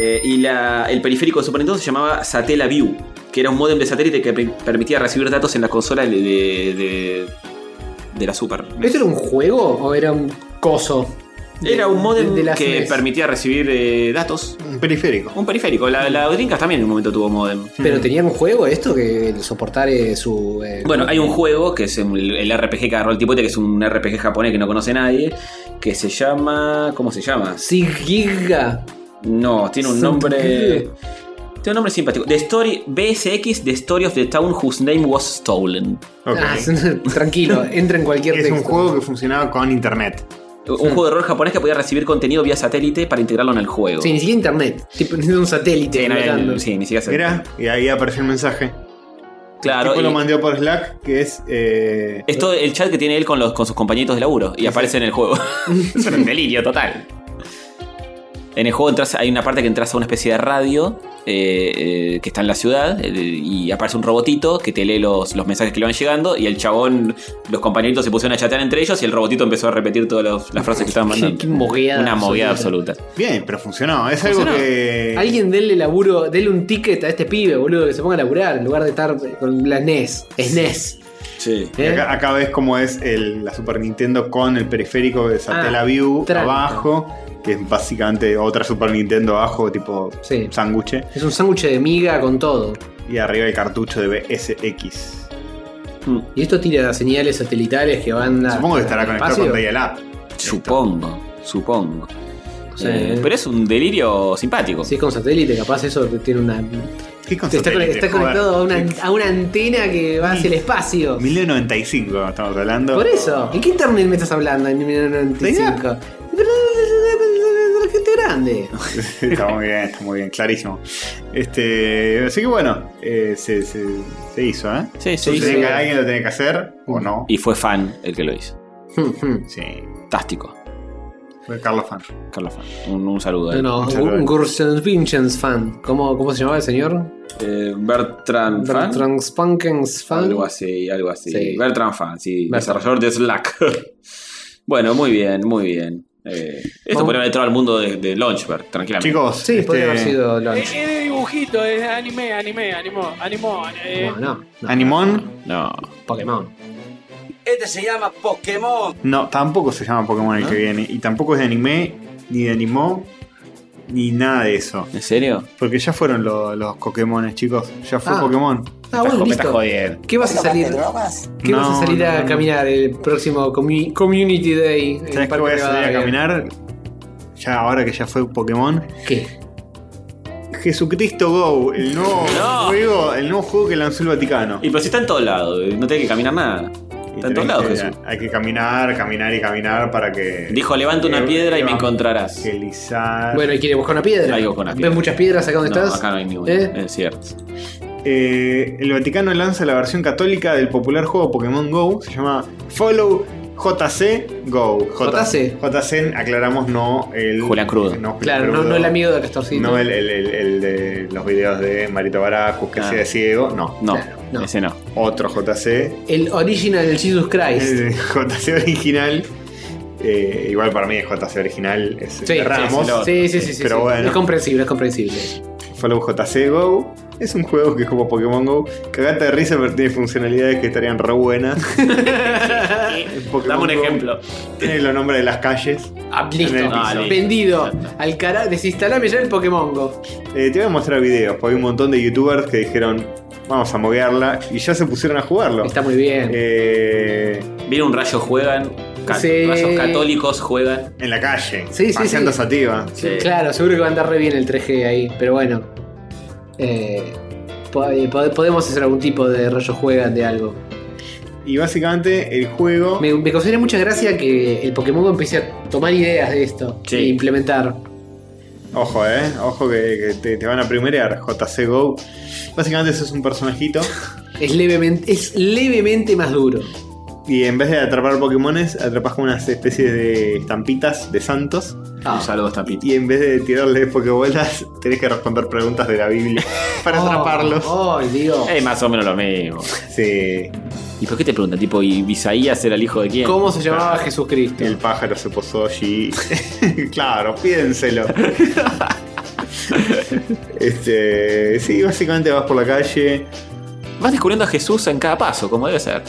Eh, y la- el periférico de Super Nintendo se llamaba Satellaview, que era un módem de satélite que per- permitía recibir datos en la consola de, de, de- de la Super. ¿Esto era un juego o era un coso? De- Era un módem de las E que NES? permitía recibir eh, datos. Un periférico. Un periférico. La, la Dreamcast también en un momento tuvo módem. ¿Pero tenía un juego esto que el soportar eh, su... eh, Bueno, hay un juego que es el, el RPG que agarró el tipote, que es un RPG japonés que no conoce nadie, que se llama... ¿Cómo se llama? Sigiga. No, tiene un Santo nombre. Dios. Tiene un nombre simpático. The Story BSX, The Story of the Town Whose Name Was Stolen. Ok. Ah, tranquilo, entra en cualquier es un texto. juego que funcionaba con internet. Un juego de rol japonés que podía recibir contenido vía satélite para integrarlo en el juego. Sí, ni siquiera internet. Tipo, necesito un satélite. Sí, no, flotando. sí, ni siquiera se- Mirá, y ahí apareció el mensaje. Claro. Tipo lo y mandó por Slack, que es. eh, es todo el chat que tiene él con, los, con sus compañitos de laburo. Y aparece en el juego. es un delirio total. En el juego entras, hay una parte que entras a una especie de radio eh, eh, que está en la ciudad eh, y aparece un robotito que te lee los, los mensajes que le van llegando y el chabón, los compañeritos se pusieron a chatear entre ellos y el robotito empezó a repetir todas los- las frases que estaban Qué- mandando. qué mogueada Una mogueada absoluta. absoluta. Bien, pero funcionó. Es Funcionó. algo que. Alguien denle laburo, denle un ticket a este pibe, boludo, que se ponga a laburar en lugar de estar con la NES. Es NES. Sí. Y ¿eh? Acá, acá ves cómo es el- la Super Nintendo con el periférico de Ah, Satellaview tránsito. abajo, que es básicamente otra Super Nintendo abajo, tipo Sí. sándwich, Es un sándwich de miga con todo. y arriba el cartucho de BSX. Y esto tira señales satelitales que van a. Supongo que estará al conectado Ah, espacio. con Dial-Up. Supongo, supongo. Sí. Eh, pero es un delirio simpático. Si es con satélite, capaz eso tiene una. ¿Qué con está, satélite, está joder? conectado a una, a una antena que va hacia el espacio. 1995 estamos hablando. Por eso. ¿En qué internet me estás hablando en 1995? Gente grande. está muy bien, está muy bien, clarísimo. Este, así que bueno, eh, se, se- se hizo, ¿eh? Sí, Se sí. hizo. tiene que- alguien lo tiene que hacer o no. Y fue fan el que lo hizo. Sí, Fantástico. fue Carlos Fan. Carlos Fan. Un, un saludo. a él. No, Muchas no, un gracias. Gursen Vinchens fan. ¿Cómo, ¿Cómo se llamaba el señor? Eh, Bertrand, Fan. Bertrand Spankens fan. Algo así, algo así. Sí. Bertrand Fan, sí, Bertrand. desarrollador de Slack. bueno, muy bien, muy bien. Eh, esto Vamos. podría haber entrado al mundo de, de Launchpad, tranquilamente. Chicos, Sí, este, Eh, podría haber sido Es, Lunch. es de dibujito, es anime, anime, animó, animó. eh. No, no, no. Animón, No. Pokémon. Este se llama Pokémon. no, tampoco se llama Pokémon el que viene. Y tampoco es de anime, ni de animó. ni nada de eso. ¿En serio? Porque ya fueron lo- los Pokémones, chicos. Ya fue Ah. Pokémon. Ah, Me bueno, estás listo. jodiendo. ¿Qué vas a salir? drogas? ¿Qué vas No, a salir a no, no. caminar el próximo comu- Community Day? en ¿Sabes que Parque voy a salir a Rivadavia? caminar? Ya ahora que ya fue Pokémon. ¿Qué? Jesucristo Go, el nuevo No. juego, el nuevo juego que lanzó el Vaticano. Y pero si está en todos lados, eh, no tiene que caminar nada. Está en todos lados, tenés que- Jesús. Hay que caminar, caminar y caminar para que. Dijo, levanta una que- piedra y que me va- encontrarás. Que lizar. Bueno, ¿y quiere buscar una piedra? Algo con una piedra. ¿Ves muchas piedras acá donde No, estás? acá no hay ninguna. ¿Eh? Es cierto. Eh, el Vaticano lanza la versión católica del popular juego Pokémon Go. Se llama Follow JC Go. JC. JC, aclaramos, no el. Julián Crudo. no Julián Claro, no, Crudo, no el amigo de Castorcito. No el, el- el- el de los videos de Marito Baracus, que Ah. hacía ciego. No. No, Claro, no. ese no. Otro JC. El original del Jesus Christ. El JC original. eh, igual para mí es JC original. Es el de Ramos. Sí, sí, sí, sí, Pero sí. bueno. Es comprensible, es comprensible. Follow JC Go. Es un juego que es como Pokémon Go. Cagate de risa, pero tiene funcionalidades que estarían re buenas. Pokémon Dame un Go ejemplo. Tiene los nombres de las calles. Ah, listo. En el Ah, piso. listo. Vendido. Al cara. Desinstalame ya el Pokémon Go. Eh, te voy a mostrar videos, porque hay un montón de youtubers que dijeron, vamos a moguearla, y ya se pusieron a jugarlo. Está muy bien. Eh, Viene un rayo, juegan. ca- Sí. Rayos católicos juegan. en la calle, Sí, sí, paseando sí. sativa. Sí. Claro, seguro que va a andar re bien el 3G ahí, pero bueno. Eh, po- eh, pod- podemos hacer algún tipo de rollo juegan de algo. Y básicamente el juego... Me, me causaría mucha gracia que el Pokémon Go empiece a tomar ideas de esto Sí. e implementar. Ojo, eh. Ojo que, que te, te van a primerear. JC Go. Básicamente sos un personajito. Es levemente, es levemente más duro. Y en vez de atrapar Pokémones, atrapas con unas especies de estampitas de santos. Un saludo, Stampito. Y en vez de tirarle Pokébolas, tenés que responder preguntas de la Biblia para atraparlos. Oh, oh, Dios. Es más o menos lo mismo. Sí. ¿Y por qué te preguntan? Tipo, ¿y Isaías era el hijo de quién? Eh, ¿Cómo se llamaba Jesucristo? El pájaro se posó allí. claro, pídenselo. este, sí, básicamente vas por la calle. Vas descubriendo a Jesús en cada paso, como debe ser.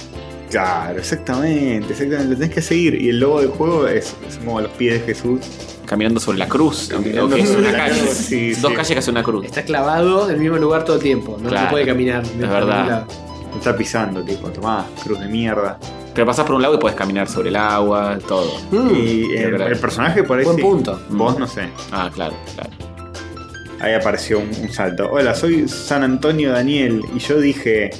Claro, exactamente, exactamente. Lo tenés que seguir. Y el logo del juego es, es como los pies de Jesús. Caminando sobre la cruz. Caminando o que es sobre una la calle. cruz, sí, Dos sí. calles que hacen una cruz. Está clavado en el mismo lugar todo el tiempo. No Claro. se puede caminar. de Es verdad. ningún lado. Lo está pisando, tipo, tomá, cruz de mierda. Pero pasás por un lago y puedes caminar sobre el agua, todo. Mm, y es el, verdad. el personaje por ahí. Buen sí. punto. Vos no sé. Ah, claro, claro. Ahí apareció un, un salto. Hola, soy San Antonio Daniel. Y yo dije.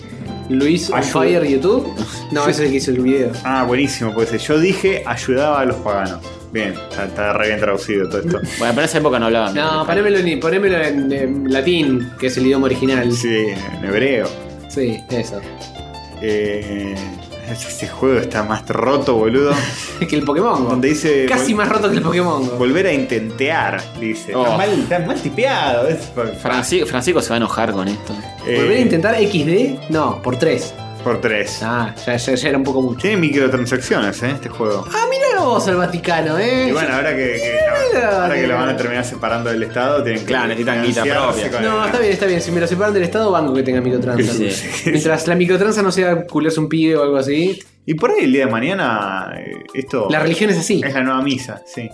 Luis on Ayuda. Fire YouTube. No, ese es el que hizo el video. Ah, buenísimo, pues yo dije ayudaba a los paganos. Bien, está, está re bien traducido todo esto. Bueno, pero en esa época no hablaban. No, ponémelo en, ponémelo en, em, latín, que es el idioma original. Sí, Sí, en hebreo. eso. Eh, ese juego está más roto, boludo. Es que el Pokémon. Go. Donde dice. Casi vol- más roto que el Pokémon. Go. Volver a intentear, dice. Oh. Está, mal, está mal tipeado. es- Francisco, Francisco se va a enojar con esto. Eh, ¿Volver a intentar XD? No, por 3. Por tres. Ah, ya, ya, ya era un poco mucho. Tiene microtransacciones, ¿eh? Este juego. Mira vos al Vaticano, eh. y bueno, ahora que, que- ahora que lo van a terminar separando del Estado, tienen que. Claro, necesitan guita financiarse propia. con No, el- está bien, está bien. Si me lo separan del Estado, banco que tenga microtransa. Sí. Mientras la microtransa no sea culiarse un pibe o algo así. Y por ahí el día de mañana, eh, esto. La religión es así. Es la nueva misa, sí.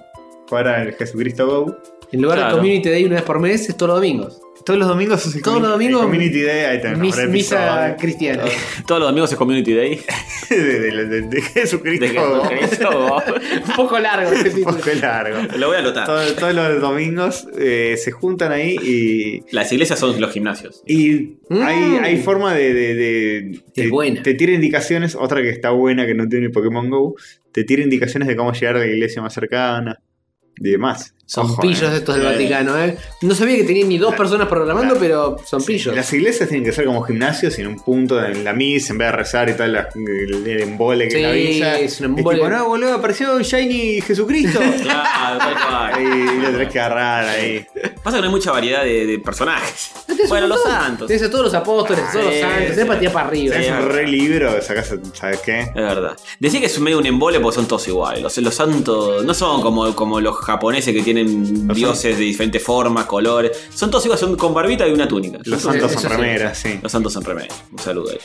Ahora el Jesucristo Go. En lugar Claro. de Community Day una vez por mes, es todos los domingos. Todos los domingos sos el Todos comi- los domingos, el Community Day, ahí tenés Mis- nombre de misa episodio. cristiana. Todos los domingos es Community Day. de, de- de- de Jesucristo De que- Go. eso, un poco largo ese Un título. poco largo. Lo voy a anotar. Todo- todos los domingos eh, se juntan ahí y. Las iglesias son los gimnasios. Y Mm. hay, hay forma de. de, de- Qué te- buena. Te tira indicaciones, otra que está buena que no tiene Pokémon Go. Te tira indicaciones de cómo llegar a la iglesia más cercana. Y demás. Son Ojo, pillos eh. estos del Vaticano, ¿eh? No sabía que tenían ni dos personas programando, la- pero son pillos. Las iglesias tienen que ser como gimnasios en un punto en la misa, en vez de rezar y tal, la- el, el embole que Sí, la villa. es un embole. tipo, no, boludo, apareció Shiny Jesucristo. Claro, tal cual. Ahí lo tenés que agarrar ahí. Pasa que no hay mucha variedad de, de personajes. No tenés Bueno, un los montón. santos. Es Tenés a todos los apóstoles, a todos Sí, los santos. Tenés sí. para tirar para arriba. Sí. Es un re libro, sacás, ¿sabes qué? verdad. Decía que es medio un embole porque son todos iguales. Los, los santos no son como, como los japoneses que tienen Los dioses de diferentes formas, colores. Son todos iguales, son con barbita y una túnica. Los Son santos todos- son eso sí. remeras, sí. Los santos son remedio. Un saludo ahí.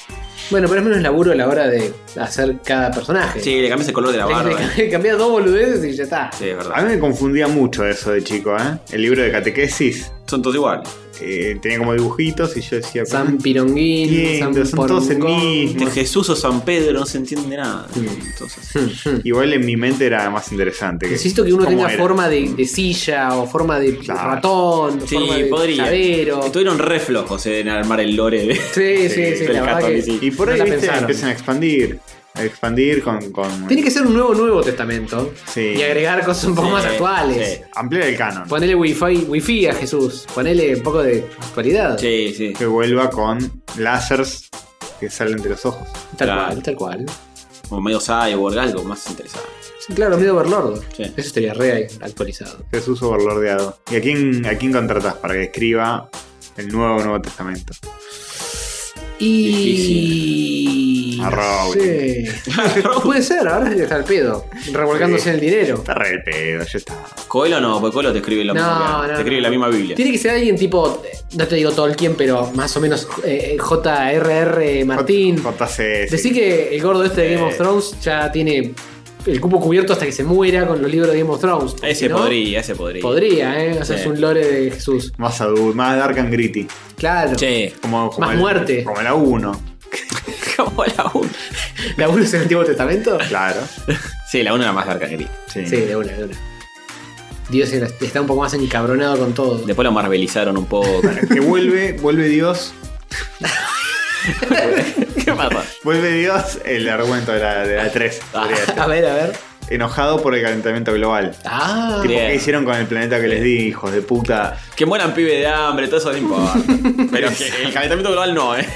Bueno, pero es menos laburo a la hora de hacer cada personaje. Sí, le cambias el color de la barba. Cambiar dos boludeces y ya está. Sí, es A verdad. mí me confundía mucho eso de chico, ¿eh? El libro de catequesis Son todos iguales. eh, tenía como dibujitos y yo decía. San "Mm, Pironguín, lindo, San son todos el Porongón. Este mismo. Jesús o San Pedro no se entiende nada. Sí. Entonces, Igual en mi mente era más interesante. Mm, Insisto que uno cómo tenga era. forma de, de silla o forma de Claro. ratón, sí, forma de podría. llavero. Estuvieron re flojos en armar el lore de. Sí, sí, sí, Sí, la del verdad que catolicismo. Y por no ahí la viste, pensaron. empiezan a expandir. A expandir con. con Tiene que ser un nuevo Nuevo Testamento Sí. y agregar cosas un poco Sí, más actuales. sí. Ampliar el canon. Ponele wifi, wifi a Jesús, ponele un poco de actualidad. Sí, sí. Que vuelva con lásers que salen de los ojos. Tal Claro. cual, tal cual. Como medio cyborg, algo más interesante. Sí, Claro, medio Overlord. Sí. Eso estaría re actualizado. Jesús overlordeado. ¿Y a quién, a quién contratás para que escriba el nuevo Nuevo Testamento? Y. A No Rowling. sé. Puede ser, ahora está el pedo. Revolcándose Sí. en el dinero. Está re el pedo, ya está. Coelho no, porque Coelho te escribe la No, misma no, Biblia. no. Te escribe la misma Biblia. Tiene que ser alguien tipo, no te digo Tolkien, pero más o menos eh, J.R.R. Martín. J- JC. sí. Decir que el gordo este de Eh. Game of Thrones ya tiene el cupo cubierto hasta que se muera con los libros de Game of Thrones. porque Ese si no, podría, ese podría. Podría, ¿eh? Hacerse Sí. un lore de Jesús. Más adulto, más dark and gritty. Claro. Che, Como, como Más el- muerte. Como la 1. como la 1. ¿La uno es el Antiguo Testamento? Claro. Sí, la 1 era más larga que vi. Sí. Sí, de una, de una. Dios era- está un poco más encabronado con todo. Después lo marvelizaron un poco. Que vuelve, vuelve Dios. ¿Qué pasa? Vuelve Dios el argumento de la, de la 3. Ah, A ver, a ver. Enojado por el calentamiento global. Ah, Tipo, Bien. ¿qué hicieron con el planeta que les di, hijos de puta? Que mueran pibe de hambre, todo eso no importa. Pero que el calentamiento global no, ¿eh?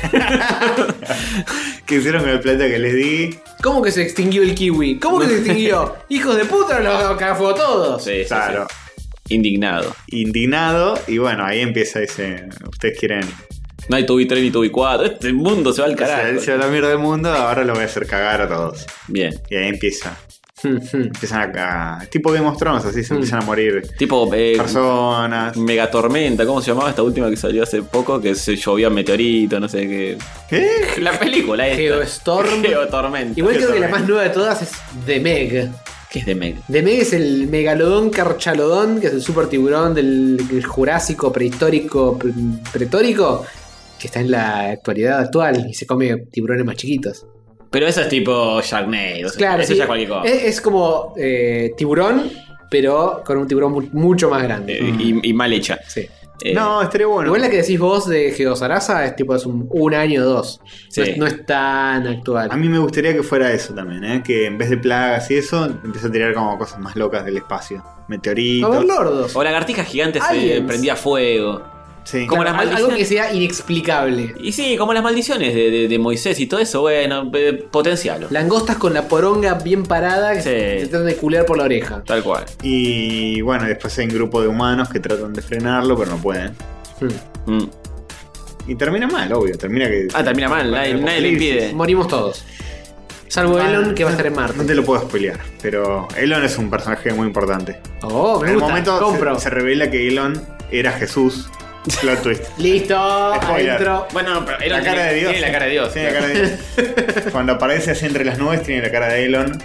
¿Qué hicieron con el planeta que les di? ¿cómo que se extinguió el kiwi? ¿Cómo que se extinguió? ¡Hijos de puta! ¡Los cagó todos! Sí, sí, Claro. sí. Indignado. Indignado. Y bueno, ahí empieza ese. Ustedes quieren. No hay tubi 3 ni tubi 4. Este mundo se va al Se, carajo. se va la mierda del mundo, ahora lo voy a hacer cagar a todos. Bien. Y ahí empieza. Ujú. Empiezan a. a- tipo Game of Thrones, así se Mm. empiezan a morir Tipo, eh, personas. Megatormenta, ¿cómo se llamaba esta última que salió hace poco? Que se llovía meteorito, no sé qué. ¿Qué? La película esta. Geostorm. Geotormenta. Igual creo que la más nueva de todas es The Meg. ¿Qué es de Meg? The Meg es el megalodón carchalodón, que es el super tiburón del del jurásico prehistórico pre- pretórico, que está en la actualidad actual y se come tiburones más chiquitos. Pero eso es tipo Sharknado. o sea, Claro, eso sí. ya es cualquier cosa. Es, es como eh, tiburón, pero con un tiburón mu- mucho más grande. Mm, Eh, y, y mal hecha. Sí. Eh, no, estaría bueno. Igual la que decís vos de Geosarasa es tipo es un, un año o dos. No Sí. es- No, es tan actual. A mí me gustaría que fuera eso también, ¿eh? Que en vez de plagas y eso, empieza a tirar como cosas más locas del espacio. Meteoritos. Overlordos. O la lagartija gigante se Aliens. prendía fuego. Sí. Como las Al- algo maldiciones. que sea inexplicable. Y sí, como las maldiciones de, de- de Moisés y todo eso, bueno, eh, potencialo. Langostas con la poronga bien parada que Sí. se se tratan de culear por la oreja. Tal cual. Y bueno, después hay un grupo de humanos que tratan de frenarlo, pero no pueden. Hmm. Mm. Y termina mal, obvio. Termina que. Ah, termina mal, nadie, nadie le impide. Morimos todos. Salvo Elon que va a estar en Ah, No Marte. te lo puedo spoilear, pero Elon es un personaje muy importante. Oh, me en el gusta. momento se- Compro. Se, revela que Elon era Jesús. Plot twist. Listo. Spoiler. Adentro. Bueno, pero La cara de Dios. Tiene la cara de Dios. Tiene la cara de Dios. Cuando aparece así entre las nubes, tiene la cara de Elon.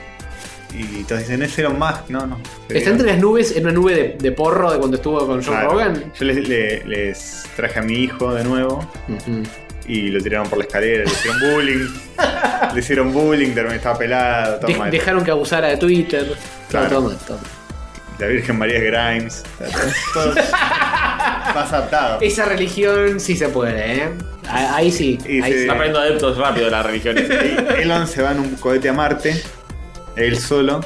Y todos dicen, es Elon Musk. No, no. Está entre las nubes en una nube de, de porro de cuando estuvo con John Claro. Rogan. Yo les, le- les traje a mi hijo de nuevo Ujú. y lo tiraron por la escalera, le hicieron bullying. le hicieron bullying, terminó, estaba pelado, todo De- mal. dejaron que abusara de Twitter. Claro. No, toma, toma. La Virgen María Grimes. Todo más adaptado. Esa religión sí se puede, ¿eh? A- Ahí sí. Y ahí se- sí. Está perdiendo adeptos rápido de las religiones. Elon se va en un cohete a Marte, él solo.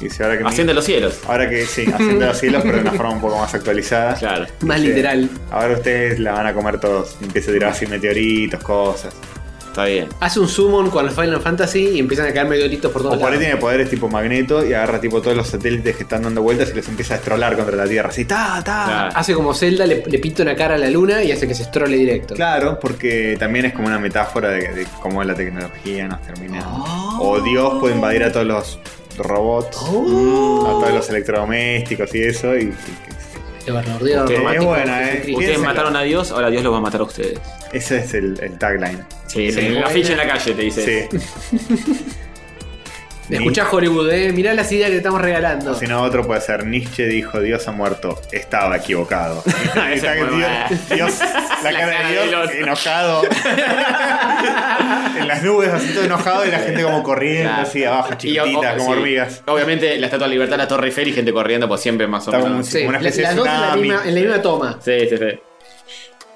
Y dice, ahora que, mi- Asciende a los cielos. ahora que sí, haciendo los cielos, pero de una forma un poco más actualizada. Claro. Más Dice, literal. Ahora ustedes la van a comer todos. Y Empieza a tirar así meteoritos, cosas. Está bien. Hace un summon con los Final Fantasy y empiezan a caer meteoritos por O todos por ahí lados. tiene poderes tipo magneto y agarra tipo todos los satélites que están dando vueltas y los empieza a estrolar contra la Tierra. Así, ta, ta. Ah, Claro. Hace como Zelda, le, le pinta una cara a la luna y hace que se estrole directo. Claro, porque también es como Ah. una metáfora de, de cómo la tecnología nos termina. O Dios puede invadir a todos los robots Oh. a todos los electrodomésticos y eso. Y, y- Te bombardeo Ustedes- romántico, es buena, Jesucristo. eh. Ustedes Piénselo. mataron a Dios, ahora Dios los va a matar a ustedes. ese es el, el tagline. Sí, sí, la ficha en la calle te dice. Sí. Escuchá Hollywood, eh. Mirá las ideas que te estamos regalando. Si no, otro puede ser Nietzsche dijo Dios ha muerto. Estaba equivocado. Y está es muy Dios, Dios- la, La cara, cara de de Dios, Dios. enojado. en las nubes, así todo enojado y la gente como corriendo Claro. así abajo, Y, o- chiquititas, o- como sí. hormigas. Obviamente la Estatua de la Libertad, la Torre Eiffel y gente corriendo, pues siempre más o Está como menos. un- Sí, una la- especie de las dos en la, tsunami. misma, en la misma toma. Sí, sí, sí.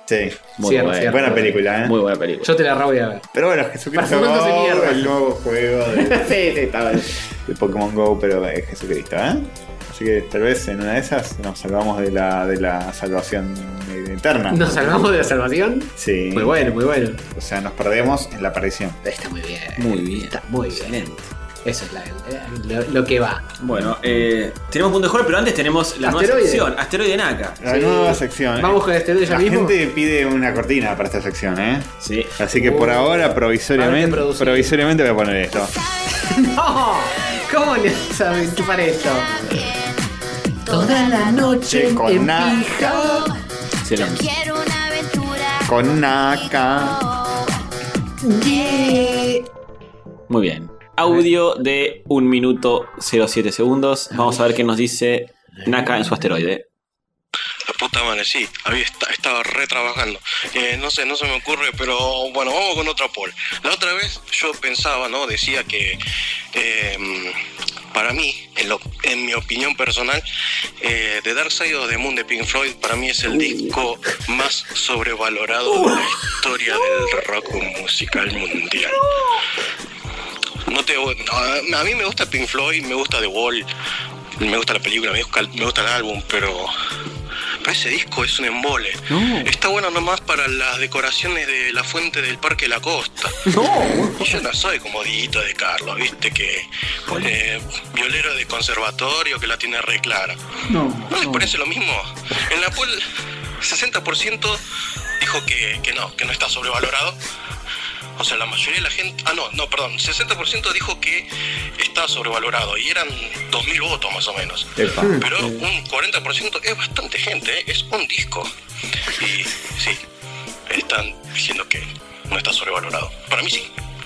Sí. Muy Cierto, buena. cierto. Buena película, ¿eh? Muy buena película. Yo te la rabo y a ver. Pero bueno, Jesucristo Para fumándose Go, mierda. el nuevo juego de, sí, sí, está bien. de Pokémon Go, pero es Jesucristo, ¿eh? Así que tal vez en una de esas nos salvamos de la, de la salvación eh, eterna. Nos salvamos de la salvación. Ah. Sí. Muy bueno, muy bueno. O sea, nos perdemos en la aparición. Está muy bien. Muy bien. Está muy bien. Excelente. Eso es la- eh, lo, lo que va. Bueno, eh, tenemos punto de juego, pero antes tenemos la nueva Asteroide. sección, Asteroide Naka. La Sí. nueva sección. ¿eh? Vamos con el asteroide ya La mismo. gente pide una cortina para esta sección, ¿eh? Sí. Así que Uh. este por ahora, provisoriamente, Ahora te produce. provisoriamente voy a poner esto. ¡No! Oh, ¿Cómo le saben qué para esto? Toda la noche Che, con una, yo Excelente. quiero una aventura. con una acá. Muy bien. Audio de 1 minuto 07 segundos. Vamos a ver qué nos dice Naka en su asteroide. La puta madre, sí, había esta- estaba retrabajando. Eh, no sé, no se me ocurre, pero bueno, vamos con otra poll. La otra vez yo pensaba, ¿no? Decía que eh, para mí, en, lo- en mi opinión personal, eh, The Dark Side of the Moon de Pink Floyd para mí es el disco más sobrevalorado de la historia del rock musical mundial. No te, a, a mí me gusta Pink Floyd, me gusta The Wall, me gusta la película, me gusta, me gusta el álbum, pero, pero ese disco es un embole. Está bueno nomás para las decoraciones de la fuente del Parque de la Costa. Y yo no soy como Dieguito de Carlos, viste que eh, violero de conservatorio que la tiene re clara. No, les parece lo mismo? En la poll 60% dijo que, que no, que no está sobrevalorado. O sea, la mayoría de la gente. Ah, no, no, perdón. 60% dijo que está sobrevalorado y eran 2.000 votos más o menos. Epa. Pero un 40% es bastante gente, ¿eh? es un disco. Y sí, están diciendo que no está sobrevalorado. Para mí sí.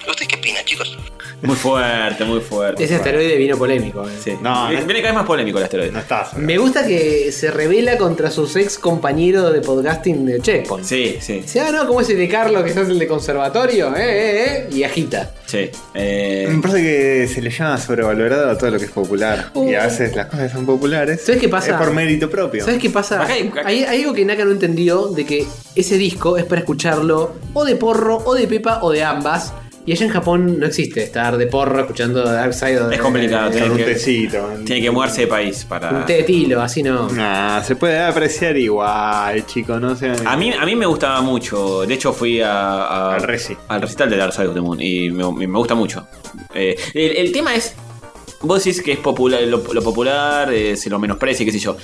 ¿Ustedes qué opinan, chicos? Muy fuerte, muy fuerte. Ese asteroide vino polémico. eh. Sí. No, viene no- viene cada vez más polémico el asteroide. No estás. Me gusta que se revela contra sus ex compañeros de podcasting de Checkpoint. Sí, sí, Dice, ah, no, como ese de Carlos que se hace el de conservatorio, eh, eh, eh, y agita. sí. Eh, Me parece que se le llama sobrevalorado a todo lo que es popular. Uh. Y a veces las cosas son populares. ¿Sabes qué pasa? Es por mérito propio. ¿Sabes qué pasa? Acá hay- acá- Hay, hay algo que Naka no entendió de que ese disco es para escucharlo o de porro, o de pepa, o de ambas. Y allá en Japón no existe estar de porro escuchando Dark Side of the- Es complicado, Con tiene un que- tecito. tiene que moverse de país para. Un té de tilo, así no. Nah, se puede apreciar igual, chico, no sé. A mí, a mí me gustaba mucho. De hecho, fui a, a- Al reci. al recital de Dark Side of the Moon y me, me- me gusta mucho. Eh, el, el tema es. Vos decís que es popular, lo, lo popular, eh, se lo menosprecia, qué sé yo.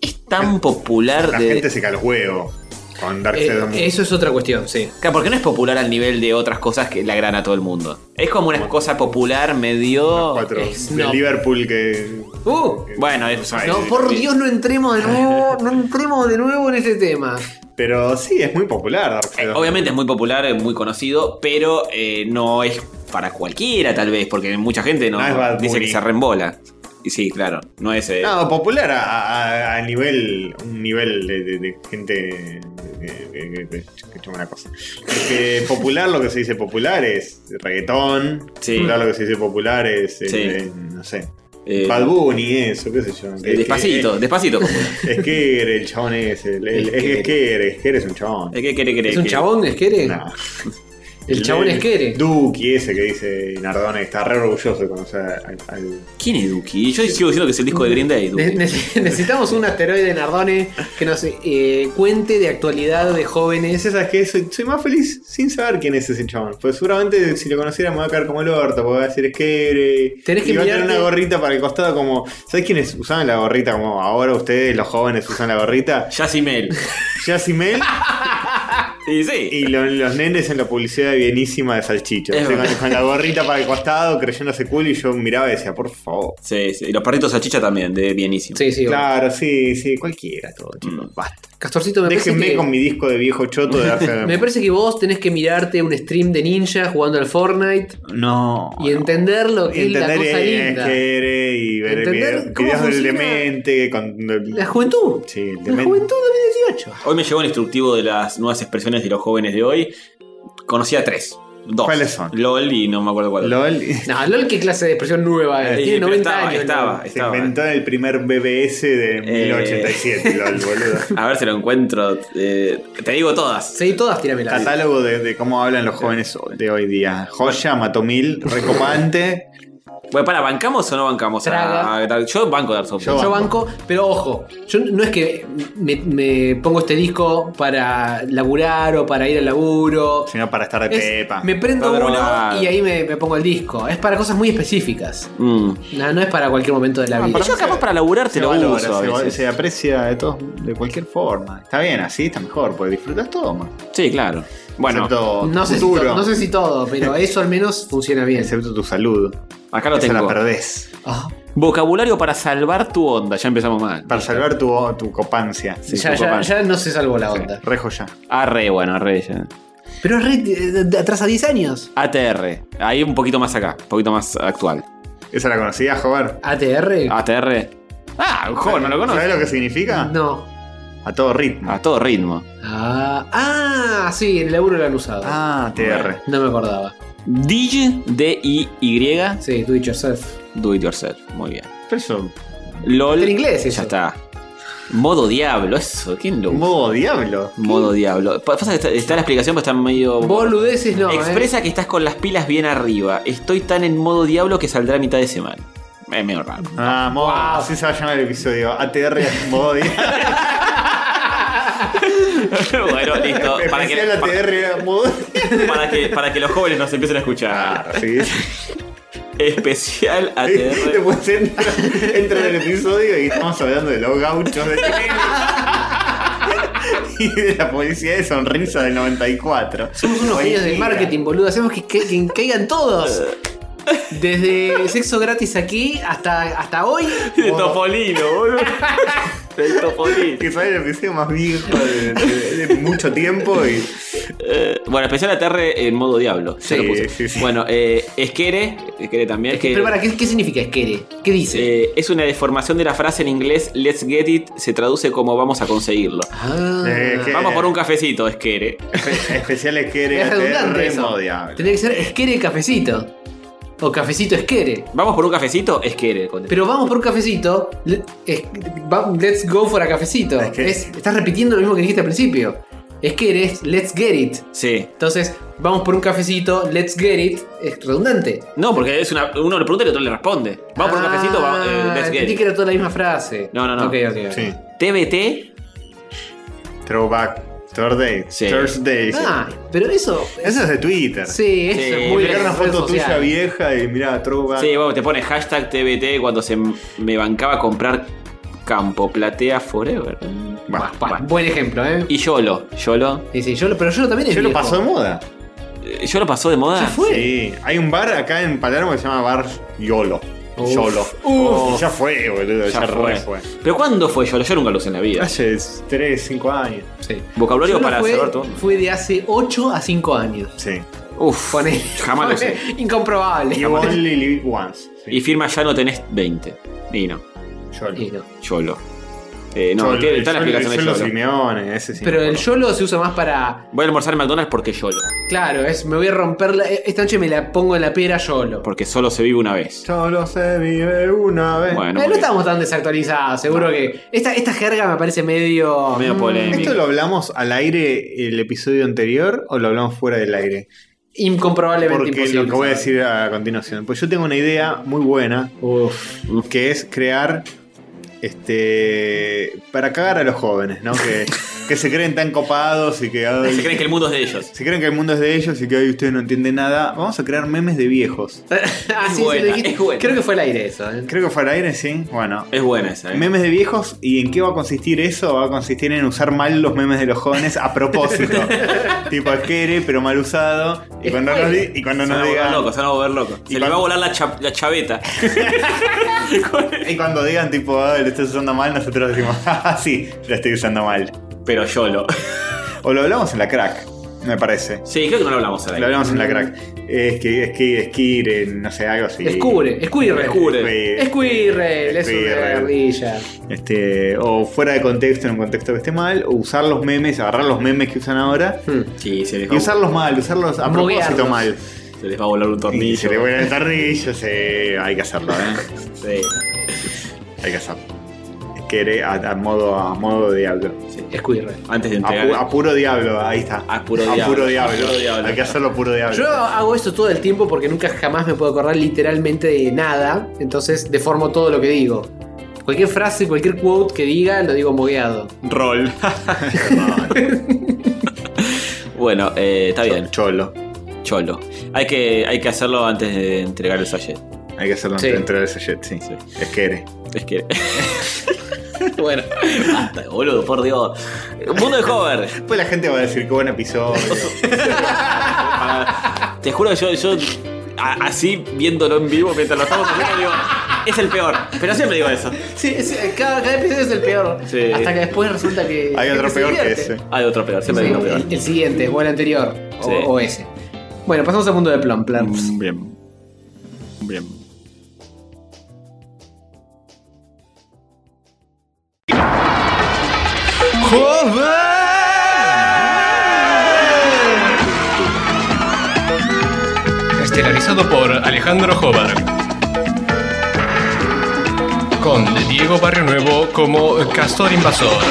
Es tan popular La de. gente se cae los huevos con Dark Eh, Side of the Moon. eso es otra cuestión, sí. Claro, porque no es popular al nivel de otras cosas que la gran a todo el mundo. Es como una cosa popular medio. Cuatro. es- de no. Liverpool que. Uh, Bueno, es- Ay, no, por Dios, no entremos de nuevo, no entremos de nuevo en ese tema. Pero sí, es muy popular Dark Side Eh, of the Moon. obviamente es muy popular, es muy conocido, pero eh, no es para cualquiera tal vez, porque mucha gente no, No es Bad dice Bunny. que se reembola. Y sí, claro, no es... eh, No, popular a, a- a nivel. Un nivel de, de- de gente. eh, eh, eh, que chuma una cosa. Porque popular lo que se dice popular es reggaetón. Sí. Popular lo que se dice popular es. eh, Sí. eh, no sé. eh, Bad Bunny, eso, qué sé yo. eh, despacito, despacito. Es que, es que era el chabón ese. el- el- Es que eres, es que eres un chabón. Eh, ¿Qué quiere creer? ¿Es un chabón, es Kere? Nah. El chabón es Kere. Duki ese que dice Nardone está re orgulloso de conocer al, al- ¿Quién es Duki? Yo sigo diciendo que es el disco de Green Day. Duki. Ne- ne- necesitamos un asteroide Nardone que nos eh, cuente de actualidad de jóvenes. Ese, ¿sabes qué? Soy, soy más feliz sin saber quién es ese chabón. Pues seguramente si lo conociera me va a caer como el orto, porque va a decir es que eres. Tenés que y va a tener mirarte- una gorrita para el costado como. ¿Sabes quiénes usaban la gorrita? Como ahora ustedes, los jóvenes, usan la gorrita. Jazzy Mel. Jazzy Mel Y sí. Y lo- los nenes en la publicidad bienísima de salchichos. Es Con, verdad. con la gorrita para el costado, creyéndose cool, y yo miraba y decía, por favor. Sí, sí. Y los perritos salchicha también, de bienísimo. Sí, sí. Claro, sí, sí, cualquiera todo, chicos. Basta. Castorcito, me parece, Déjenme que, con mi disco de viejo choto de Arsenal. me parece que vos tenés que mirarte un stream de ninja jugando al Fortnite No. y entender lo que es la cosa eh, linda. que eres y ver Entender video- cómo videos del funciona demente. Con, La juventud. sí, el La demente. juventud de 18. Hoy me llegó un instructivo de las nuevas expresiones de los jóvenes de hoy. Conocía tres. Dos. ¿Cuáles son? LOL y no me acuerdo cuál. LOL. No, LOL, qué clase de expresión nueva es. Eh, Tiene pero 90 estaba, años. estaba. ¿no? Se inventó el primer BBS de 1987, LOL, boludo. A ver si lo encuentro. eh, te digo todas. Sí, todas tíramelas. Catálogo de, de cómo hablan los jóvenes de hoy día. Joya, Matomil, Recopante. Bueno, para, ¿bancamos o no bancamos? a- Traga. a Dark- yo banco Dark Souls. Yo Yo banco, pero ojo, yo no es que me, me pongo este disco para laburar o para ir al laburo. Sino para estar de Es- pepa. me prendo Para uno drogar. y ahí me, me pongo el disco. Es para cosas muy específicas. Mm. No, no es para cualquier momento de la vida. Y yo capaz para laburar te Se, lo valora, uso a se, va- veces. se aprecia de, todo, de cualquier forma. Está bien, así está mejor, porque disfrutas todo más. Sí, claro. Bueno, excepto No sé, si, futuro, to- no sé si todo, pero eso al menos funciona bien. excepto tu salud. acá lo Esa la tengo. perdés. Ah, Vocabulario para salvar tu onda. Ya empezamos mal. Para salvar tu, tu copancia. Sí, ya, poco ya, más. ya no se salvó la onda. Rejo ya. Arre, bueno, arre ya. Pero es re, eh, de atrás a 10 años. ATR. Ahí un poquito más acá, un poquito más actual. Esa la conocía, joder. ATR. ATR. Ah, joder, no lo conoces. ¿Sabes lo que significa? No. A todo ritmo. A todo ritmo. Ah, ah, sí, en el laburo lo han usado. Ah, TR. No me acordaba. Dig, D-I-Y, Sí, do it yourself. do it yourself. Muy bien. Pero eso, LOL. En inglés eso. Ya está. Modo diablo, eso. ¿Quién lo usa? modo diablo. Modo diablo. Pa- pasa que está, está la explicación, pero está medio. Boludeces no. eh. Expresa que estás con las pilas bien arriba. Estoy tan en modo diablo que saldrá a mitad de semana. Es medio raro. Ah, modo. Así se va a llamar el episodio. ATR modo diablo. bueno, listo. Para que, Especial ATR modo para que, para que los jóvenes nos empiecen a escuchar. diablo. Sí, sí. Especial ATR. Después entra, entra en el episodio y estamos hablando de los gauchos de Y de la policía de sonrisa del 94. Somos unos genios del marketing, boludo. Hacemos que, ca- que caigan todos. Desde sexo gratis aquí hasta, hasta hoy. De Topolino, boludo. De Topolino. Que sale el episodio más viejo de, de- de mucho tiempo y. Eh, bueno, especial ATR en modo diablo. Ya Sí, lo puse. sí, sí. Bueno, eh, Esquere. Esquere también. que- Pero para, ¿qué, qué significa esquere? ¿Qué dice? Eh, es una deformación de la frase en inglés Let's get it se traduce como vamos a conseguirlo. ah, Eh, que- Vamos por un cafecito, es que eres. Espe- Especiales que es eres redundante ATR eso. modo diablo. Tendría que ser esquere cafecito. O cafecito esquere. Vamos por un cafecito, es que eres. Pero vamos por un cafecito. le- es- va- Let's go for a cafecito. Es que- Es- estás repitiendo lo mismo que dijiste al principio. Esquere es let's get it. Sí. Entonces, vamos por un cafecito, let's get it. Es redundante. No, porque es una, uno le pregunta y el otro le responde. Vamos por un Ah, cafecito, vamos, eh, let's get entendí it. que era toda la misma frase. No, no, no. Ok, ok, ok. Sí. TBT, Throwback. Thursday. Sí. Thursday. Ah, pero eso. Eso es de Twitter. Sí, eso Sí, es muy pero Sacar de una red foto social. tuya vieja y mirá, throwback. sí, vamos, te pone hashtag TBT cuando se m- me bancaba a comprar campo, platea forever. Bah, Bah, Buen ejemplo, ¿eh? Y YOLO, YOLO. Sí, sí, yo lo- pero yo lo también es Yo lo viejo. pasó de moda. Eh, ¿YOLO pasó de moda? Ya fue. Sí. Hay un bar acá en Palermo que se llama Bar Yolo. Uf. Yolo. Uf. Y ya fue, boludo. Ya Ya, fue. re fue. ¿Pero cuándo fue YOLO? Yo nunca lo usé en la vida. Hace 3, 5 años. Sí. Vocabulario Yo lo para fue, saber todo. Fue de hace 8 a 5 años. Sí. Uf, Poné. jamás Ah, lo Poné, usé. Incomprobable. You only live once. Sí. Y firma ya no tenés 20. Y no, Yolo. Y no. YOLO. Eh, no, Yolo, tiene- está la Yolo, explicación de Yolo YOLO. Simeone, ese sí. Pero me el acuerdo. YOLO se usa más para. Voy a almorzar en McDonald's porque YOLO. Claro, es me voy a romper. la- esta noche me la pongo en la piedra YOLO. Porque solo se vive una vez. Solo se vive una vez. Bueno, Eh, no muy bien. estamos tan desactualizados, seguro que. Esta, esta jerga me parece medio. mm, medio polémico. ¿Esto lo hablamos al aire el episodio anterior o lo hablamos fuera del aire? incomprobablemente Porque imposible. lo que voy a ¿sabes? decir a continuación. Pues yo tengo una idea muy buena Uf. que es crear este, para cagar a los jóvenes, ¿no? Que, que se creen tan copados y que... ay, Se creen que el mundo es de ellos. se creen que el mundo es de ellos y que hoy ustedes no entienden nada. Vamos a crear memes de viejos. Ah, sí, sí, buena, lo dijiste. es buena. Creo que fue el aire eso. ¿eh? Creo que fue al aire, sí. Bueno. Es buena esa. ¿eh? Memes de viejos, ¿y en qué va a consistir eso? Va a consistir en usar mal los memes de los jóvenes a propósito. tipo adquiere, pero mal usado. Y cuando nos, di- y cuando Se van nos a volver digan. locos, se van a volver locos. Se Y les va a cuando- volar la, cha- la chaveta. Y cuando digan, tipo, "Ah, lo estás usando mal, nosotros decimos, ah, sí, lo estoy usando mal. Pero yo lo. O lo hablamos en la crack, me parece. Sí, creo que no lo hablamos ahora. Lo hablamos en la crack. Es que, es que, esquire, no sé, algo así. Escubre, escuirre. Escubre. Escuirre, es una Escuirre. guerrilla. Este, o fuera de contexto, en un contexto que esté mal, o usar los memes, agarrar los memes que usan ahora Hmm. Sí, se les, y va, usarlos mal, usarlos a propósito Boguearlos. mal. se les va a volar un Y tornillo. se le vuelven el tornillo, se- hay que hacerlo, ¿eh? Sí, Hay que hacerlo. Esquire a, a modo, a modo diablo. sí. Escuirre. Antes de A, entregar. pu- a puro diablo, ahí está. A puro diablo. diablo. A puro diablo. Hay que hacerlo puro diablo. Yo hago esto todo el tiempo porque nunca jamás me puedo acordar literalmente de nada. Entonces deformo todo lo que digo. Cualquier frase, cualquier quote que diga, lo digo mogueado. Roll. bueno, eh, está bien. Cholo. Cholo. Hay que, hay que hacerlo antes de entregar el sachet. Hay que hacerlo Sí. dentro del sachet, sí. Sí. Esquire. Es que. bueno, basta, boludo, por Dios. Mundo de Hover. Después la gente va a decir qué buen episodio. Te juro que yo, yo a- así viéndolo en vivo mientras lo estamos haciendo, digo, es el peor. Pero siempre digo eso. Sí, es- eh, cada, cada episodio es el peor. Sí. Hasta que después resulta que. Hay otro se peor que divierte. ese. Hay otro peor, siempre Sí, digo peor. el, el siguiente, o el anterior, o, Sí. o ese. Bueno, pasamos al mundo de Plum Mm. Plums. Bien. Bien. Estelarizado por Alejandro Jobar. Con Diego Barrio Nuevo como Castor Invasor.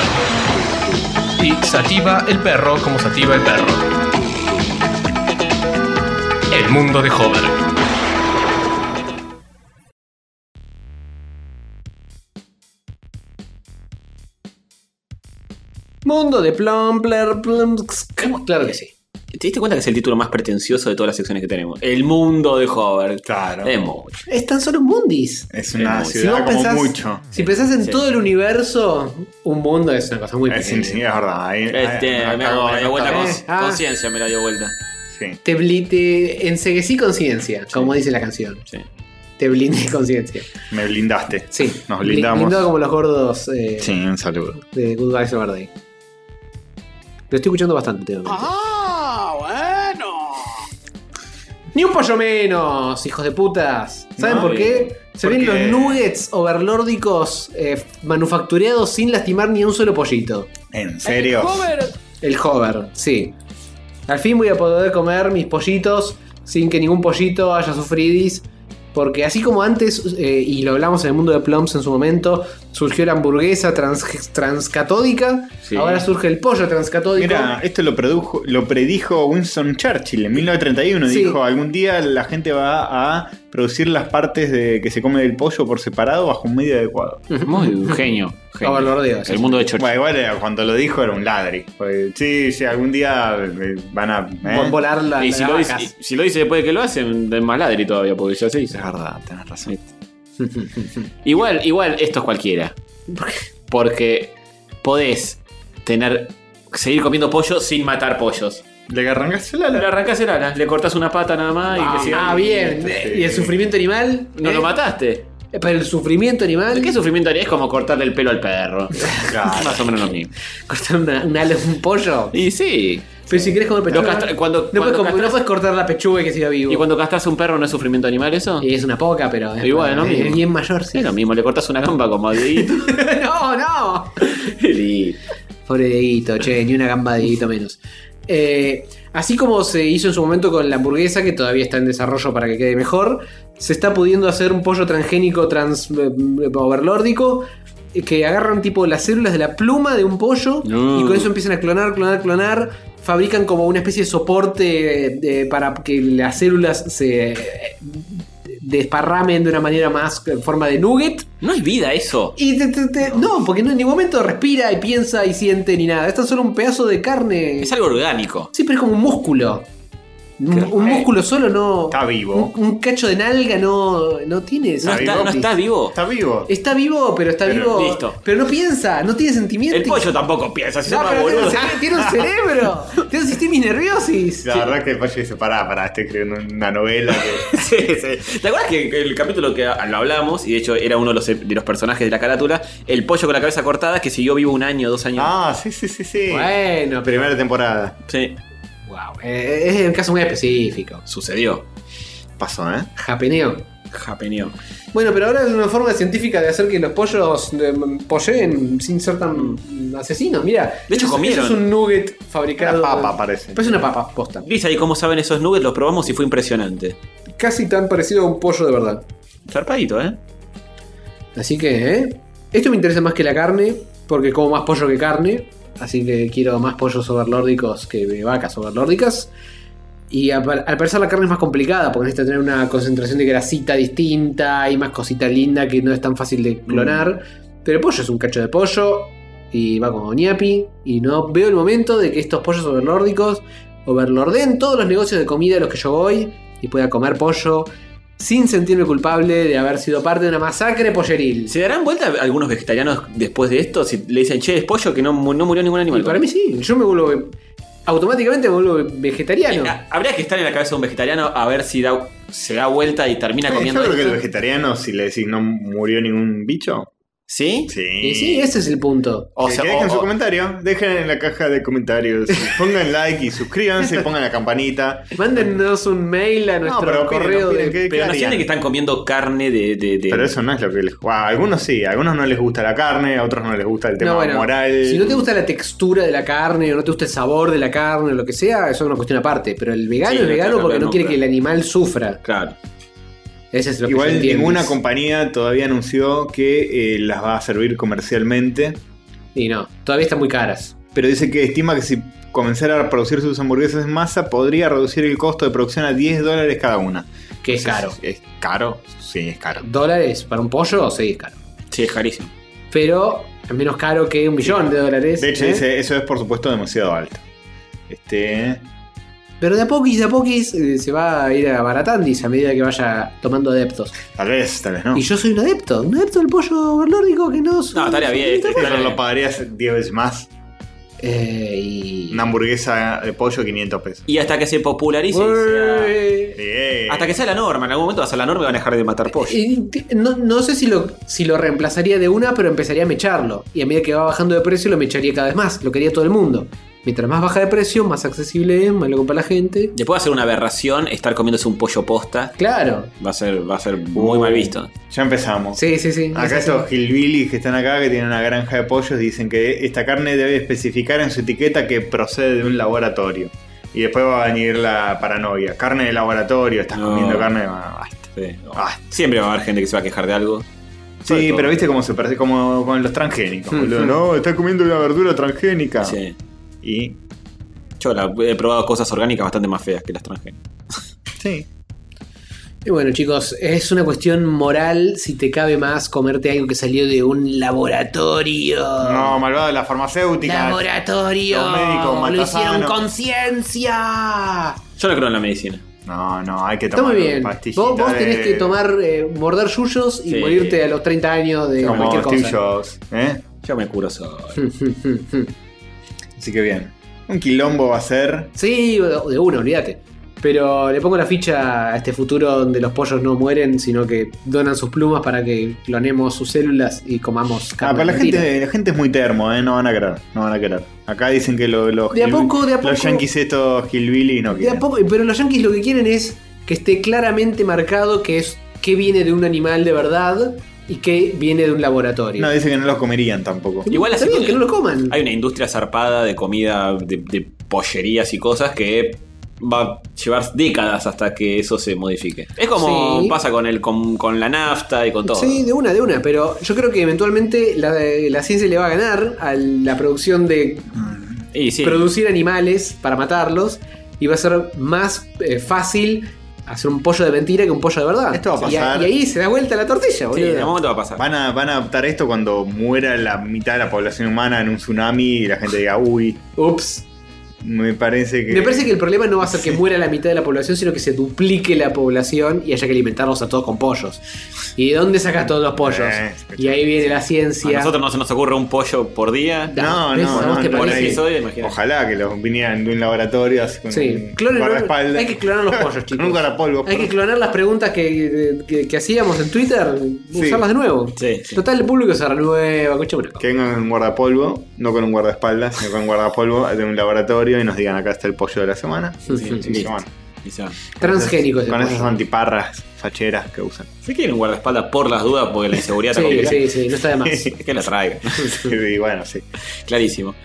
Y Sativa el Perro como Sativa el Perro. El mundo de Jobar. Mundo de Plum Plum Plums. Claro que sí. ¿Te diste cuenta que es el título más pretencioso de todas las secciones que tenemos? El mundo de Hover. Claro. Es mucho. Es tan solo un mundis. Es una Eh, Si ciudad como mucho. si pensás en todo el universo, un mundo es una cosa muy Es, sí, pequeña. Eh, sí, es verdad. ahí- Este, ahí- me, acá- me dio vuelta acá- con, eh, ah. conciencia, me la dio vuelta. Sí. Te, bli- te enseguecí conciencia, como dice la canción. Sí. Te blindé conciencia. Me blindaste. Sí. Nos Bli- blindamos. Blindado como los gordos eh, Sí, un saludo. de Good Guys Over Day. Lo estoy escuchando bastante últimamente. Ah, bueno. Ni un pollo menos, hijos de putas. ¿Saben No, por y- qué? Se ven los eh, porque- nuggets overlórdicos eh, manufacturados sin lastimar ni a un solo pollito. ¿En serio? Hover, El hover, sí. Al fin voy a poder comer mis pollitos sin que ningún pollito haya sufridis. Porque así como antes, eh, y lo hablamos en el mundo de Plums en su momento, surgió la hamburguesa trans- transcatódica, Sí. ahora surge el pollo transcatódico. Mira, esto lo produjo, lo predijo Winston Churchill en 1931. Sí. Dijo: algún día la gente va a producir las partes de que se come del pollo por separado bajo un medio adecuado. Mm. Muy genio. genio. Overlordeo, sí. El mundo de Churchill. Bueno, igual eh, cuando lo dijo era un ladri. Porque, sí, sí, algún día eh, van a. Vol- ¿eh? Volar la, Y las si lo, dice, vacas. y si lo dice después de que lo hacen, es más ladri todavía, porque ya se dice. Es verdad, tenés razón. Igual, igual, esto es cualquiera. Porque podés tener. seguir comiendo pollo sin matar pollos. Le arrancaste la Le arrancás el ala, le cortás una pata nada más y que siga- Ah, bien. ¿Y el sufrimiento animal? este, No ¿Eh? lo mataste. Pero el sufrimiento animal. ¿Qué sufrimiento haría? Es como cortarle el pelo al perro. Más o menos lo mismo. ¿Cortar una- un ala un pollo? Y sí. Pero si querés comer Lo pechuga. castra- cuando- cuando no, puedes, com- castras- no puedes cortar la pechuga y que siga vivo. ¿Y cuando castás a un perro no es sufrimiento animal eso? Y es una poca, pero. Es, Y bueno, es mismo. bien mayor, sí. Es lo mismo, le cortás una gamba como a Dieguito. no, no. Y- Pobre Dieguito, che, ni una gamba de Dieguito menos. Eh, así como se hizo en su momento con la hamburguesa, que todavía está en desarrollo para que quede mejor, se está pudiendo hacer un pollo transgénico trans eh, overlórdico eh, que agarran tipo las células de la pluma de un pollo No. y con eso empiezan a clonar, clonar, clonar. Fabrican como una especie de soporte eh, de- para que las células se eh, desparramen de una manera más en forma de nugget. No es vida eso. Y te- te- te- no, porque no en ningún momento respira y piensa y siente ni nada. Es tan solo un pedazo de carne. Es algo orgánico. Sí, pero es como un músculo. Un, un músculo solo no. Está vivo. Un, un cacho de nalga no, no tiene esa- No está, no está vivo. Está vivo. Está vivo, pero está Pero vivo. listo. Pero no piensa, no tiene sentimiento. El pollo tampoco piensa, si No, son más pero tiene, un boludos. cere- tiene un cerebro. tiene un sistema nerviosis. La verdad que el payo dice, pará, pará, estoy escribiendo una novela que... Sí, sí. ¿Te acuerdas que el capítulo que lo hablamos, y de hecho era uno de los, de los personajes de la carátula, el pollo con la cabeza cortada que siguió vivo un año, dos años? Ah, sí, sí, sí, sí. Bueno, pero. Primera temporada. Sí, Wow, eh, es un caso muy específico. sucedió. Pasó, ¿eh? Japeneo. Japeneó. Bueno, pero ahora es una forma científica de hacer que los pollos eh, polleen sin ser tan asesinos. Mira, De hecho, eso- comieron. eso es un nugget fabricado. Una papa, parece. Parece una papa, posta. Dice ahí cómo saben esos nuggets, los probamos y fue impresionante. Casi tan parecido a un pollo de verdad. Zarpadito, ¿eh? Así que, ¿eh? Esto me interesa más que la carne, porque como más pollo que carne. Así que quiero más pollos overlórdicos que vacas overlórdicas. Y al par- al parecer la carne es más complicada, porque necesita tener una concentración de grasita distinta y más cosita linda que no es tan fácil de clonar. Pero el pollo es un cacho de pollo y va como ñapi. Y no veo el momento de que estos pollos overlórdicos overlorden todos los negocios de comida a los que yo voy y pueda comer pollo sin sentirme culpable de haber sido parte de una masacre polleril. ¿Se darán vuelta algunos vegetarianos después de esto? Si le dicen, che, es pollo que no, mu- no murió ningún animal. Y para mí sí, yo me vuelvo. ve- Automáticamente me vuelvo vegetariano. Ah, Habría que estar en la cabeza de un vegetariano a ver si da, se da vuelta y termina Eh, Yo comiendo creo que el esto. vegetariano, si le decís no murió ningún bicho. ¿Sí? Sí. Y sí, ese es el punto. O Que- sea, que o- dejen su o- comentario, dejen en la caja de comentarios, pongan like y suscríbanse, pongan la campanita. Mándennos un mail a nuestro pero opinen, correo opinen, de- ¿qué- pero no sienten harían? que están comiendo carne de. de- de- Pero eso no es lo que les. Guau, a algunos sí, a algunos no les gusta la carne, a otros no les gusta el tema No, bueno, moral. Si no te gusta la textura de la carne o no te gusta el sabor de la carne o lo que sea, eso es una cuestión aparte. Pero el vegano Sí, es no vegano trata porque de no no, quiere que el claro. animal sufra. Claro. Ese es lo que yo Igual entiendo. ninguna compañía todavía anunció que eh, las va a servir comercialmente. Y no, todavía están muy caras. Pero dice que estima que si comenzara a producir sus hamburguesas en masa, podría reducir el costo de producción a 10 dólares cada una. Que es caro. ¿Es, es caro? Sí, es caro. ¿Dólares para un pollo? Sí, es caro. Sí, es carísimo. Pero es menos caro que un millón de dólares. De hecho, ¿eh? dice, eso es por supuesto demasiado alto. Este. Pero de a poquis, de a poquis eh, se va a ir abaratando y a medida que vaya tomando adeptos. Tal vez, tal vez no. Y yo soy un adepto, un adepto del pollo nórdico que no. soy- No, estaría bien, soy- este, Pero lo pagarías 10 veces más. Eh, y. Una hamburguesa de pollo, 500 pesos. Y hasta que se popularice. y sea- Eh, Bien. hasta que sea la norma. En algún momento va a ser la norma y van a dejar de matar pollo. y t- no, no sé si lo, si lo reemplazaría de una, pero empezaría a mecharlo. Y a medida que va bajando de precio, lo mecharía cada vez más. Lo quería todo el mundo. Mientras más baja de precio, más accesible es, más lo compra la gente. Después va a ser una aberración estar comiéndose un pollo posta. Claro. Va a ser, va a ser muy Uh. mal visto. Ya empezamos. Sí, sí, sí. Acá Es así. estos hillbillies que están acá, que tienen una granja de pollos, dicen que esta carne debe especificar en su etiqueta que procede de un laboratorio. Y después va a venir la paranoia. Carne de laboratorio, estás No. comiendo carne de... basta. Sí. Ah. Siempre va a haber gente que se va a quejar de algo. Sobre Sí, todo. pero viste cómo se parece como con los transgénicos, Mm, boludo. mm. No, está comiendo una verdura Ah. transgénica. Sí. Y... Yo la- he probado cosas orgánicas bastante más feas que las transgénicas. Sí. Y bueno, chicos, es una cuestión moral si te cabe más comerte algo que salió de un laboratorio. No, malvado de la farmacéutica. laboratorio. Los médicos lo hicieron matasano. conciencia. Yo no creo en la medicina. No, no, hay que Está tomar muy bien. pastillita Vos, vos de- tenés que tomar, eh, morder suyos y Sí. morirte a los 30 años de como cualquier Steve cosa. Jobs, ¿eh? Yo me curo solo. Así que bien. Un quilombo va a ser. sí, de uno, olvídate. Pero le pongo la ficha a este futuro donde los pollos no mueren, sino que donan sus plumas para que clonemos sus células y comamos Ah, carne. pero la argentina. gente, la gente es muy termo, ¿eh? No van a querer, no van a querer. Acá dicen que lo- los, De a hillbi- poco, de a los poco. yanquis estos hillbilly no De a quieren. poco- pero los yankees lo que quieren es que esté claramente marcado que es que viene de un animal de verdad y que viene de un laboratorio. No, dicen que no los comerían tampoco. Igual Está así bien, que que- no lo coman. Hay una industria zarpada de comida, de, de pollerías y cosas que va a llevar décadas hasta que eso se modifique. Es como Sí. pasa con, el, con, con la nafta y con todo. Sí, de una, de una, pero yo creo que eventualmente la, la ciencia le va a ganar a la producción de Y sí, producir animales para matarlos y va a ser más eh, fácil hacer un pollo de mentira que un pollo de verdad. Esto va a Y, a- pasar. y ahí se da vuelta la tortilla, Sí, boludo. en algún momento va a pasar. Van a, van a adaptar esto cuando muera la mitad de la población humana en un tsunami y la gente diga, uy, Ups. me parece que. Me parece que el problema no va a ser que muera la mitad de la población, sino que se duplique la población y haya que alimentarlos a todos con pollos. ¿Y de dónde sacas todos los pollos? Eh, Y ahí viene la A ciencia. nosotros no se nos ocurre un pollo por día. Da, No, ¿ves? no, ¿A no, vos te no, Por parece? nadie. episodio, imagínate. Ojalá que los vinieran de un laboratorio así con Sí, un clonen- guardaespaldas. hay que clonar los pollos, Con un chicos. guardapolvo. Hay que clonar las preguntas que, que- que hacíamos en Twitter, Sí. usarlas de nuevo. Sí, sí. Total, el público se renueva, escucha una cosa. Que vengan con un guardapolvo, no con un guardaespaldas, sino con un guardapolvo de un laboratorio y nos digan acá está el pollo de la semana. Sí, sí, Y se listo. van. Y se van. Transgénico ese Con pollo. esas antiparras facheras que usan. Si quieren un guardaespaldas por las dudas, porque la inseguridad está Sí, complicada. sí, sí, no está de más. Que la traiga. y bueno, sí. Clarísimo.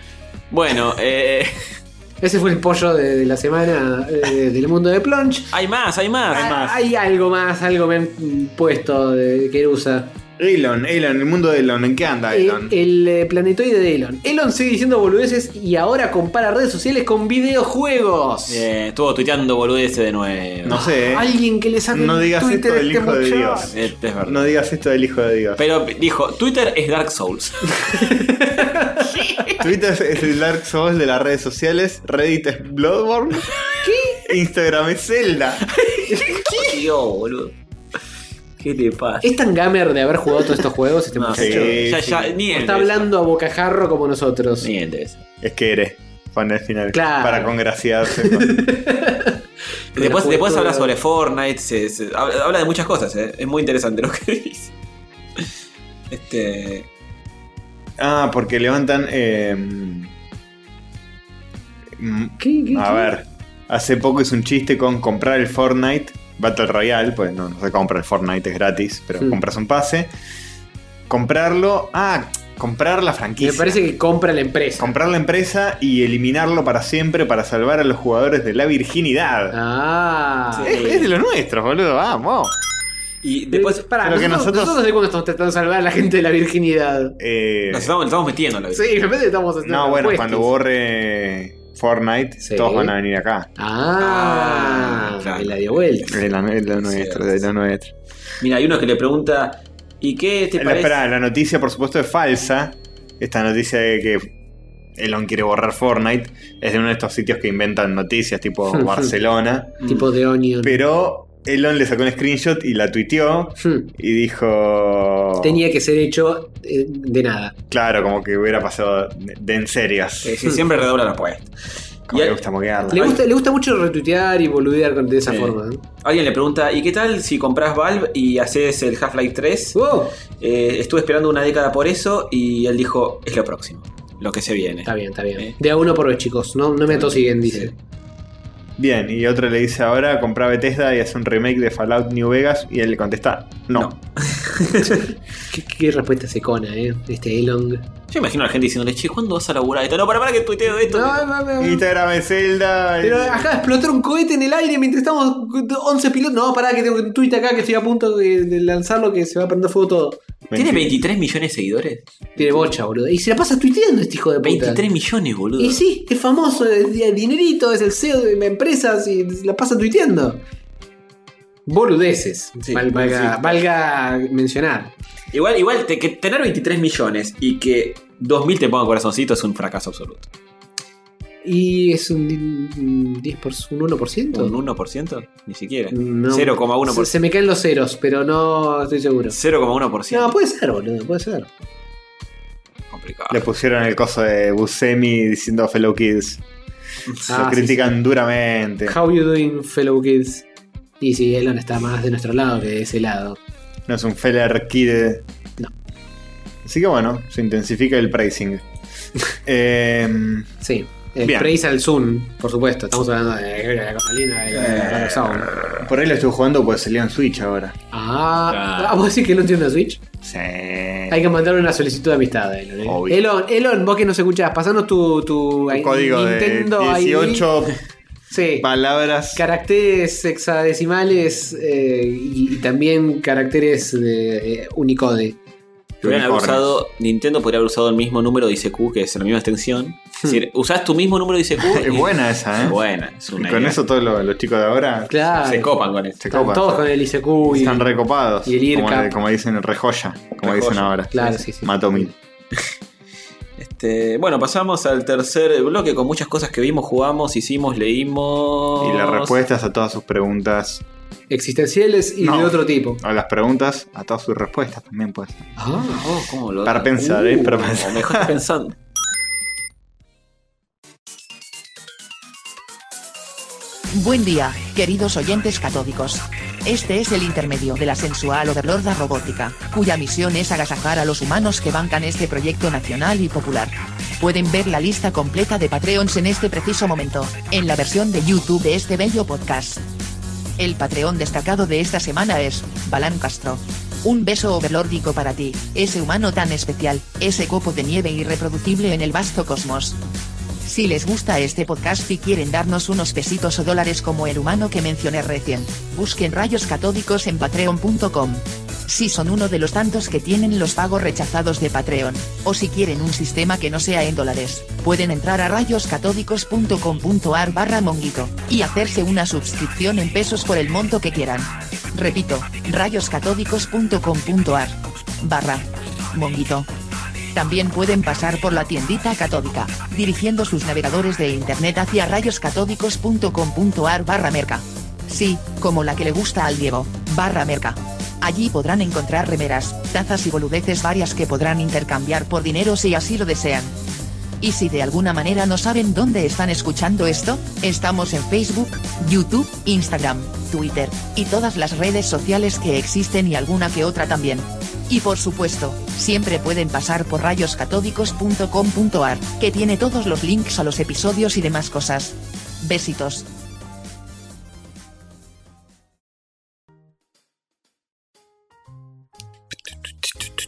Bueno, eh, Ese fue el pollo de, de la semana eh, del mundo de Plunge. hay más, hay más. Ah, Hay algo más, algo me han puesto de que usa. Elon, Elon, el mundo de Elon, ¿en qué anda Elon? El, eh, planetoide de Elon. Elon sigue diciendo boludeces y ahora compara redes sociales con videojuegos. Eh, estuvo tuiteando boludeces de nuevo. no sé. eh. Alguien que le saque No el digas Twitter esto a del este hijo de muchacho. Dios. Eh, es verdad. No digas esto del hijo de Dios. Pero dijo, Twitter es Dark Souls. Twitter es- es el Dark Souls de las redes sociales. Reddit es Bloodborne. ¿Qué? Instagram es Zelda. Dios, boludo. ¿Qué le pasa? ¿Es tan gamer de haber jugado todos estos juegos este No, muchacho? sí. ya, ya, ni ¿O él Está debe hablando a bocajarro como nosotros. saber. Ni él debe saber. Es que eres fan del final. Claro. Para congraciarse. con- la Después, después juventud habla de- sobre Fortnite, se- se- habla habla de muchas cosas, eh. es muy interesante lo que dice. Este, ah, porque levantan. eh, mm, ¿Qué, qué, A qué? ver, hace poco hice un chiste con comprar el Fortnite Battle Royale, pues no, no se compra el Fortnite, es gratis, pero Sí. compras un pase. Comprarlo, ah, comprar la franquicia. Me parece que compra la empresa. Comprar la empresa y eliminarlo para siempre para salvar a los jugadores de la virginidad. Ah. Sí. Es, es de los nuestros, boludo, vamos. y Después, después para, Pero nosotros, que Eh, nosotros... nosotros- de cuándo estamos tratando de salvar a la gente de la virginidad. Eh, nos estamos, nos estamos metiendo en la vida. Sí, me parece que estamos haciendo. no, bueno, apuestas. cuando borre Fortnite, Sí. todos van a venir acá. Ah, Ah, claro. me la dio vuelta. Es lo, es lo nuestro, es lo nuestro. Mira, hay uno que le pregunta, ¿y qué te La- parece? espera, la noticia, por supuesto, es falsa. Esta noticia de que Elon quiere borrar Fortnite es de uno de estos sitios que inventan noticias, tipo Barcelona. Mm. Tipo de Onion. Pero Elon le sacó un screenshot y la tuiteó Hmm. y dijo. Tenía que ser hecho eh, de nada. Claro, como que hubiera pasado de de en serias. Sí, sí, siempre redobla la apuesta. Como Eh, Y le al- gusta moquearla. Le gusta, le gusta mucho retuitear y boludear con- de esa Sí. forma. ¿eh? Alguien le pregunta, ¿y qué tal si compras Valve y haces el Half-Life 3? Wow, Eh, estuve esperando una década por eso y él dijo, es lo próximo, lo que se viene. Está bien, está Eh. bien. De a uno por vez, chicos. No, no me atosiguen, dice. Sí. Bien, y otro le dice ahora: compra Bethesda y hace un remake de Fallout New Vegas. Y él le contesta: No. No. Qué, qué respuesta secona, ¿eh? Este Elon. Yo imagino a la gente diciéndole, che, ¿cuándo vas a laburar esto? No, para, para que tuiteo esto. no, no. Instagram es Zelda. Pero y- ah, acá explotó un cohete en el aire mientras estamos 11 pilotos. No, pará, que tengo un tweet acá que estoy a punto de, de lanzarlo que se va a prender fuego todo. ¿Tiene 23 millones de seguidores? Tiene bocha, boludo. Y se la pasa tuiteando este hijo de puta. 23 millones, boludo. Y sí, es famoso, es di- dinerito, es el CEO de empresas y se la pasa tuiteando. Boludeces. Sí, Val- valga, sí. valga mencionar. Igual, igual te- que tener 23 millones y que 2.000 te pongan corazoncito es un fracaso absoluto. Y es un, di- un 10 por, un 1%. ¿Un 1%? Ni siquiera. No. 0,1%. Se, se me caen los ceros, pero no estoy seguro. 0,1%. No, puede ser, boludo, puede ser. Complicado. Le pusieron el coso de Buscemi diciendo Fellow Kids. Ah, Lo sí, critican duramente. How you doing, fellow kids? Y si Elon está más de nuestro lado que de ese lado. No es un Feller Kid. No. Así que bueno, se intensifica el pricing. Em, Sí. El Bien. praise al Zoom, por supuesto. Estamos hablando de de la cosa linda, de la- de la Dark Zone. por ahí lo estuve jugando porque salió en Switch ahora. Ah, Claro. ah, ¿vos decís que Elon tiene una Switch? Sí. Hay que mandarle una solicitud de amistad a Elon. ¿eh? Eh. Obvio. Elon, Elon, vos que nos escuchás, pasanos tu, tu, Un código Nintendo de ID. 18 Sí. palabras. Caracteres hexadecimales eh, y, y también caracteres de eh, Unicode. Si hubieran Unicornios. usado, Nintendo podría haber usado el mismo número de ICQ, que es la misma extensión. Es decir, usás tu mismo número de ICQ. Es buena esa, ¿eh? Hmm. Buena, es una Y con idea. eso todos los, los chicos de ahora Claro. Se copan con esto. se Están copan. todos con el ICQ y. Están recopados. y el como, IRCAP. le- como dicen, rejoya. Como dicen Rejoya. ahora. Claro, sí, sí. Mato mil. Este, bueno, pasamos al tercer bloque con muchas cosas que vimos, jugamos, hicimos, leímos. Y las respuestas a todas sus preguntas. Existenciales y No. de otro tipo. O las preguntas a todas sus respuestas también puede ser. Ah, Oh, ¿cómo lo Para pensar, ¿eh? Para pensar. Me dejaste pensando. Buen día, queridos oyentes catódicos. Este es el intermedio de la sensual overlorda robótica, cuya misión es agasajar a los humanos que bancan este proyecto nacional y popular. Pueden ver la lista completa de Patreons en este preciso momento, en la versión de YouTube de este bello podcast. El Patreon destacado de esta semana es, Balán Castro. Un beso overlórdico para ti, ese humano tan especial, ese copo de nieve irreproducible en el vasto cosmos. Si les gusta este podcast y quieren darnos unos pesitos o dólares como el humano que mencioné recién, busquen rayos catódicos en patreon.com. Si son uno de los tantos que tienen los pagos rechazados de Patreon, o si quieren un sistema que no sea en dólares, pueden entrar a rayoscatódicos.com.ar barra monguito, y hacerse una suscripción en pesos por el monto que quieran. Repito, rayoscatódicos.com.ar barra monguito. También pueden pasar por la tiendita catódica, dirigiendo sus navegadores de internet hacia rayoscatódicos.com.ar barra merca. Sí, como la que le gusta al Diego, barra merca. Allí podrán encontrar remeras, tazas y boludeces varias que podrán intercambiar por dinero si así lo desean. Y si de alguna manera no saben dónde están escuchando esto, estamos en Facebook, YouTube, Instagram, Twitter, y todas las redes sociales que existen y alguna que otra también. Y por supuesto, siempre pueden pasar por rayoscatódicos.com.ar, que tiene todos los links a los episodios y demás cosas. Besitos.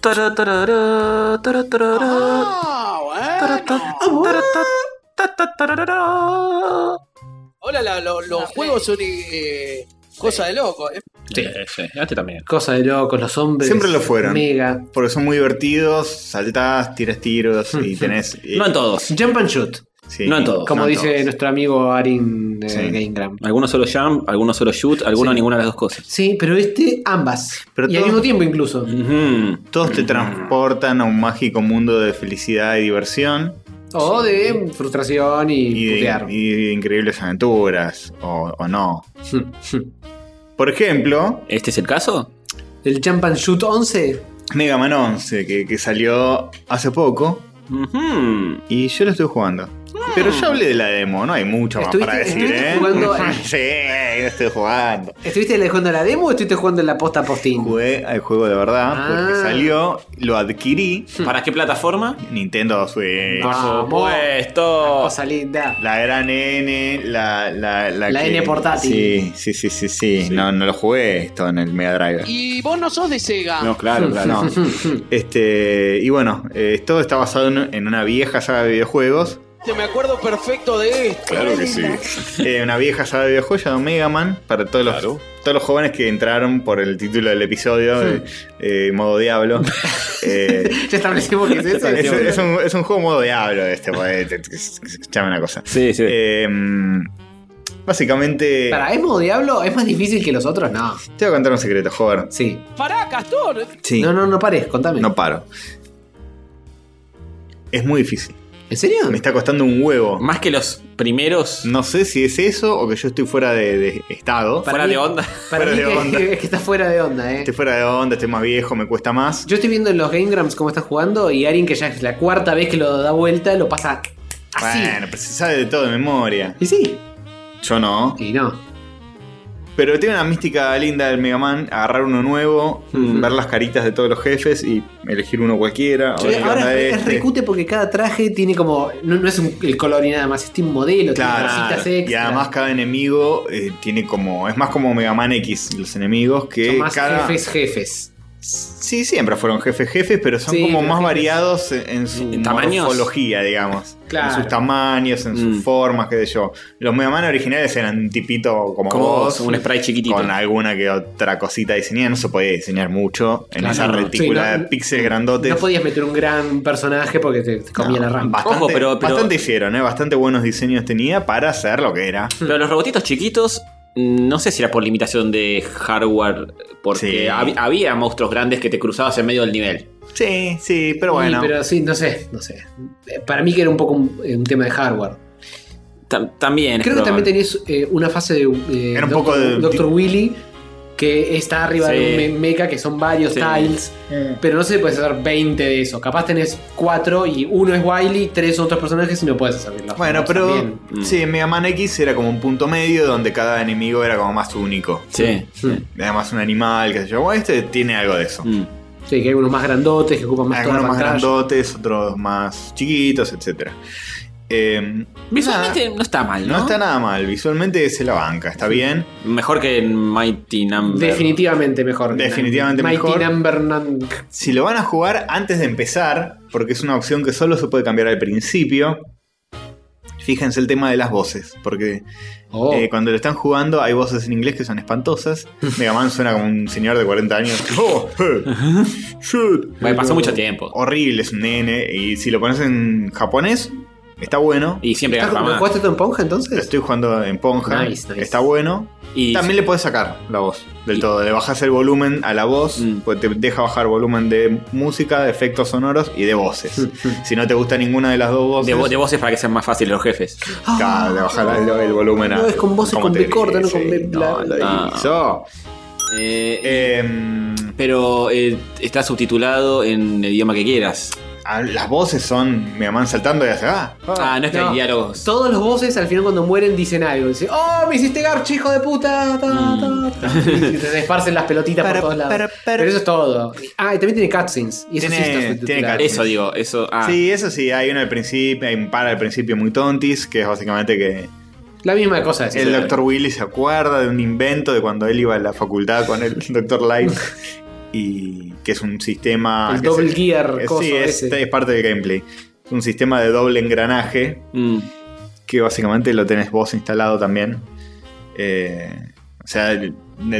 Tará, tarará, tará, tarará. Tará, tará, tará, tará, tará, tarará. Ahora la- lo- los juegos son eh, cosa de loco. Es Sí, sí, antes también. Cosa de locos, los hombres. Siempre lo fueron. Mega. Porque son muy divertidos, saltás, tiras tiros y tenés. y- No en todos. Jump and shoot. sí. no en todos. Como No en dice todos. nuestro amigo Arin eh, Sí. Gaingram. Algunos solo jump, algunos solo shoot, algunos Sí. ninguna de las dos cosas. Sí, pero este, ambas. Pero y al todo- mismo tiempo incluso. Ujú. Todos te transportan a un mágico mundo de felicidad y diversión O de frustración y, y de, putear. y de increíbles aventuras, o, o no. Hmm. Por ejemplo, ¿Este es el caso? El Jump and Shoot 11. Mega Man 11, que, que salió hace poco, Ujú. Mm. y yo lo estoy jugando. Pero yo hablé de la demo, no hay mucho más para ¿Estuviste- decir, estuviste ¿eh? jugando a- sí, lo estoy jugando. ¿Estuviste jugando la demo o estuviste jugando la posta postín? Jugué al juego de verdad, porque Ah. salió, lo adquirí. ¿Para qué plataforma? Nintendo Switch. Vamos. Oh. Puesto. Cosa linda. La gran N, la, la, La N portátil. Sí, sí, sí, sí, sí. No, no lo jugué esto en el Mega Driver. Y vos no sos de Sega. No, claro, claro. No. Este, y bueno, eh, esto está basado en, en una vieja saga de videojuegos. Te me acuerdo perfecto de esto. Claro que sí. Eh, una vieja saga de videojuegos llamada Mega Man. Para todos los, Claro. todos los jóvenes que entraron por el título del episodio, Hmm. de, eh, modo Diablo. Eh, Ya establecimos que es eso. es, es un, es un juego modo Diablo este, pues, te- te- te- llame una cosa. Sí, sí. Eh, básicamente, Para Emo Diablo es más difícil que los otros, no. te voy a contar un secreto, joven. Sí. Pará, Castor. Sí. No, no, no pares, contame. No paro. Es muy difícil. ¿En serio? Me está costando un huevo. Más que los primeros. No sé si es eso o que yo estoy fuera de, de estado. Fuera mí- de onda. Para fuera mí de que, onda. que está fuera de onda, eh. Estoy fuera de onda, estoy más viejo, me cuesta más. Yo estoy viendo en los Game Grumps cómo están jugando y Arin, que ya es la cuarta vez que lo da vuelta, lo pasa así. Bueno, pero se sabe de todo de memoria. Y sí. Yo no. Y no. Pero tiene una mística linda del Mega Man, agarrar uno nuevo, Mm. ver las caritas de todos los jefes y elegir uno cualquiera. a ver qué ahora onda es, es este. recute porque cada traje tiene como. No, no es un- el color y nada más, es un modelo, tiene Claro, cositas extra. y además cada enemigo eh, tiene como. Es más como Mega Man X los enemigos que Son más cada. jefes, jefes. Sí, siempre fueron jefes jefes, pero son Sí, como pero más jefes. variados en, en su ¿En tamaños? morfología, digamos. Claro. En sus tamaños, en sus formas, qué sé yo. Los Mega Man originales eran un tipito como, Como vos, vos, un sprite chiquitito. Con alguna que otra cosita diseñada. No se podía diseñar mucho en Claro, esa no. retícula Sí, no- de píxeles grandotes. No podías meter un gran personaje porque te, te comía la rampa. Bastante, bastante hicieron, ¿eh? bastante buenos diseños tenía para hacer lo que era. Pero los robotitos chiquitos, no sé si era por limitación de hardware, porque Sí. hab- había monstruos grandes que te cruzabas en medio del nivel. Sí, sí, pero Sí, bueno. pero sí, no sé, no sé. Eh, Para mí que era un poco un, eh, un tema de hardware. Tam- también. es Creo que probable. también tenías eh, una fase de eh, Era un Dr. poco de- Dr. Willy que está arriba Sí. de un me- mecha que son varios Sí. tiles. Pero no sé si puedes hacer 20 de eso. Capaz tenés 4 y uno es Wily, tres son otros personajes y no puedes hacer los Bueno, otros pero también. sí, en Mega Man X era como un punto medio donde cada enemigo era como más único. Sí. Además un animal, qué sé yo. Bueno, este tiene algo de eso. mm. Sí, que hay unos más grandotes que ocupan más toda Algunos la más pantalla. grandotes, otros más chiquitos, etc. Visualmente no está mal, ¿no? No está nada mal. Visualmente se la banca, está bien. Mejor que en Mighty Number. Definitivamente mejor. Definitivamente Mighty mejor. Number Nun- Si lo van a jugar antes de empezar, porque es una opción que solo se puede cambiar al principio, fíjense el tema de las voces, porque Oh. eh, cuando lo están jugando hay voces en inglés que son espantosas. Mega Man suena como un señor de 40 años. ¡Oh! eh, shit. Bueno, pasó mucho tiempo. Horrible, es un nene. Y si lo pones en japonés, está bueno. Y siempre ¿Estás- ¿Lo jugaste tú en Ponja entonces? Lo estoy jugando en Ponja. Nice, nice. Está bueno. Y También le puedes sacar la voz del todo. Le bajas el volumen a la voz, Mm. pues te deja bajar volumen de música, de efectos sonoros y de voces. si no te gusta ninguna de las dos voces, De, vo- de voces para que sean más fáciles los jefes. claro, le bajas la- el, el volumen a. Ah, No, es con voces como con te B corta, no dice. con B No, bla- lo Ah. hizo. Eh, Em, pero eh, está subtitulado en el idioma que quieras. Ah, Las voces son Mega Man saltando y hace. Ah, Ah, no es que hay diálogos. Todos los voces al final cuando mueren dicen algo. Dicen, ¡Oh, me hiciste garch, hijo de puta! ta, Mm. ta, ta". Y te esparcen las pelotitas por todos lados. pero eso es todo. Ah, y también tiene cutscenes. Y eso sí está Tiene- subtitulado. tiene cutscenes. pues. Eso digo, eso. Ah, Sí, eso sí, hay uno al principio, hay un par al principio muy tontis, que es básicamente que La misma cosa. El doctor Willy se acuerda de un invento de cuando él iba a la facultad con el doctor Light. y que es un sistema. El que double se- gear, que coso Sí, es, ese. es parte del gameplay. Es un sistema de doble engranaje. mm. Que básicamente lo tenés vos instalado también. Eh, o sea, el,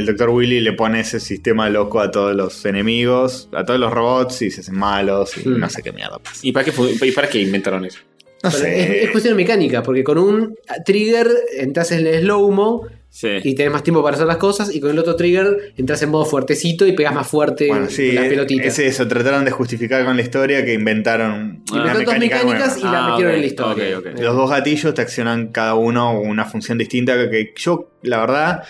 doctor Willy le pone ese sistema loco a todos los enemigos, a todos los robots y se hacen malos y Mm. no sé qué mierda pasa. ¿Y para qué, fu- y para qué inventaron eso? No Pero sé. Es, es cuestión de mecánica, porque con un trigger entras en el slow-mo Sí. y tenés más tiempo para hacer las cosas, y con el otro trigger entras en modo fuertecito y pegas más fuerte Bueno, sí, las es- pelotitas. es eso, trataron de justificar con la historia que inventaron Inventaron dos mecánicas y la Ah, metieron ok, en la historia. ok, ok. Los dos gatillos te accionan cada uno una función distinta que, que yo, la verdad,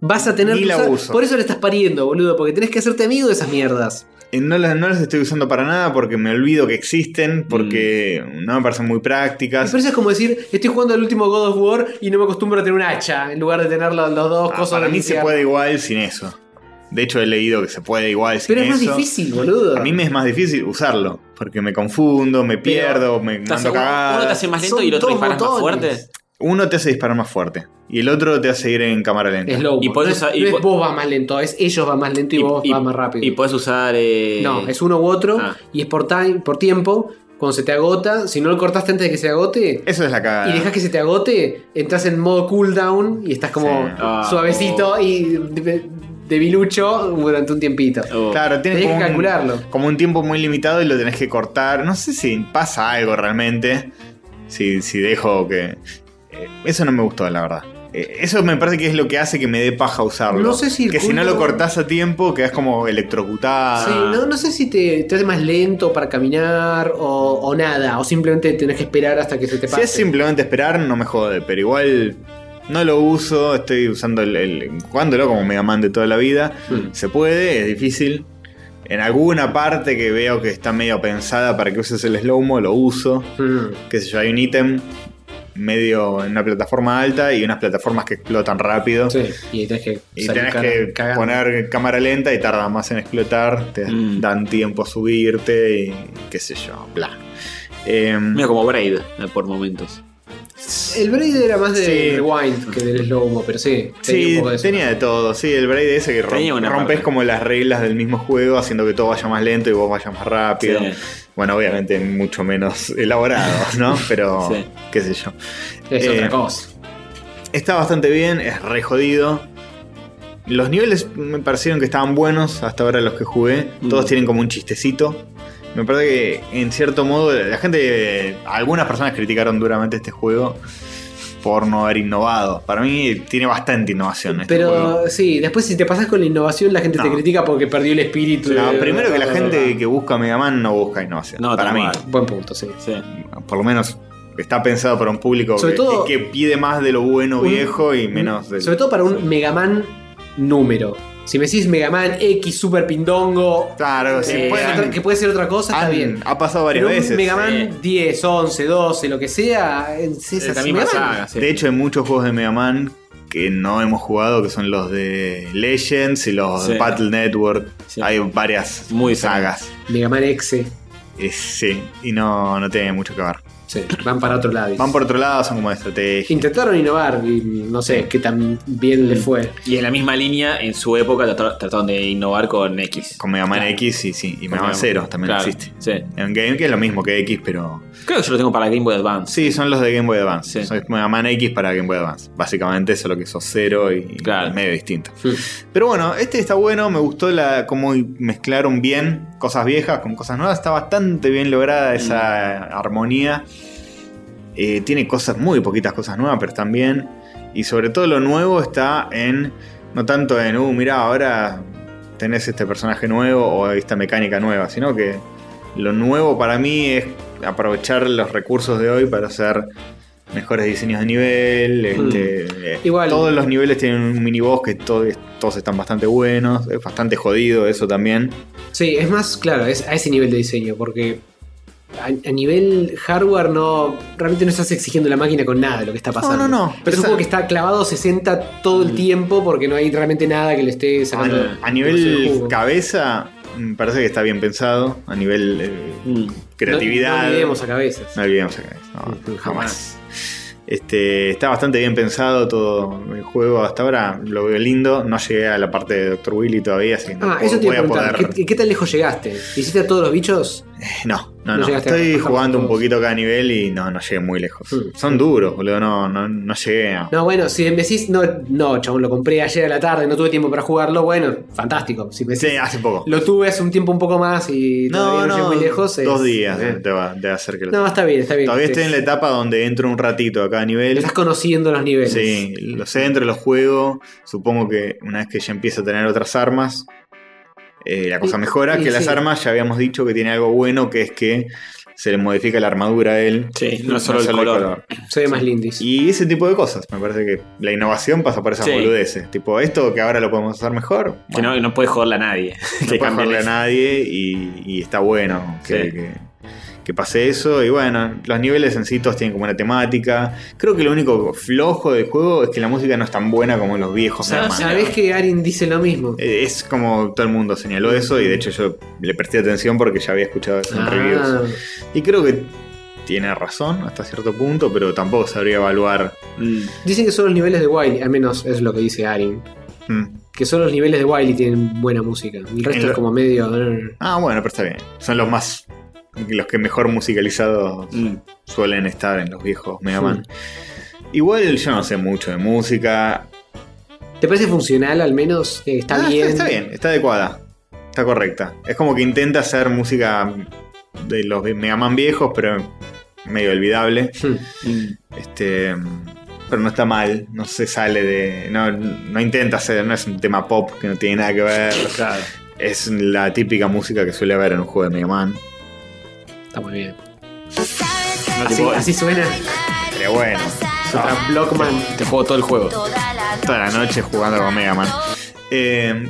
Vas a tener Ni que la usar- uso. Por eso le estás pariendo, boludo, porque tenés que hacerte amigo de esas mierdas. eh, no las, no las estoy usando para nada porque me olvido que existen, porque Hmm. no me parecen muy prácticas. Pero eso es como decir, estoy jugando el último God of War y no me acostumbro a tener un hacha en lugar de tener los, los dos Ah, cosas. para mí se iniciales. puede igual sin eso. De hecho, he leído que se puede igual sin Pero es más eso. difícil, boludo. A mí me es más difícil usarlo, porque me confundo, me pierdo, me Estás mando seguro- cagadas. uno te hace más lento Son y el otro dos disparas más botones. fuerte. Uno te hace disparar más fuerte y el otro te hace ir en cámara lenta. Slow. Y por no, eso- es- y no por- es vos vas más lento, es ellos van más lento y, vos vas más rápido. Y puedes usar. eh, no, es uno u otro ah. y es por time, por tiempo. Cuando se te agota, si no lo cortaste antes de que se agote Eso es la cagada. y dejas que se te agote, entras en modo cooldown y estás como Sí. Ah, suavecito y de- debilucho durante un tiempito. Claro, tienes Tenés como que un- calcularlo. como un tiempo muy limitado y lo tenés que cortar. No sé si pasa algo realmente. Si, si dejo que. eh, Eso no me gustó, la verdad. Eh, Eso me parece que es lo que hace que me dé paja usarlo. No sé si el Que si no culo- lo cortás a tiempo, quedás como electrocutado. Sí, no, no sé si te, te hace más lento para caminar o, o nada, o simplemente tenés que esperar hasta que se te Si pase. es simplemente esperar, no me jode, pero igual no lo uso, estoy usando el, el- jugándolo como Mega Man de toda la vida. Hmm. Se puede, es difícil. En alguna parte que veo que está medio pensada para que uses el slow-mo, lo uso. Mm. Qué sé yo, hay un ítem medio en una plataforma alta y unas plataformas que explotan rápido. y ahí tenés que, Y salir tenés cara- que cagando. Mm. poner cámara lenta y tarda más en explotar, te dan tiempo a subirte y qué sé yo, bla. Em, Mira, como Braid eh, por momentos. El Braid era más de Sí. rewind que del slow mo, pero sí. tenía un Sí, poco de eso. tenía de todo. Sí, el braid ese que rom- Tenía una rompes como las reglas del mismo juego, haciendo que todo vaya más lento y vos vayas más rápido. Sí. Bueno, obviamente mucho menos elaborado, ¿no? Pero Sí. qué sé yo. Es Eh, otra cosa. Está bastante bien, es re jodido. Los niveles me parecieron que estaban buenos hasta ahora los que jugué. Mm. Todos tienen como un chistecito. Me parece que en cierto modo la gente, algunas personas criticaron duramente este juego por no haber innovado. Para mí tiene bastante innovación. Este juego. Pero sí, después si te pasas con la innovación, la gente te critica porque perdió el espíritu. No, de- primero que la bla, bla, gente bla. que busca Mega Man no busca innovación. No, para tal mí. cual. Buen punto, sí. Por lo menos está pensado para un público Sobre que, todo- que pide más de lo bueno Un- viejo y menos de Mm. Sobre todo para un Mega Man número. Si me decís Mega Man X Super Pindongo, Claro, sí, eh, pueden- otra- que puede ser otra cosa, está Han- bien. Ah, Ha pasado varias Pero un veces. Mega Man 10, 11, 12, lo que sea, es Es esa la misma Mega Man. saga, sí. De hecho, hay muchos juegos de Mega Man que no hemos jugado, que son los de Legends y los de Sí. Battle Network. Hay varias Muy sagas. Mega Man X, Eh, sí, y no, no tiene mucho que ver. sí, van para otro lado. Van por otro lado, son como de estrategia. Intentaron innovar y no sé qué tan bien Mm. le fue. Y en la misma línea, en su época trat- trataron de innovar con X. Con Mega Man Claro. X y sí, y Con Mega Man Mega- Zero también claro, existe. sí. En Game que es lo mismo que X, pero. Creo que yo lo tengo para Game Boy Advance. Sí, son los de Game Boy Advance. Son Mega Man X para Game Boy Advance. Básicamente, solo que sos cero y es medio distinto. Pero bueno, este está bueno, me gustó la cómo mezclaron bien cosas viejas con cosas nuevas. Está bastante bien lograda esa armonía. Eh, tiene cosas, muy poquitas cosas nuevas, pero están bien. Y sobre todo lo nuevo está en. No tanto en, uh, mirá, ahora tenés este personaje nuevo o esta mecánica nueva, sino que lo nuevo para mí es aprovechar los recursos de hoy para hacer mejores diseños de nivel. este, eh, Mm. Igual. Todos los niveles tienen un miniboss que to- todos están bastante buenos. Es bastante jodido eso también. Sí, es más, claro, es a ese nivel de diseño, porque a, a nivel hardware no realmente no estás exigiendo la máquina con nada de lo que está pasando. no, no. Pero es un Esa- juego que está clavado 60 todo el tiempo porque no hay realmente nada que le esté A, sacando. a demasiado nivel jugo. cabeza, me parece que está bien pensado. A nivel eh, Mm. creatividad. No, no olvidemos a cabezas. No olvidemos acá. No, jamás. Este, está bastante bien pensado todo el juego hasta ahora. Lo veo lindo. No llegué a la parte de Dr. Willy todavía, así que no Ah, puedo- eso te voy iba a a preguntar. poder. ¿Qué, qué tan lejos llegaste? ¿Hiciste a todos los bichos? No, no, No no. llegaste a Estoy bajar jugando un todos. poquito cada nivel y no, no llegué muy lejos. Son duros, boludo. No, no, no llegué a. No, bueno, si me decís, no, no, chabón, lo compré ayer a la tarde, no tuve tiempo para jugarlo, bueno, fantástico. Si me decís, Sí, Este, ah. hace poco. lo tuve hace un tiempo un poco más y todavía no, llegué muy lejos. es- dos días eh. te va- te va a hacer que lo No, este está bien, está bien. Todavía estoy en la Entonces, etapa donde entro un ratito a cada nivel. Estás conociendo los niveles. Sí, los entro, los juego. Supongo que una vez que ya empiezo a tener otras armas, eh, la cosa Y- mejora. y que las sí. armas ya habíamos dicho que tiene algo bueno, que es que se le modifica la armadura a él. Sí, no solo el color. Se ve más lindis. Y ese tipo de cosas. Me parece que la innovación pasa por esas Sí. boludeces. Tipo, esto que ahora lo podemos hacer mejor, Que no, no puede joderla a nadie. no que puede cambien joderle a eso. nadie y, y está bueno que, Sí. que- que pase eso. Y bueno, los niveles en sí todos tienen como una temática. Creo que lo único flojo del juego es que la música no es tan buena como los viejos. Mega Man. Sabés que Arin dice lo mismo. Eh, Es como todo el mundo señaló eso y de hecho yo le presté atención porque ya había escuchado eso en Ah. reviews. Y creo que tiene razón hasta cierto punto, pero tampoco sabría evaluar. Mm, Dicen que son los niveles de Wily, al menos es lo que dice Arin. Mm. Que son los niveles de Wily tienen buena música. El resto lo- es como medio. eh, Ah, bueno, pero está bien. Son los más. Los que mejor musicalizados mm. suelen estar en los viejos Mega Man. Igual yo no sé mucho de música. ¿Te parece funcional al menos? Eh, Está Ah, bien. Está, bien, está adecuada. Está correcta. Es como que intenta hacer música de los Mega Man viejos, pero medio olvidable. Hmm, Este. Pero no está mal, no se sale de. No, no intenta hacer, no es un tema pop que no tiene nada que ver. Es la típica música que suele haber en un juego de Mega Man. Está muy bien. No te Así, puedo- así suena. Pero bueno. Otra Blockman. Ah, Te juego todo el juego. Toda la noche jugando con Mega Man. Eh,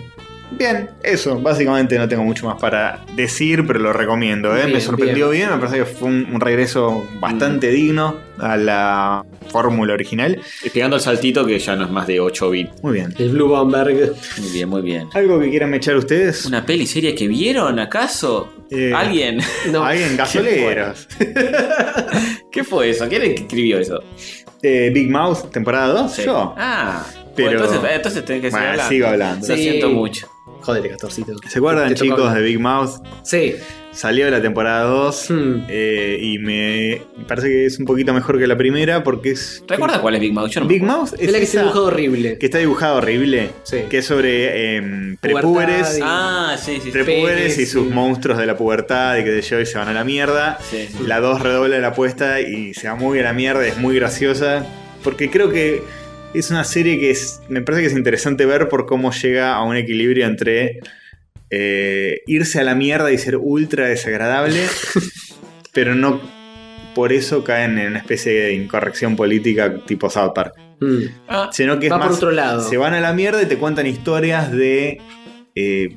bien, eso. Básicamente no tengo mucho más para decir, pero lo recomiendo. ¿eh? Bien, Mm. me sorprendió bien. Me parece que fue un, un regreso bastante digno a la fórmula original. Y pegando el saltito que ya no es más de 8 bits. Muy bien. El Blue Bomberg. Muy bien, muy bien. ¿Algo que quieran echar ustedes? ¿Una peli serie que vieron acaso? Eh. Alguien. No. Alguien, gasoleros. ¿Qué fue eso? ¿Quién escribió eso? Eh, Big Mouth, temporada 2, Sí. yo. Ah, Pero- pero... entonces, eh, entonces tenés que seguir Bueno, hablando. sigo hablando. Lo Sí. siento mucho. Joder, Castorcito. ¿Se acuerdan, Te toca chicos, hablar. de Big Mouth? Sí. Salió la temporada 2 Hmm. eh, y me me parece que es un poquito mejor que la primera porque es. ¿Recuerdas cuál es Big Mouth? Yo no me Big acuerdo. Mouth Es la que se esa dibuja horrible. que está dibujado horrible. Sí. Que es sobre em, prepúberes. Pubertad Ah, sí, sí. sí. Prepúberes y Penes, sus sí. monstruos de la pubertad y que yo y se van a la mierda. Sí, sí. La 2 redobla la apuesta y se va muy a la mierda, es muy graciosa. Porque creo que es una serie que es, me parece que es interesante ver por cómo llega a un equilibrio entre eh, irse a la mierda y ser ultra desagradable, pero no por eso caen en una especie de incorrección política tipo South Park. Mm. Ah, Sino que es Va por más- otro lado. se van a la mierda y te cuentan historias de eh,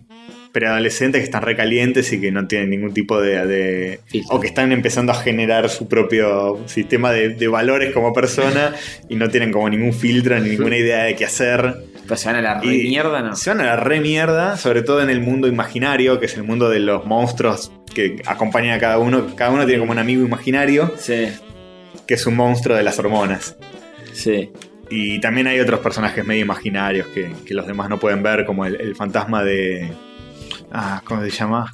preadolescentes que están recalientes y que no tienen ningún tipo de, de- Filtro. o que están empezando a generar su propio sistema de, de valores como persona y no tienen como ningún filtro ni ninguna idea de qué hacer. Pero se van a la re Y- mierda, ¿no? Se van a la re mierda, sobre todo en el mundo imaginario, que es el mundo de los monstruos que acompañan a cada uno. Cada uno tiene como un amigo imaginario, Sí, que es un monstruo de las hormonas. sí. Y también hay otros personajes medio imaginarios que, que los demás no pueden ver, como el, el fantasma de. Ah, ¿cómo se llama?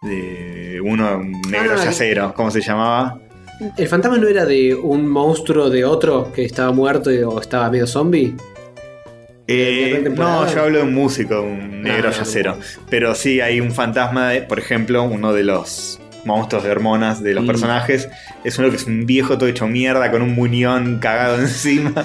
De uno un negro Ah, yacero, ¿cómo se llamaba? ¿El fantasma no era de un monstruo de otro que estaba muerto y- o estaba medio zombie? Eh, ¿De qué temporada? no, yo hablo de un músico, un negro Ah, yacero. Pero sí hay un fantasma, de, por ejemplo, uno de los monstruos de hormonas de los Mm. personajes. Es uno que es un viejo todo hecho mierda, con un muñón cagado encima,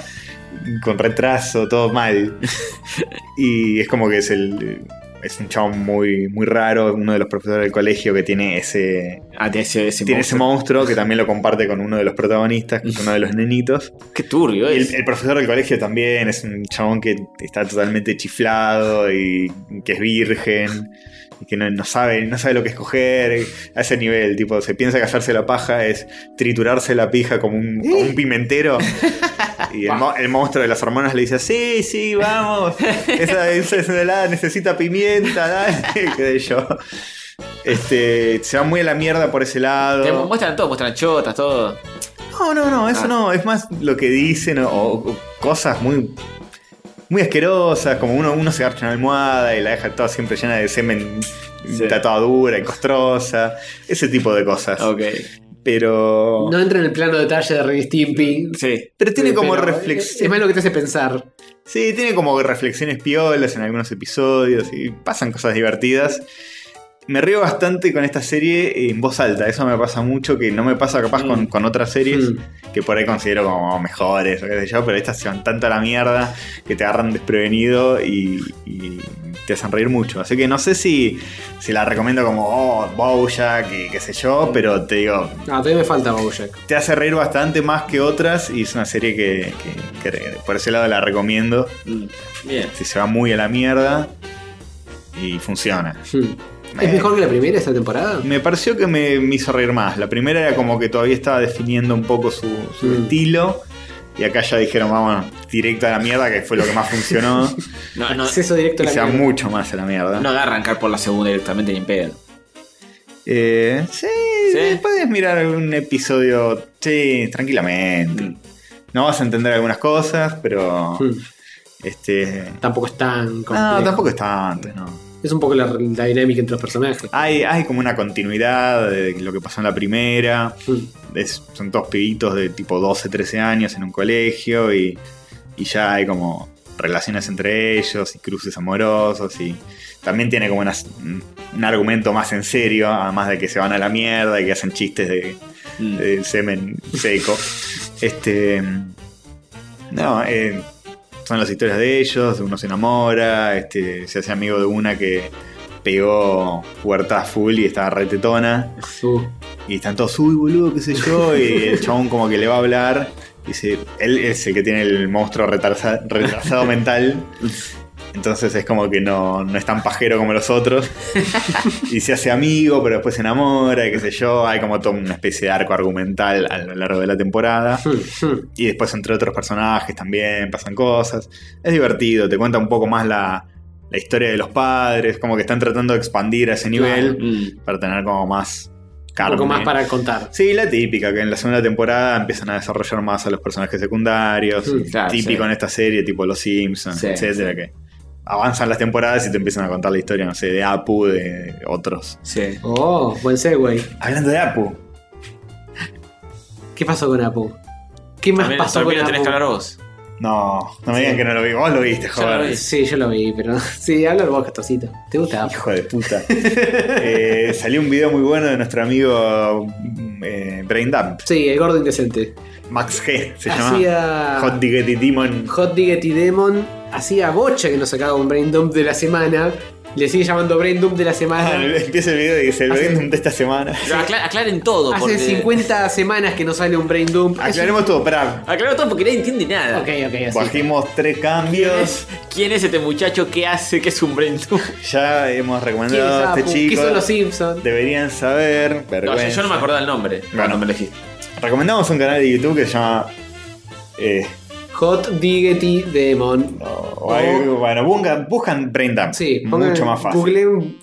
con retraso, todo mal. y es como que es el. Es un chavo muy, muy raro, uno de los profesores del colegio que tiene ese. Ah, tiene ese, ese tiene monstruo. ese monstruo que también lo comparte con uno de los protagonistas, que es uno de los nenitos. Qué turbio Y es. el, el profesor del colegio también es un chabón que está totalmente chiflado y que es virgen y que no, no sabe, no sabe lo que escoger eh, a ese nivel, tipo, se piensa que hacerse la paja es triturarse la pija como un, como un pimentero y el, mo- el monstruo de las hormonas le dice, sí, sí, vamos, esa, esa es una helada, necesita pimienta, dale, qué sé yo. Este, se va muy a la mierda por ese lado. Te mu- muestran todo, muestran chotas, todo. No, no, no, eso Ah. no. Es más lo que dicen o, o- o cosas muy. Muy asquerosas, como uno, uno se garcha una almohada y la deja toda siempre llena de semen, Sí. tatuadura y costrosa, ese tipo de cosas. Ok. Pero. No entra en el plano detalle de Ren Stimpy. Eh, Sí. pero tiene como Pero Es reflexiones. más lo que te hace pensar. Sí, tiene como reflexiones piolas en algunos episodios y pasan cosas divertidas. Me río bastante con esta serie en voz alta, eso me pasa mucho, que no me pasa Mm. capaz con, con otras series. Mm. que por ahí considero como mejores, o qué sé yo, pero estas se van tanto a la mierda que te agarran desprevenido y, y te hacen reír mucho. Así que no sé si, si la recomiendo como, oh, Bojack y qué sé yo, pero te digo, No, Ah, todavía me falta Bojack. te hace reír bastante más que otras y es una serie que, que- que por ese lado la recomiendo. Mm, Bien. Si se va muy a la mierda y funciona. Hmm. ¿Es Eh. mejor que la primera esta temporada? Me pareció que me, me hizo reír más. La primera era como que todavía estaba definiendo un poco su, su Mm. estilo. Y acá ya dijeron, vamos, directo a la mierda, que fue lo que más funcionó. No, no, Acceso directo que a la sea mierda. mucho más a la mierda. no da a arrancar por la segunda directamente ni en pedo. Eh, sí, Sí. puedes mirar un episodio, sí, tranquilamente. Mm. No vas a entender algunas cosas, pero... Hmm. Este... Tampoco es tan complejo. No, tampoco es tanto, no. Es un poco la, la dinámica entre los personajes. Hay, hay como una continuidad de lo que pasó en la primera. Hmm. es- son todos pibitos de tipo 12, 13 años en un colegio y, y ya hay como relaciones entre ellos y cruces amorosos y también tiene como unas- un argumento más en serio, además de que se van a la mierda y que hacen chistes de, Mm. de semen seco. este no, eh, son las historias de ellos, uno se enamora, este, se hace amigo de una que pegó puerta full y estaba retetona. Uh, Y están todos, uy, boludo, qué sé yo. Y el chabón como que le va a hablar. Dice, él es el que tiene el monstruo retarsa- retrasado mental. Entonces es como que no, no es tan pajero como los otros. Y se hace amigo, pero después se enamora, y qué sé yo. Hay como toda una especie de arco argumental a lo largo de la temporada. hmm, hmm. Y después entre otros personajes también pasan cosas. Es divertido, te cuenta un poco más la, la historia de los padres, como que están tratando de expandir a ese nivel Mm. para tener como más carne. poco más para contar. Sí, la típica, que en la segunda temporada empiezan a desarrollar más a los personajes secundarios, Mm, claro, típico sí. en esta serie, tipo Los Simpsons, Sí, etcétera, que avanzan las temporadas y te empiezan a contar la historia, no sé, de Apu, de otros. Sí. Oh, buen segue. Hablando de Apu, ¿Qué pasó con Apu? ¿Qué más También- pasó con también tenés Apu? que hablar vos. no, no me digan que no lo vi, vos lo viste, Yo lo vi. joder. Sí, yo lo vi, pero sí, habla vos, Castorcito. ¿Te gusta Apu? Hijo de puta. Eh, salió un video muy bueno de nuestro amigo eh, Brain Dump. Sí, el gordo indecente. Max G se Hacía- llama. Hot Diggity Demon. Hot Diggity Demon hacía bocha que nos sacaba un Brain Dump de la semana. Le sigue llamando Brain Dump de la Ah, semana. Empieza el video y dice el Hace- Brain Dump de esta semana. Pero acla- aclaren todo. Hace porque... 50 semanas que no sale un Brain Dump. Es un- Aclaremos todo, pará. Aclaren todo porque nadie entiende nada. Ok, ok, así. Bajimos tres cambios. ¿Quién es este muchacho? ¿Qué hace? ¿Qué es un brain tumor? Ya hemos ¿Quién es recomendado a este Apu? ¿Qué chico. son los Simpsons? Deberían saber. No, yo, Vergüenza. yo no me acordaba el nombre. Bueno, me elegí. Recomendamos un canal de YouTube que se llama. eh, Hot Diggity Demon. o hay- bueno, buscan, buscan Brain Dump. Oh. Sí, pongan, mucho más fácil. Googleen,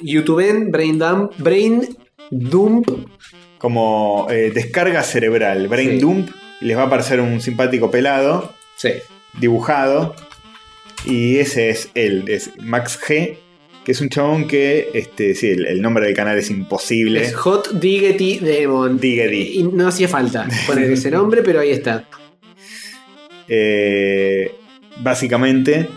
YouTubeen Brain Dump, Brain Dump. como eh, descarga cerebral, brain Sí. dump, y les va a aparecer un simpático pelado, Sí. dibujado, y ese es él, es Max G, que es un chabón que, este, sí, el, el nombre del canal es imposible. Es Hot Diggity Demon. Diggity. Y no hacía falta poner ese nombre, pero ahí está. Eh, básicamente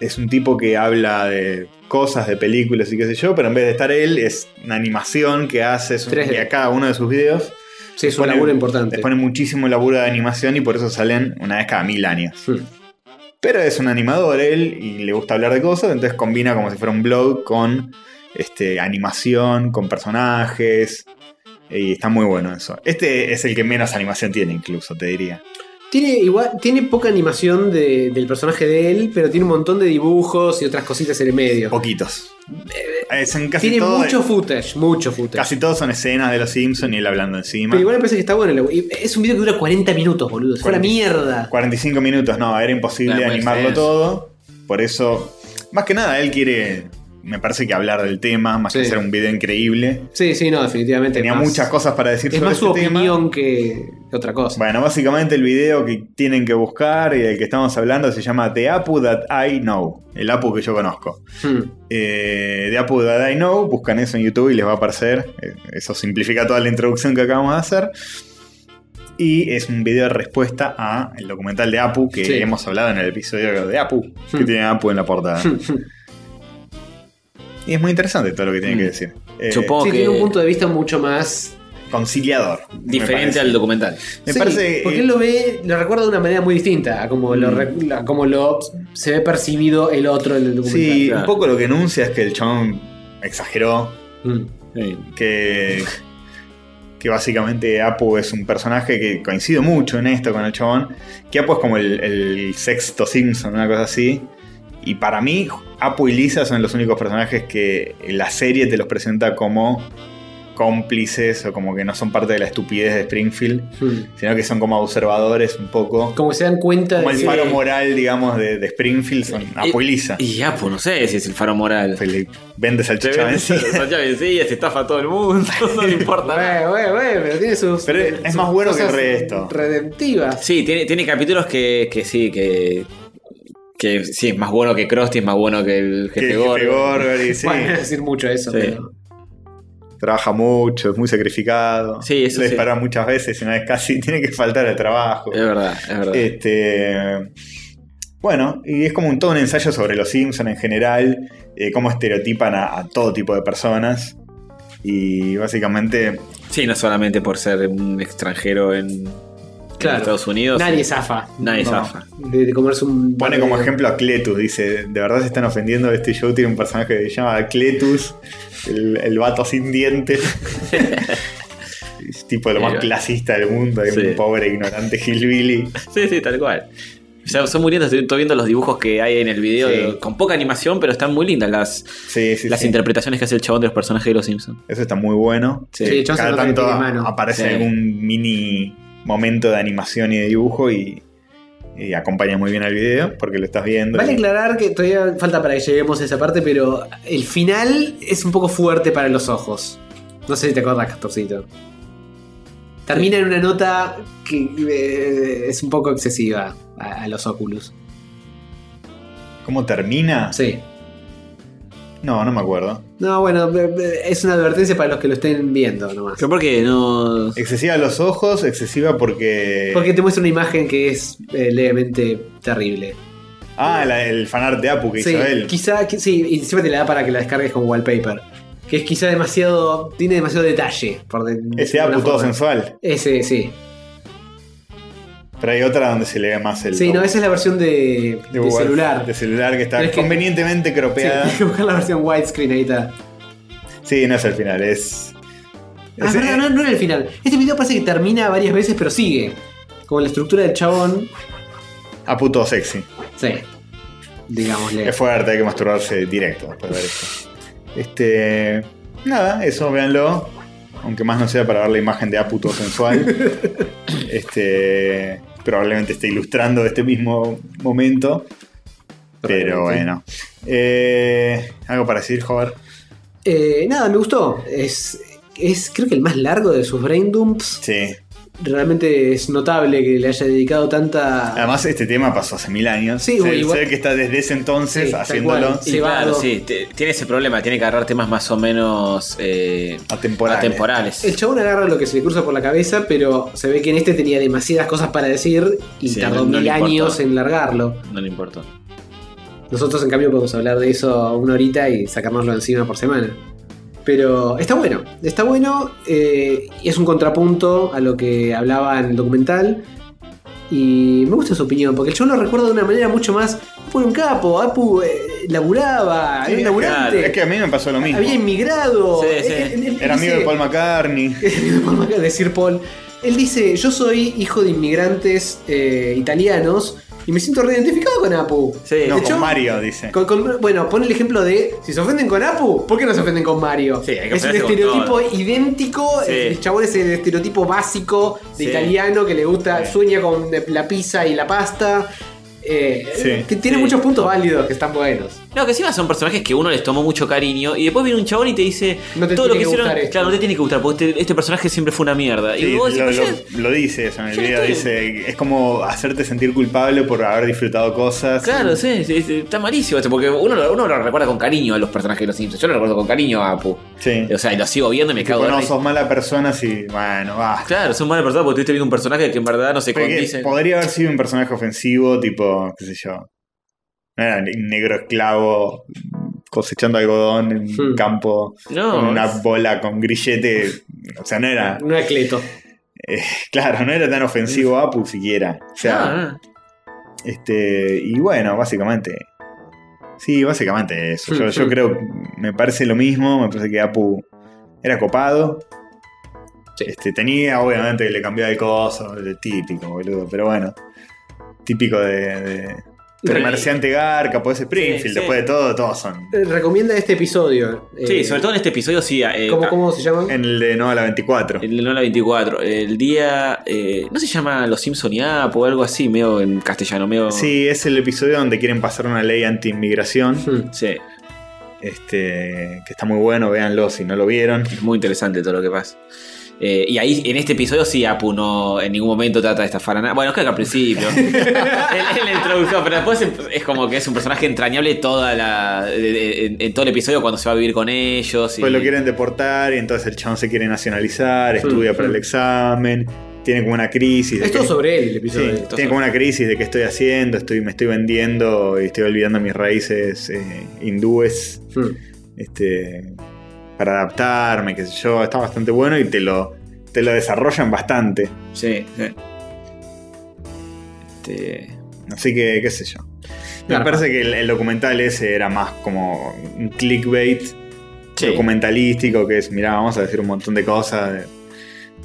es un tipo que habla de cosas, de películas y qué sé yo, pero en vez de estar él, es una animación que hace es un- 3D. y a cada uno de sus videos. Sí, es un Pone- laburo importante. Les pone muchísimo laburo de animación y por eso salen una vez cada mil años. Hmm. Pero es un animador él y le gusta hablar de cosas, entonces combina como si fuera un blog con este, animación, con personajes. Y está muy bueno eso. Este es el que menos animación tiene, incluso, te diría. Tiene, igual, tiene poca animación de- del personaje de él, pero tiene un montón de dibujos y otras cositas en el medio. Poquitos. Eh, son casi tiene todo- mucho footage, mucho footage. Casi todos son escenas de los Simpsons y él hablando encima. Pero igual me parece que está bueno. la- y Es un video que dura 40 minutos, boludo. Es una 40. mierda. 45 minutos, no, era imposible Claro, muy animarlo extenso. todo. Por eso, más que nada, él quiere, me parece que hablar del tema, más que Sí. hacer un video increíble. Sí, sí, no, definitivamente. Tenía más- muchas cosas para decir Es sobre más su este tema. opinión que que otra cosa. Bueno, básicamente el video que tienen que buscar y del que estamos hablando se llama The Apu That I Know, el Apu que yo conozco. Hmm. Eh, The Apu That I Know, buscan eso en YouTube y les va a aparecer. Eh, Eso simplifica toda la introducción que acabamos de hacer. Y es un video de respuesta a el documental de Apu que Sí. hemos hablado en el episodio de Apu, que Hmm. tiene Apu en la portada. Y es muy interesante todo lo que tiene Hmm. que decir. Eh, Supongo Sí, que tiene un punto de vista mucho más. Conciliador. me diferente parece. al documental. Me Sí, parece. Mm. Porque eh, él lo ve, lo recuerda de una manera muy distinta a como, lo, re- a como lo se ve percibido el otro en el documental. Sí, claro. un poco lo que enuncia es que el chabón exageró, Mm. Eh, que, que básicamente Apu es un personaje que coincido mucho en esto con el chabón, que Apu es como el, el sexto Simpson, una cosa así. Y para mí, Apu y Lisa son los únicos personajes que la serie te los presenta como cómplices o como que no son parte de la estupidez de Springfield, Mm. sino que son como observadores un poco. Como que se dan cuenta Como de el que- faro moral, digamos, de, de Springfield son Apu y Lisa. Y ya, pues no sé si es el faro moral. Felipe, Vende Se salchicha ve vencida. Sacha vencida, se estafa a todo el mundo, no le importa nada. Güey, güey, güey, pero tiene sus. Pero es sus más bueno que el cosas resto. Redemptivas. Sí, tiene, tiene capítulos que, que sí, que. Que sí, es más bueno que Krusty, es más bueno que el Que jefe el Gordo. jefe Gorgory, sí. Bueno, no es decir mucho eso, Sí. pero. Trabaja mucho, es muy sacrificado. Sí, eso Le sí. disparan muchas veces y una vez casi tiene que faltar al trabajo. Es verdad, es verdad. Este. Bueno, y es como un, todo un ensayo sobre los Simpsons en general, eh, cómo estereotipan a, a todo tipo de personas. Y básicamente, Sí, no solamente por ser un extranjero en, en Claro. Estados Unidos. Nadie zafa Nadie No. zafa. de, de comerse un. pone como ejemplo a Cletus, dice, de verdad se están ofendiendo, este show tiene un personaje que se llama Cletus, el, el vato sin dientes. Es tipo lo más Sí, clasista del mundo, es Eh, Sí. un pobre ignorante hillbilly. Sí, sí, tal cual. O sea, son muy lindas, estoy viendo los dibujos que hay en el video, Sí. con poca animación, pero están muy lindas las, Sí, sí, las sí. interpretaciones que hace el chabón de los personajes de los Simpsons. Eso está muy bueno. Eh, Sí, Sí, Johnson Cada no tiene tanto mano. aparece Sí. algún mini momento de animación y de dibujo y y acompaña muy bien al video porque lo estás viendo. Vale Y- aclarar que todavía falta para que lleguemos a esa parte, pero el final es un poco fuerte para los ojos. No sé si te acordás, Castorcito. Termina en una nota que eh, es un poco excesiva a, a los Oculus. ¿Cómo termina? Sí. No, no me acuerdo. No, bueno, eh, eh, es una advertencia para los que lo estén viendo nomás. ¿Pero por qué no...? Excesiva a los ojos, excesiva porque... Porque te muestra una imagen que es eh, levemente terrible. Ah, la- el fanart de Apu que Sí, hizo él. quizá, qui- sí, y siempre te la da para que la descargues con wallpaper. Que es quizá demasiado. Tiene demasiado detalle. Por de- Ese de alguna Apu todo forma. sensual. Ese, sí. Pero hay otra donde se le ve más el... Sí, no, esa es la versión de, de Google, celular. De celular que está Tenés que- convenientemente Sí, cropeada. tenés que Sí. buscar la versión widescreen, ahí está. no es el final, es... Ah, Ese- perdón, no, no era el final. Este video parece que termina varias veces, pero sigue. Como la estructura del chabón. Apu todo sexy. Sí. Digámosle. Es fuerte, hay que masturbarse directo después de ver esto. Este... Nada, eso, véanlo. Aunque más no sea para ver la imagen de Apu todo sensual. este... Probablemente esté ilustrando este mismo momento. Pero bueno. Eh, ¿Algo para decir, Jover? Eh, nada, me gustó. Es, es creo que el más largo de sus brain dumps. Sí. Realmente es notable que le haya dedicado tanta. Además, este tema pasó hace mil años. Ah. Sí, se, uy, igual- se ve que está desde ese entonces Sí, tal haciéndolo. cual. Y claro, sí, te- tiene ese problema, tiene que agarrar temas más o menos eh, atemporales. El chabón agarra lo que se le cruza por la cabeza, pero se ve que en este tenía demasiadas cosas para decir y Sí, tardó no- no mil le importó. años en largarlo. No le importó. Nosotros, en cambio, podemos hablar de eso una horita y sacárnoslo encima por semana. Pero está bueno, está bueno eh, y es un contrapunto a lo que hablaba en el documental. Y me gusta su opinión, porque yo lo recuerdo de una manera mucho más. Apu era un capo, Apu eh, laburaba, era Sí, un es, laburante. Ah, que, es que a mí me pasó lo mismo. Había inmigrado. Sí, sí. Él- él- él Era amigo dice- de Paul McCartney. decir Paul. Él dice, yo soy hijo de inmigrantes eh, italianos y me siento reidentificado con Apu. De no, hecho, con Mario, dice. con- con- bueno, pon el ejemplo de, si se ofenden con Apu, ¿por qué no se ofenden con Mario? hay que es un ofenderse con estereotipo idéntico, Sí. el chabón es el estereotipo básico de Sí. italiano que le gusta, Sí. sueña con la pizza y la pasta. Eh, Sí. t- Tiene muchos puntos válidos que están buenos. No, que encima son personajes que uno les tomó mucho cariño y después viene un chabón y te dice No te todo lo tiene que, que hicieron. gustar esto. Claro, no te tiene que gustar, porque este, este personaje siempre fue una mierda. Sí, y lo, vos decís, lo- "Pero yo- lo dice eso en el yo no video. estoy- Dice, es como hacerte sentir culpable por haber disfrutado cosas. claro, sí, sí, sí, está malísimo esto, porque uno, lo- uno lo recuerda con cariño a los personajes de los Simpsons. Yo lo recuerdo con cariño a Apu. Sí. O sea, y lo sigo viendo y me Tipo, cago de no, risa. sos mala persona si. Bueno, basta. Claro, son malas personas porque estuviste viendo un personaje que en verdad no se Porque condice. podría haber sido un personaje ofensivo, tipo, qué sé yo. No era un negro esclavo cosechando algodón en un campo Hmm. No, con una es- bola con grillete. O sea, no era. No es Cleto. eh, claro, no era tan Mm. ofensivo Apu siquiera. O sea, Ah, este. Y bueno, básicamente. Sí, básicamente eso. Yo, Hmm, yo hmm. creo. Me parece lo mismo. Me parece que Apu era copado. Este, tenía, obviamente, que le cambiaba el coso, el típico, boludo, pero bueno. Típico de. de comerciante garca, puede ser Springfield, sí. después de todo, todos son. Eh, Recomienda este episodio. Sí, Eh, sobre todo en este episodio sí. eh, ¿cómo, ah, cómo se llama? En el de No a la 24. El de No la 24. El día. eh, ¿No se llama Los Simpson y Apu o algo así? Medio en castellano, medio. Sí, es el episodio donde quieren pasar una ley anti-inmigración. Hmm. Sí. Este, que está muy bueno, véanlo si no lo vieron. Es muy interesante todo lo que pasa. Eh, y ahí, en este episodio, sí, Apu no en ningún momento trata de estafar a nadie. Bueno, creo que al principio. él, él le introdujo, pero después em- es como que es un personaje entrañable toda la, de- de- en, en todo el episodio cuando se va a vivir con ellos. y- Pues lo quieren deportar y entonces el chabón se quiere nacionalizar, estudia para el examen, tiene como una crisis. de Es eh, todo que- sobre él el Sí, episodio. tiene como una crisis de qué estoy haciendo, estoy, me estoy vendiendo y estoy olvidando mis raíces eh, hindúes Hmm. este, para adaptarme, qué sé yo. Está bastante bueno y te lo, te lo desarrollan bastante. Sí, sí. Este, Así que, qué sé yo. Me Garpa. parece que el, el documental ese era más como un clickbait Sí. documentalístico, que es, mirá, vamos a decir un montón de cosas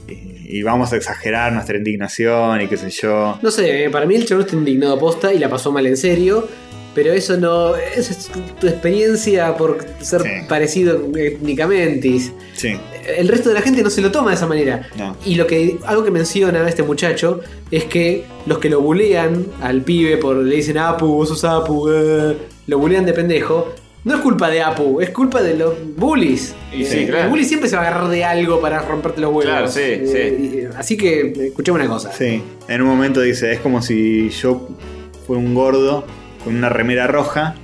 y, y vamos a exagerar nuestra indignación y qué sé yo. No sé, eh, para mí el chabón está indignado posta y la pasó mal en serio. Pero eso no. Esa es tu experiencia por ser parecido étnicamente. Sí. El resto de la gente no se lo toma de esa manera. No. Y lo que algo que menciona este muchacho es que los que lo bulean al pibe por le dicen Apu, vos sos Apu, eh", lo bulean de pendejo. No es culpa de Apu, es culpa de los bullies. Eh, Y sí, el claro. bully siempre se va a agarrar de algo para romperte los huevos. Claro, sí, sí. Así que escuchemos una cosa. Sí. En un momento dice, es como si yo fuera un gordo con una remera roja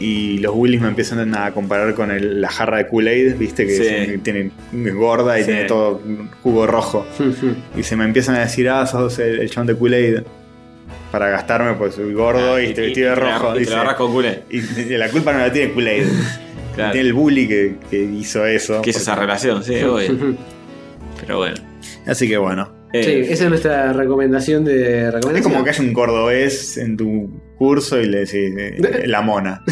y los Willys me empiezan a comparar con el- la jarra de Kool-Aid, viste que Sí. es- tiene es gorda y Sí. tiene todo un jugo rojo. Hmm, y se me empiezan a decir, ah, sos el, el chabón de Kool-Aid. Para gastarme, pues soy gordo y, estoy vestido de Ah, y te la- rojo. y te dice. la agarras con Kool-Aid. Y, y la culpa no la tiene Kool-Aid. La Tiene el bully que, que hizo eso. Que hizo esa relación, sí, obvio. Pero bueno. Eh, Así que bueno. sí, esa es nuestra recomendación de Es recomendación. como que hay un cordobés en tu curso y le decís eh, la mona.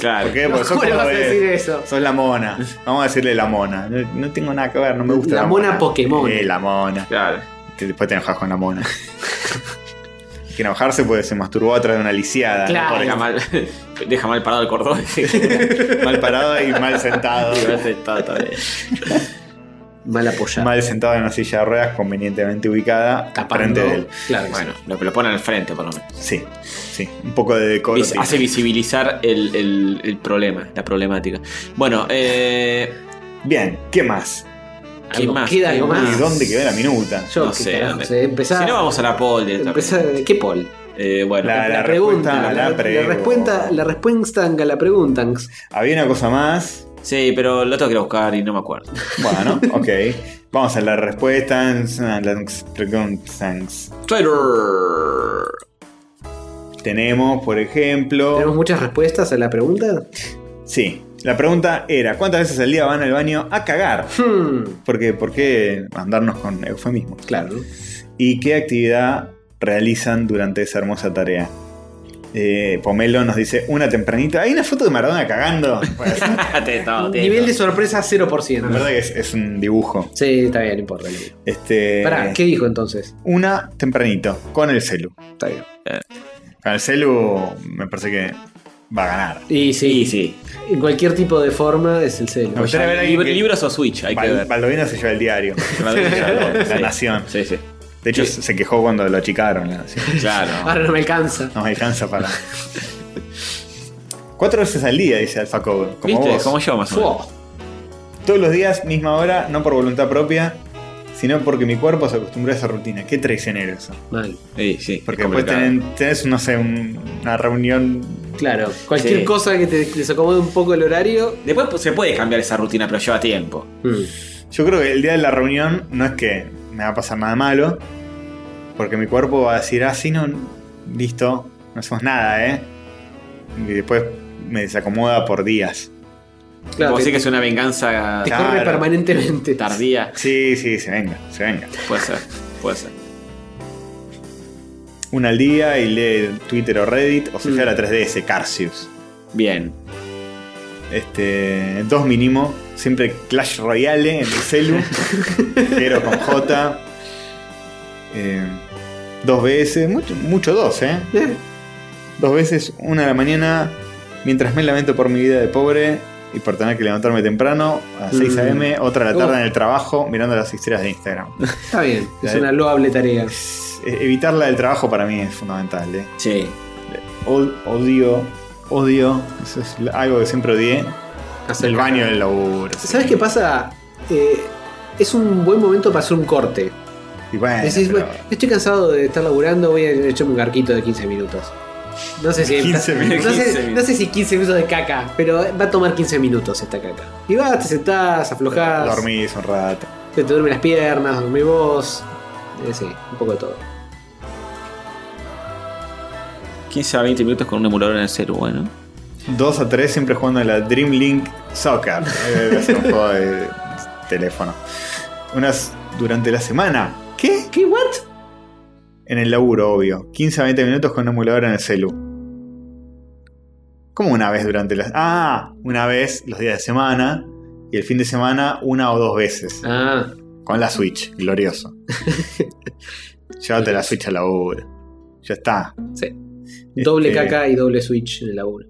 Claro. ¿Por qué? Porque sos ¿Cómo le vas a cordobés, decir eso? Sos la mona. Vamos a decirle la mona. No, no tengo nada que ver, no me gusta. La mona Pokémon. Eh, la mona. Claro. después te enojas con la mona. que enojarse porque se masturbó atrás de una lisiada. Claro. Por Deja ejemplo. mal, deja mal parado el cordón. mal parado y mal sentado. Y mal sentado también. Mal apoyado. Mal sentado en una silla de ruedas convenientemente ubicada frente de él. Claro. Bueno, lo, lo ponen al frente por lo menos. Sí, sí. Un poco de decoro. Vis- tiene. hace visibilizar el, el- el problema, la problemática. Bueno, eh, Bien, ¿qué más? ¿qué más? queda algo más? Ah. ¿Y dónde quedó la minuta? Yo, no qué sé. carajo, dónde- sé, empezá- si no, vamos a la poll directamente. Empezá- ¿Qué poll? Eh, bueno, La- la respuesta a la la, prego. respuesta, la respuesta a la pregunta. Había una cosa más. Sí, pero lo tengo que ir a buscar y no me acuerdo. Bueno, ok. Vamos a la respuesta. Twitter. Tenemos, por ejemplo. ¿Tenemos muchas respuestas a la pregunta? Sí. La pregunta era: ¿cuántas veces al día van al baño a cagar? Hmm, Porque, ¿Por qué andarnos con eufemismos? claro. ¿Y qué actividad realizan durante esa hermosa tarea? Eh, Pomelo nos dice una tempranita. Hay una foto de Maradona cagando. Bueno, es- la Atento, Nivel atento. de sorpresa 0%. verdad que Ah, es, es un dibujo. Sí, está bien, no importa. no importa. Este, Pará, ¿qué dijo entonces? Una tempranito, con el celu. Eh, Está bien. Con el celu me parece que va a ganar. Y sí, Sí, sí. en cualquier tipo de forma es el celo. Me gustaría ver a alguien Libr- que- Libros o Switch, hay que Val- ver. Baldovino se lleva el diario. la Nación. Sí, sí. De hecho, Sí. se quejó cuando lo achicaron. La Nación. Claro. Ahora no me alcanza. No me alcanza para. Cuatro veces al día, dice Alfa Cobra. Como ¿Viste? vos. Como yo, más o menos. Fua. Todos los días, misma hora, no por voluntad propia, sino porque mi cuerpo se acostumbró a esa rutina. Qué traicionero eso. Mal. Sí, sí. Porque es después complicado. tenen- tenés, no sé, un- una reunión. Claro. Cualquier Sí. cosa que te desacomode un poco el horario. Después pues, se puede cambiar esa rutina, pero lleva tiempo. Mm. hmm, Yo creo que el día de la reunión no es que me va a pasar nada malo, porque mi cuerpo va a decir, ah, sí, no, listo, no hacemos nada, ¿eh? Y después me desacomoda por días. Claro, Puedo te, decir que es una venganza te Claro. corre permanentemente. tardía. Sí, sí, se venga, se venga. Puede ser, puede ser. Una al día y lee Twitter o Reddit, o se lleva la 3DS, Carcius. Mm. Bien. Este, dos mínimo. Siempre Clash Royale en el celu. Pero con J. Eh, dos veces. Mucho, mucho dos, ¿eh? Eh, Dos veces, una a la mañana. Mientras me lamento por mi vida de pobre y por tener que levantarme temprano a 6 Mm. a.m., otra a la tarde Oh. en el trabajo mirando las historias de Instagram. Está bien. Es Dale. una loable tarea. Eh, Evitarla del trabajo para mí es fundamental. ¿eh? Sí. Od- Odio, odio, eso es algo que siempre odié. Hacer El caca. baño del laburo. ¿Sabes qué pasa? Eh, es un buen momento para hacer un corte. Y bueno, Decís, pero- bueno, estoy cansado de estar laburando, voy a echarme un garquito de 15 minutos. No sé si 15 minutos. No, sé, 15 no sé si 15 minutos de caca, pero va a tomar 15 minutos esta caca. Y vas, te sentás, aflojás, Dormís un rato. te duermen las piernas, dormí vos. Eh, sí, un poco de todo. 15 a 20 minutos con un emulador en el celu, bueno. 2 a 3 siempre jugando en la Dream Link Soccer. Eh, Es un juego de teléfono. Unas durante la semana. ¿Qué? ¿Qué? ¿What? En el laburo, obvio. 15 a 20 minutos con un emulador en el celu. ¿Cómo una vez durante la... Ah, una vez los días de semana. Y el fin de semana una o dos veces. Ah, Con la Switch. Glorioso. Llévate la Switch al laburo. Ya está. sí. Doble Este, caca y doble switch en el laburo.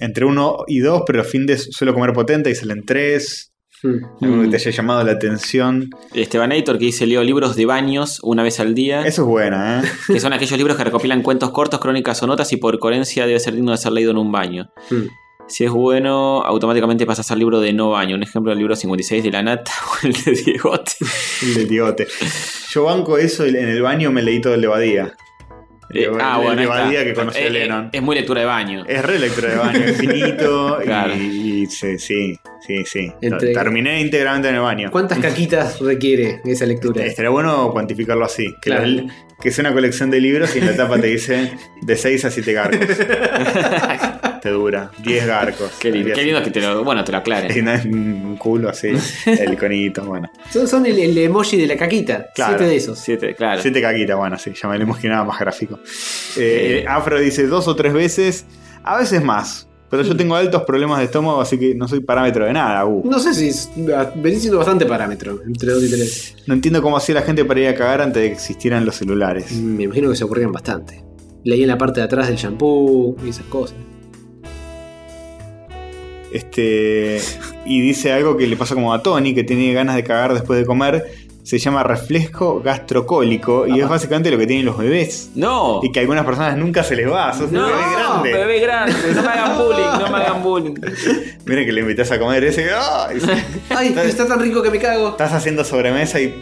Entre 1 y 2, pero los fines suelo comer potente y salen 3. Algo Mm. que te haya llamado la atención. Esteban Aitor que dice leo libros de baños una vez al día. Ah. Eso es buena, ¿eh? Que son aquellos libros que recopilan cuentos cortos, crónicas o notas y por coherencia debe ser digno de ser leído en un baño. hmm. Si es bueno, automáticamente pasas al libro de no baño. Un ejemplo del libro 56 de la nata o el de Diegote. El de Diegote. Yo banco eso y en el baño me leí todo el de Badía. Eh, ah, el bueno, de ahí está. Badía que conocí a Eh, eh, Lennon. Eh, Es muy lectura de baño. Es re lectura de baño, infinito. Claro. Y, y sí, sí, sí, sí. Entre- Terminé íntegramente en el baño. Eh, ¿Cuántas caquitas requiere esa lectura? Estaría bueno cuantificarlo así. Que, Claro. la- que es una colección de libros y en la tapa te dice de 6 a 7 garcos. te dura. 10 garcos. Qué lindo, qué lindo que te lo, bueno, te lo Y aclaren. no es un culo así, el conito, bueno. Son, son el, el emoji de la caquita. este. Claro. Siete de esos. Siete, claro. Siete caquitas, bueno, sí, ya me lo imaginaba más gráfico. Eh, Afro dice dos o tres veces, a veces más. Pero yo tengo altos problemas de estómago, así que no soy parámetro de nada, uh. No sé si es- ah, venís siendo bastante parámetro entre dos y tres. No entiendo cómo hacía la gente para ir a cagar antes de que existieran los celulares. Me imagino que se ocurrían bastante. Leí en la parte de atrás del shampoo y esas cosas. Este. Y dice algo que le pasa como a Tony, que tiene ganas de cagar después de comer. Se llama reflejo gastrocólico. Y es básicamente lo que tienen los bebés. Oh. No. Y que a algunas personas nunca se les va. Sos un bebé grande. bebé grande. No me hagan bullying, no me hagan bullying. Mira que le invitas a comer ese. ¡ah! Ay, está tan rico que me cago. Estás haciendo sobremesa y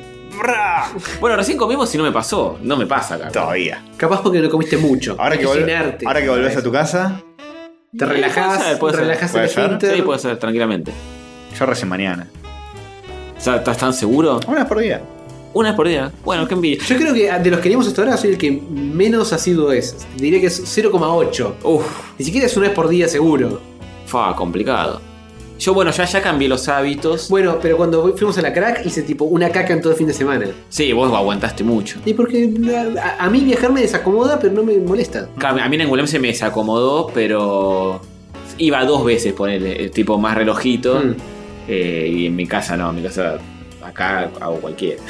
Bueno, recién comimos y no me pasó. No me pasa, Ah, acá. todavía. Capaz porque no comiste mucho. Ahora que, Hay vol- llenarte. ahora que volvés a tu casa, Te relajás, Eh, Puede ser, relajás puede el ser. esfínter. Sí, puede ser, tranquilamente. yo recién mañana. O sea, ¿Estás tan seguro? Una vez por día. Una vez por día. Bueno, qué envidia. Yo creo que de los que leímos hasta ahora soy el que menos asiduo es. Diría que es 0,8. Uf, Ni siquiera es una vez por día seguro. fa, complicado. Yo, bueno, ya, ya cambié los hábitos. Bueno, pero cuando fuimos a la crack hice tipo una caca en todo el fin de semana. Sí, vos aguantaste mucho. Y porque a, a mí viajar me desacomoda, pero no me molesta. Claro, A mí en Angulem se me desacomodó, pero iba dos veces ponerle, tipo más relojito. Mm. Eh, y en mi casa no, en mi casa acá hago cualquiera.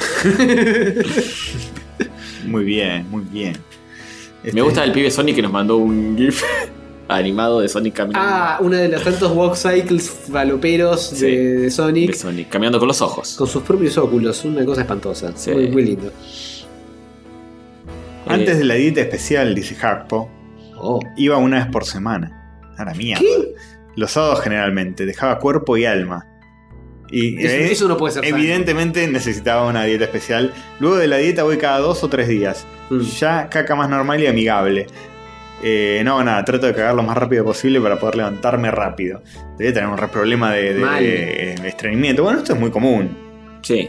Muy bien, muy bien. Este, Me gusta el pibe Sonic que nos mandó un GIF animado de Sonic caminando. Ah, una de los tantos walk cycles faloperos de, Sí. de Sonic de Sonic, caminando con los ojos. con sus propios óculos. Una cosa espantosa. Sí. Muy, muy lindo. Antes Eh, de la dieta especial, dice Harpo, Oh. iba una vez por semana. A la mierda. ¿Qué? Los sábados generalmente, dejaba cuerpo y alma. Y Eso, eh, eso no puede ser sano. evidentemente necesitaba una dieta especial. Luego de la dieta voy cada dos o tres días. Mm. Ya caca más normal y amigable. Eh, no, nada, trato de cagar lo más rápido posible para poder levantarme rápido. Debe tener un re problema de, de- Mal. de- de estreñimiento. Bueno, esto es muy común. Sí,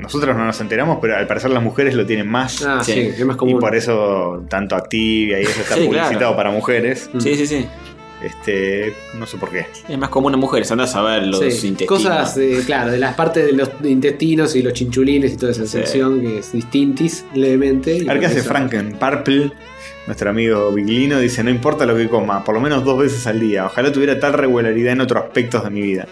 Nosotros no nos enteramos, pero al parecer las mujeres lo tienen más. Ah, sí. Sí. es más y común. por eso tanto Activia y eso está Sí, claro. publicitado para mujeres. Mm. sí, sí, sí. Este, no sé por qué. Es más común en mujeres, andás a ver los Sí, intestinos. Cosas, de, claro, de las partes de los intestinos y los chinchulines y toda esa Sí. sección que es distintis levemente. A ver qué hace Eso. Franken Purple, nuestro amigo Biglino, dice, no importa lo que coma, por lo menos dos veces al día. Ojalá tuviera tal regularidad en otros aspectos de mi vida.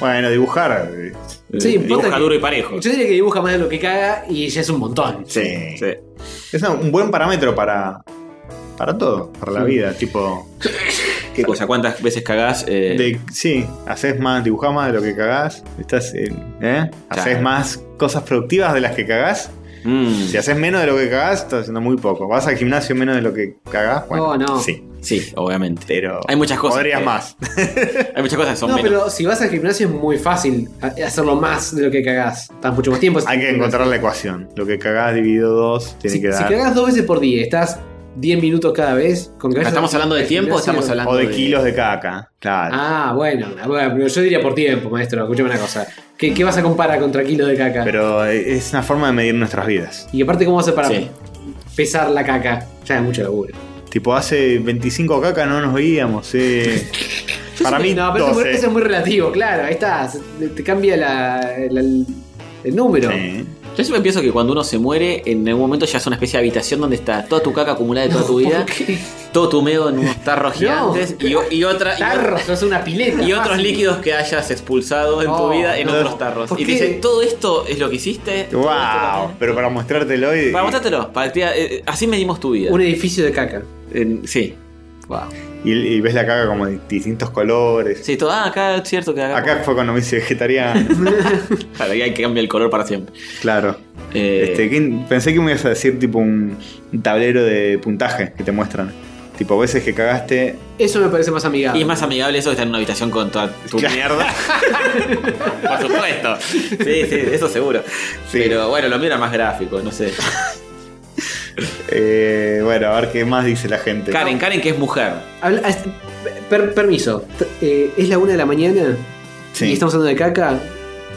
bueno, dibujar. eh, Eh, Sí, importa dibuja que- duro y parejo. Yo diría que dibuja más de lo que caga y ya es un montón. Sí. Sí. Es una- un buen parámetro para, para todo, para la vida. Tipo, ¿Qué cosa? ¿Cuántas veces cagás? eh, de, sí, haces más, dibujás más de lo que cagás. Estás, eh, ¿eh? Haces Claro. más cosas productivas de las que cagás. mm, Si haces menos de lo que cagás, estás haciendo muy poco. Vas al gimnasio menos de lo que cagás, bueno, Oh, no. sí. sí, obviamente. Pero Hay muchas cosas Podrías que- más. Hay muchas cosas que son No, menos. pero si vas al gimnasio es muy fácil ha- hacerlo más de lo que cagás. Estás mucho más tiempo. Hay que encontrar la ecuación. Lo que cagás dividido 2 tiene Si, que si dar. cagás dos veces por día, estás 10 minutos cada vez. Con que vayas ¿Estamos al hablando de tiempo o gimnasio- estamos hablando o de kilos de caca. Claro. Ah, bueno, bueno, pero yo diría por tiempo, maestro. Escuchame una cosa. ¿Qué, qué vas a comparar contra kilos de caca? Pero eh, es una forma de medir nuestras vidas. y aparte, ¿cómo vas a para Sí. pesar la caca? Ya es mucho laburo. Tipo, hace 25 caca no nos veíamos. eh. Yo Para siempre- mí, no, pero eso es muy- 12. eso es muy relativo, claro. Ahí está. se- Te cambia la- la- el número. Sí. Yo siempre pienso que cuando uno se muere, en algún momento ya es una especie de habitación donde está toda tu caca acumulada de toda tu vida. ¿Por qué? todo tumeado en unos tarros gigantes y, o- y otra. y- Tarros, es una pileta. Y otros líquidos que hayas expulsado en tu Oh, vida en no. otros tarros. ¿Por Y qué? te dice, todo esto es lo que hiciste. ¡Wow! Pero para mostrártelo y. Para mostrártelo, para que te- eh, así medimos tu vida. Un edificio de caca. En- sí. Wow. Y, y ves la caga como de distintos colores. Sí, todo. Ah, acá es cierto que acá. Acá fue cuando me hice vegetariano. Claro, y hay que cambiar el color para siempre. Eh, Claro. Eh. Este, ¿qué- pensé que me ibas a decir tipo un, un tablero de puntaje que te muestran. Tipo, veces que cagaste. Eso me parece más amigable. Y es más amigable eso que estar en una habitación con toda tu mierda. Por supuesto. Sí, sí, eso seguro. Pero bueno, lo mío era más gráfico, no sé. Eh, bueno, a ver qué más dice la gente. Karen, Karen que es mujer. Habla- as- per- permiso. T- eh, es la una de la mañana. Y estamos hablando de caca.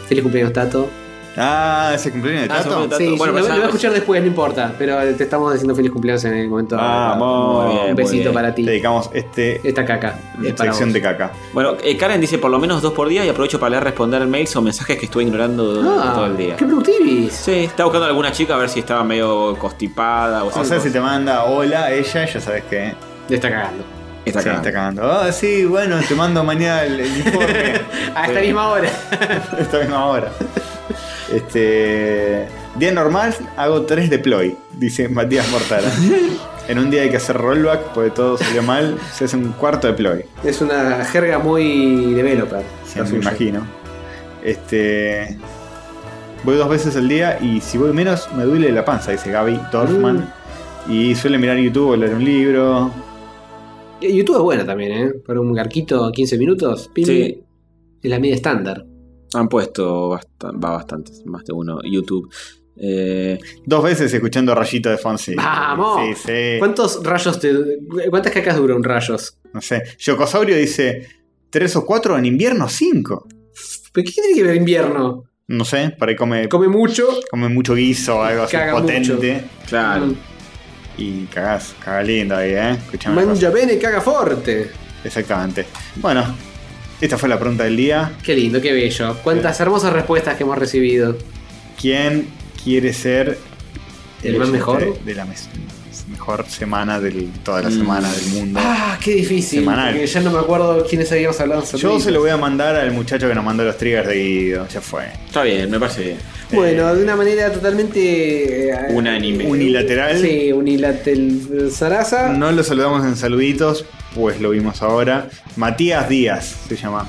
Feliz cumpleaños, Tato. Ah, ese cumpleaños de Ah, Tato. sí, sí, lo, lo voy a escuchar después, no importa. Pero te estamos diciendo feliz cumpleaños en el momento. Vamos. Oh, Un Muy besito bien. para ti. Te dedicamos este, esta caca. Es para sección vos. de caca. Bueno, eh, Karen dice por lo menos dos por día y aprovecho para leer responder mails o mensajes que estuve ignorando Ah, todo el día. ¡Qué productivis! Sí, estaba buscando a alguna chica a ver si estaba medio constipada o, O sea, si te manda hola, ella, ya sabes que. Está cagando. Está sí, cagando. está cagando. Ah, sí, bueno, te mando mañana el, el informe. A esta misma hora. Esta misma hora. Este. Día normal, hago tres deploy, dice Matías Mortara. En un día hay que hacer rollback porque todo salió mal, se hace un cuarto deploy. Es una jerga muy developer. Ya me imagino. Este. Voy dos veces al día y si voy menos me duele la panza, dice Gaby Dorfman. Uh. Y suele mirar YouTube o leer un libro. Y- YouTube es bueno también, ¿eh? Para un garquito 15 minutos. pim, Sí. Es la media estándar. Han puesto bastan- va bastante, más de uno, YouTube. Eh, Dos veces escuchando Rayito de Fonsi. ¡Vamos! Sí, sí. ¿Cuántos rayos te. ¿Cuántas cacas dura un rayos? No sé. Yocosaurio dice: ¿tres o cuatro? En invierno, cinco. ¿Pero qué tiene que ver invierno? No sé, por ahí come, Come mucho. come mucho guiso o algo así Caga potente. mucho. claro. Mm. Y cagás, caga lindo ahí, ¿eh? Escuchame una Manja bene, caga forte. cosa. Exactamente. Bueno, esta fue la pregunta del día. Qué lindo, qué bello. Cuántas hermosas respuestas que hemos recibido. ¿Quién quiere ser ¿El más oyente mejor? Mm. De la mes- mejor semana de toda la semana del mundo. Ah, qué difícil. Semanal. Porque ya no me acuerdo quiénes habíamos hablado. en Yo San se lo voy a mandar al muchacho que nos mandó los triggers de Guido. Ya fue. Está bien, me parece bien. Bueno, de una manera totalmente. eh, Unánime. Unilateral. Sí, unilateral. Sarasa. No lo saludamos en saluditos, pues lo vimos ahora. Matías Díaz se llama.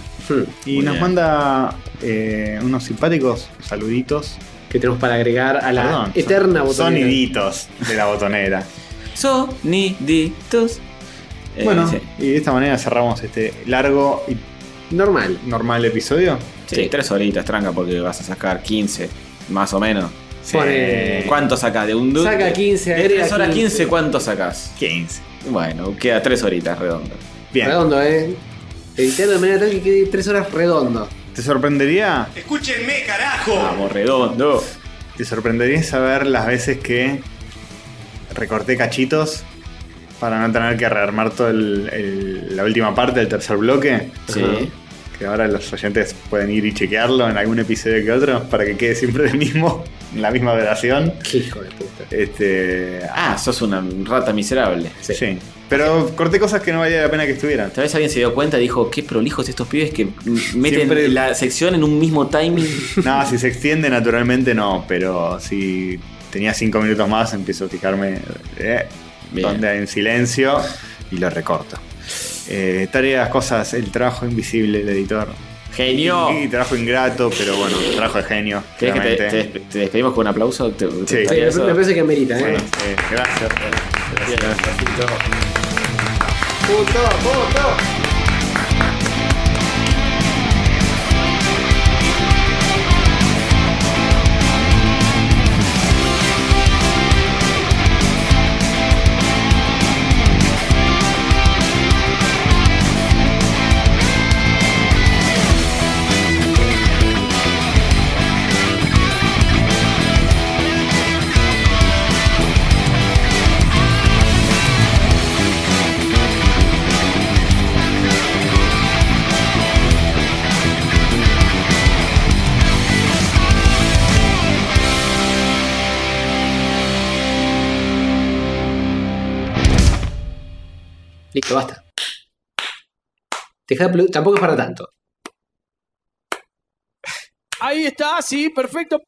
Y Muy nos bien. manda eh, unos simpáticos saluditos. Que tenemos para agregar a la Perdón, eterna son- botonera. Soniditos de la botonera. Soniditos. Eh, bueno, sí. y de esta manera cerramos este largo y Normal. normal episodio. Sí, tres horitas, tranca, porque vas a sacar 15, más o menos. Eh, Pone- ¿Cuánto sacás? De un du- Saca 15, De agrega 3 horas 15, 15. ¿cuánto sacás? 15. Bueno, queda 3 horitas redondas. Bien. Redondo, eh. Editarlo de manera tal que quede 3 horas redondo. ¿Te sorprendería? Escúchenme, carajo. Vamos, redondo. ¿Te sorprendería saber las veces que recorté cachitos para no tener que rearmar toda la última parte del tercer bloque? Sí. que ahora los oyentes pueden ir y chequearlo en algún episodio que otro para que quede siempre el mismo, en la misma duración. Qué hijo de puta. Este, Ah, sos una rata miserable. sí. Pero corté cosas que no valía la pena que estuvieran. Tal vez alguien se dio cuenta y dijo, qué prolijos estos pibes que m- meten Siempre- la sección en un mismo timing. No, si se extiende naturalmente no, pero si tenía cinco minutos más empiezo a fijarme eh, Bien. dónde hay en silencio y lo recorto. Eh, tareas, cosas, el trabajo invisible del editor. Genio. Y trabajo ingrato, pero bueno, trabajo de genio. ¿Querés que te, claramente. te despe- te despedimos con un aplauso? ¿Te- te Sí. Sí, gustaría me, eso? me parece que merita, eh. Sí, sí, gracias. Puto, puto. Thank Listo, basta. Deja de pelu- tampoco es para tanto. Ahí está, sí, perfecto.